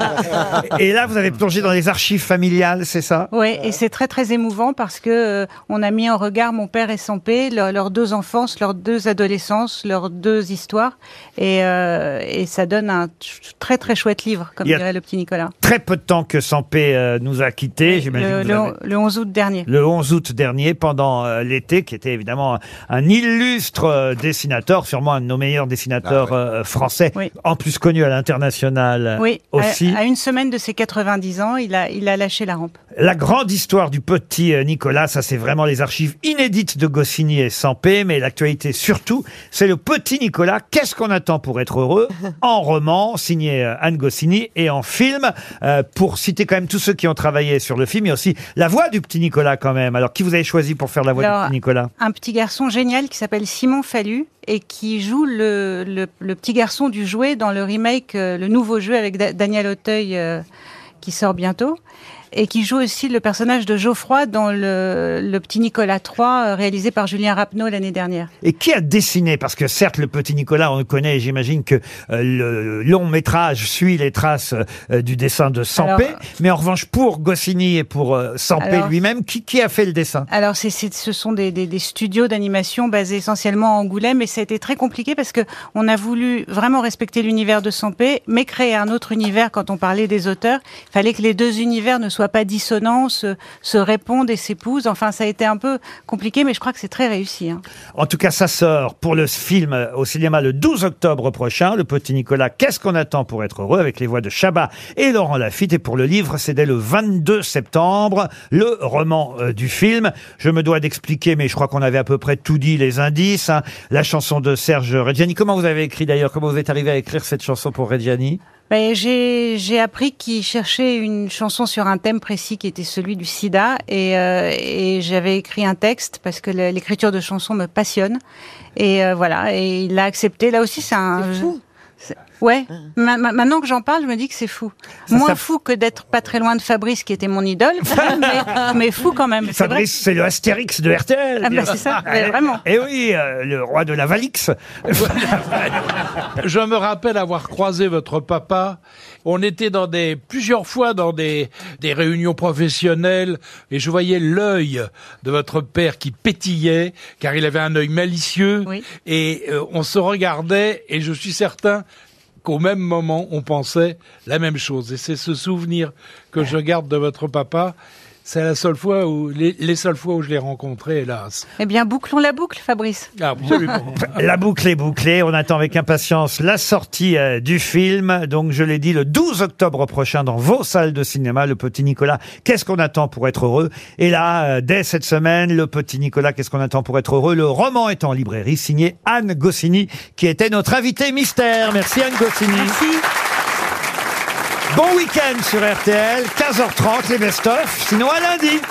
[SPEAKER 18] Bah.
[SPEAKER 2] Et là, vous avez plongé dans les archives familiales, c'est ça
[SPEAKER 18] Oui, et c'est très très émouvant parce que euh, on a mis en regard mon père et son père, leur- leurs deux enfances, leurs deux adolescences, leurs deux histoires, et, euh, et ça donne un ch- très très chouette livre, comme
[SPEAKER 2] Il y a
[SPEAKER 18] dirait le petit Nicolas.
[SPEAKER 2] Très peu de temps que Sampé euh, nous a quittés, j'imagine.
[SPEAKER 18] Le,
[SPEAKER 2] que vous
[SPEAKER 18] le-
[SPEAKER 2] avez-
[SPEAKER 18] le 11 août dernier.
[SPEAKER 2] le 11 août dernier, pendant euh, l'été, qui était évidemment un, un illustre euh, dessinateur, sûrement un de nos meilleurs dessinateurs euh, français, en plus connu à l'international euh,
[SPEAKER 18] Oui, à-
[SPEAKER 2] aussi.
[SPEAKER 18] À, une semaine de ses 90 ans, il a, il a lâché la rampe.
[SPEAKER 2] La grande histoire du petit euh, Nicolas, ça c'est vraiment les archives inédites de Goscinny et Sampé, mais l'actualité surtout, c'est le petit Nicolas, qu'est-ce qu'on attend pour être heureux En roman, signé euh, Anne Goscinny, et en film, euh, pour citer quand même tous ceux qui ont travaillé sur le film, il y a aussi la voix du petit Nicolas quand même. Alors qui vous avez choisi pour faire la voix
[SPEAKER 18] Alors,
[SPEAKER 2] du petit Nicolas
[SPEAKER 18] Un petit garçon génial qui s'appelle Simon Fallu et qui joue le, le- le petit garçon du jouet dans le remake, euh, le nouveau jeu avec Da- Daniel Auteuil euh, qui sort bientôt. Et qui joue aussi le personnage de Geoffroy dans le, le petit Nicolas III euh, réalisé par Julien Rapneau l'année dernière.
[SPEAKER 2] Et qui a dessiné Parce que certes, le petit Nicolas, on le connaît, et j'imagine que euh, le long métrage suit les traces euh, du dessin de Sampé.
[SPEAKER 18] Alors- euh,
[SPEAKER 2] Mais en revanche, pour Goscinny et pour euh, Sampé
[SPEAKER 18] Alors-
[SPEAKER 2] lui-même, qui, qui a fait le dessin
[SPEAKER 18] Alors, c'est- c'est- ce sont des, des- des studios d'animation basés essentiellement à Angoulême, et ça a été très compliqué parce que on a voulu vraiment respecter l'univers de Sampé, mais créer un autre univers quand on parlait des auteurs. Il fallait que les deux univers ne soient pas dissonants, se, se répondent et s'épousent. Enfin, ça a été un peu compliqué, mais je crois que c'est très réussi. hein.
[SPEAKER 2] En tout cas, ça sort pour le film euh, au cinéma le 12 octobre prochain. Le petit Nicolas, qu'est-ce qu'on attend pour être heureux Avec les voix de Chabat et Laurent Lafitte. Et pour le livre, c'est dès le 22 septembre, le roman euh, du film. Je me dois d'expliquer, mais je crois qu'on avait à peu près tout dit, les indices. hein. La chanson de Serge Reggiani. Comment vous avez écrit d'ailleurs Comment vous êtes arrivé à écrire cette chanson pour Reggiani
[SPEAKER 18] Ben, j'ai j'ai appris qu'il cherchait une chanson sur un thème précis qui était celui du sida et, euh, et j'avais écrit un texte parce que le- l'écriture de chansons me passionne et euh, voilà et il l'a accepté là aussi c'est un fou. Ah. Ouais, Ma- ma- maintenant que j'en parle, je me dis que c'est fou. Moins fou que d'être pas très loin de Fabrice, qui était mon idole, mais, mais fou quand même. c'est vrai.
[SPEAKER 2] Fabrice, c'est le Astérix de RTL.
[SPEAKER 18] Ah ben, c'est ça, mais vraiment.
[SPEAKER 2] Et oui, euh, le roi de la Valix.
[SPEAKER 6] Je me rappelle avoir croisé votre papa. On était dans des plusieurs fois dans des des réunions professionnelles et je voyais l'œil de votre père qui pétillait car il avait un œil malicieux et euh, on se regardait et je suis certain qu'au même moment on pensait la même chose et c'est ce souvenir que je garde de votre papa. C'est la seule fois où les, les seules fois où je l'ai rencontré hélas. Ah,
[SPEAKER 18] Eh bien, bouclons la boucle, Fabrice.
[SPEAKER 6] Absolument.
[SPEAKER 2] La boucle est bouclée. On attend avec impatience la sortie euh, du film. Donc, je l'ai dit, le 12 octobre prochain dans vos salles de cinéma, le petit Nicolas. Qu'est-ce qu'on attend pour être heureux Et là, euh, dès cette semaine, le petit Nicolas. Qu'est-ce qu'on attend pour être heureux Le roman est en librairie, signé Anne Goscinny, qui était notre invitée mystère. Merci Anne Goscinny. Bon week-end sur RTL, 15h30, les best-of, sinon à lundi.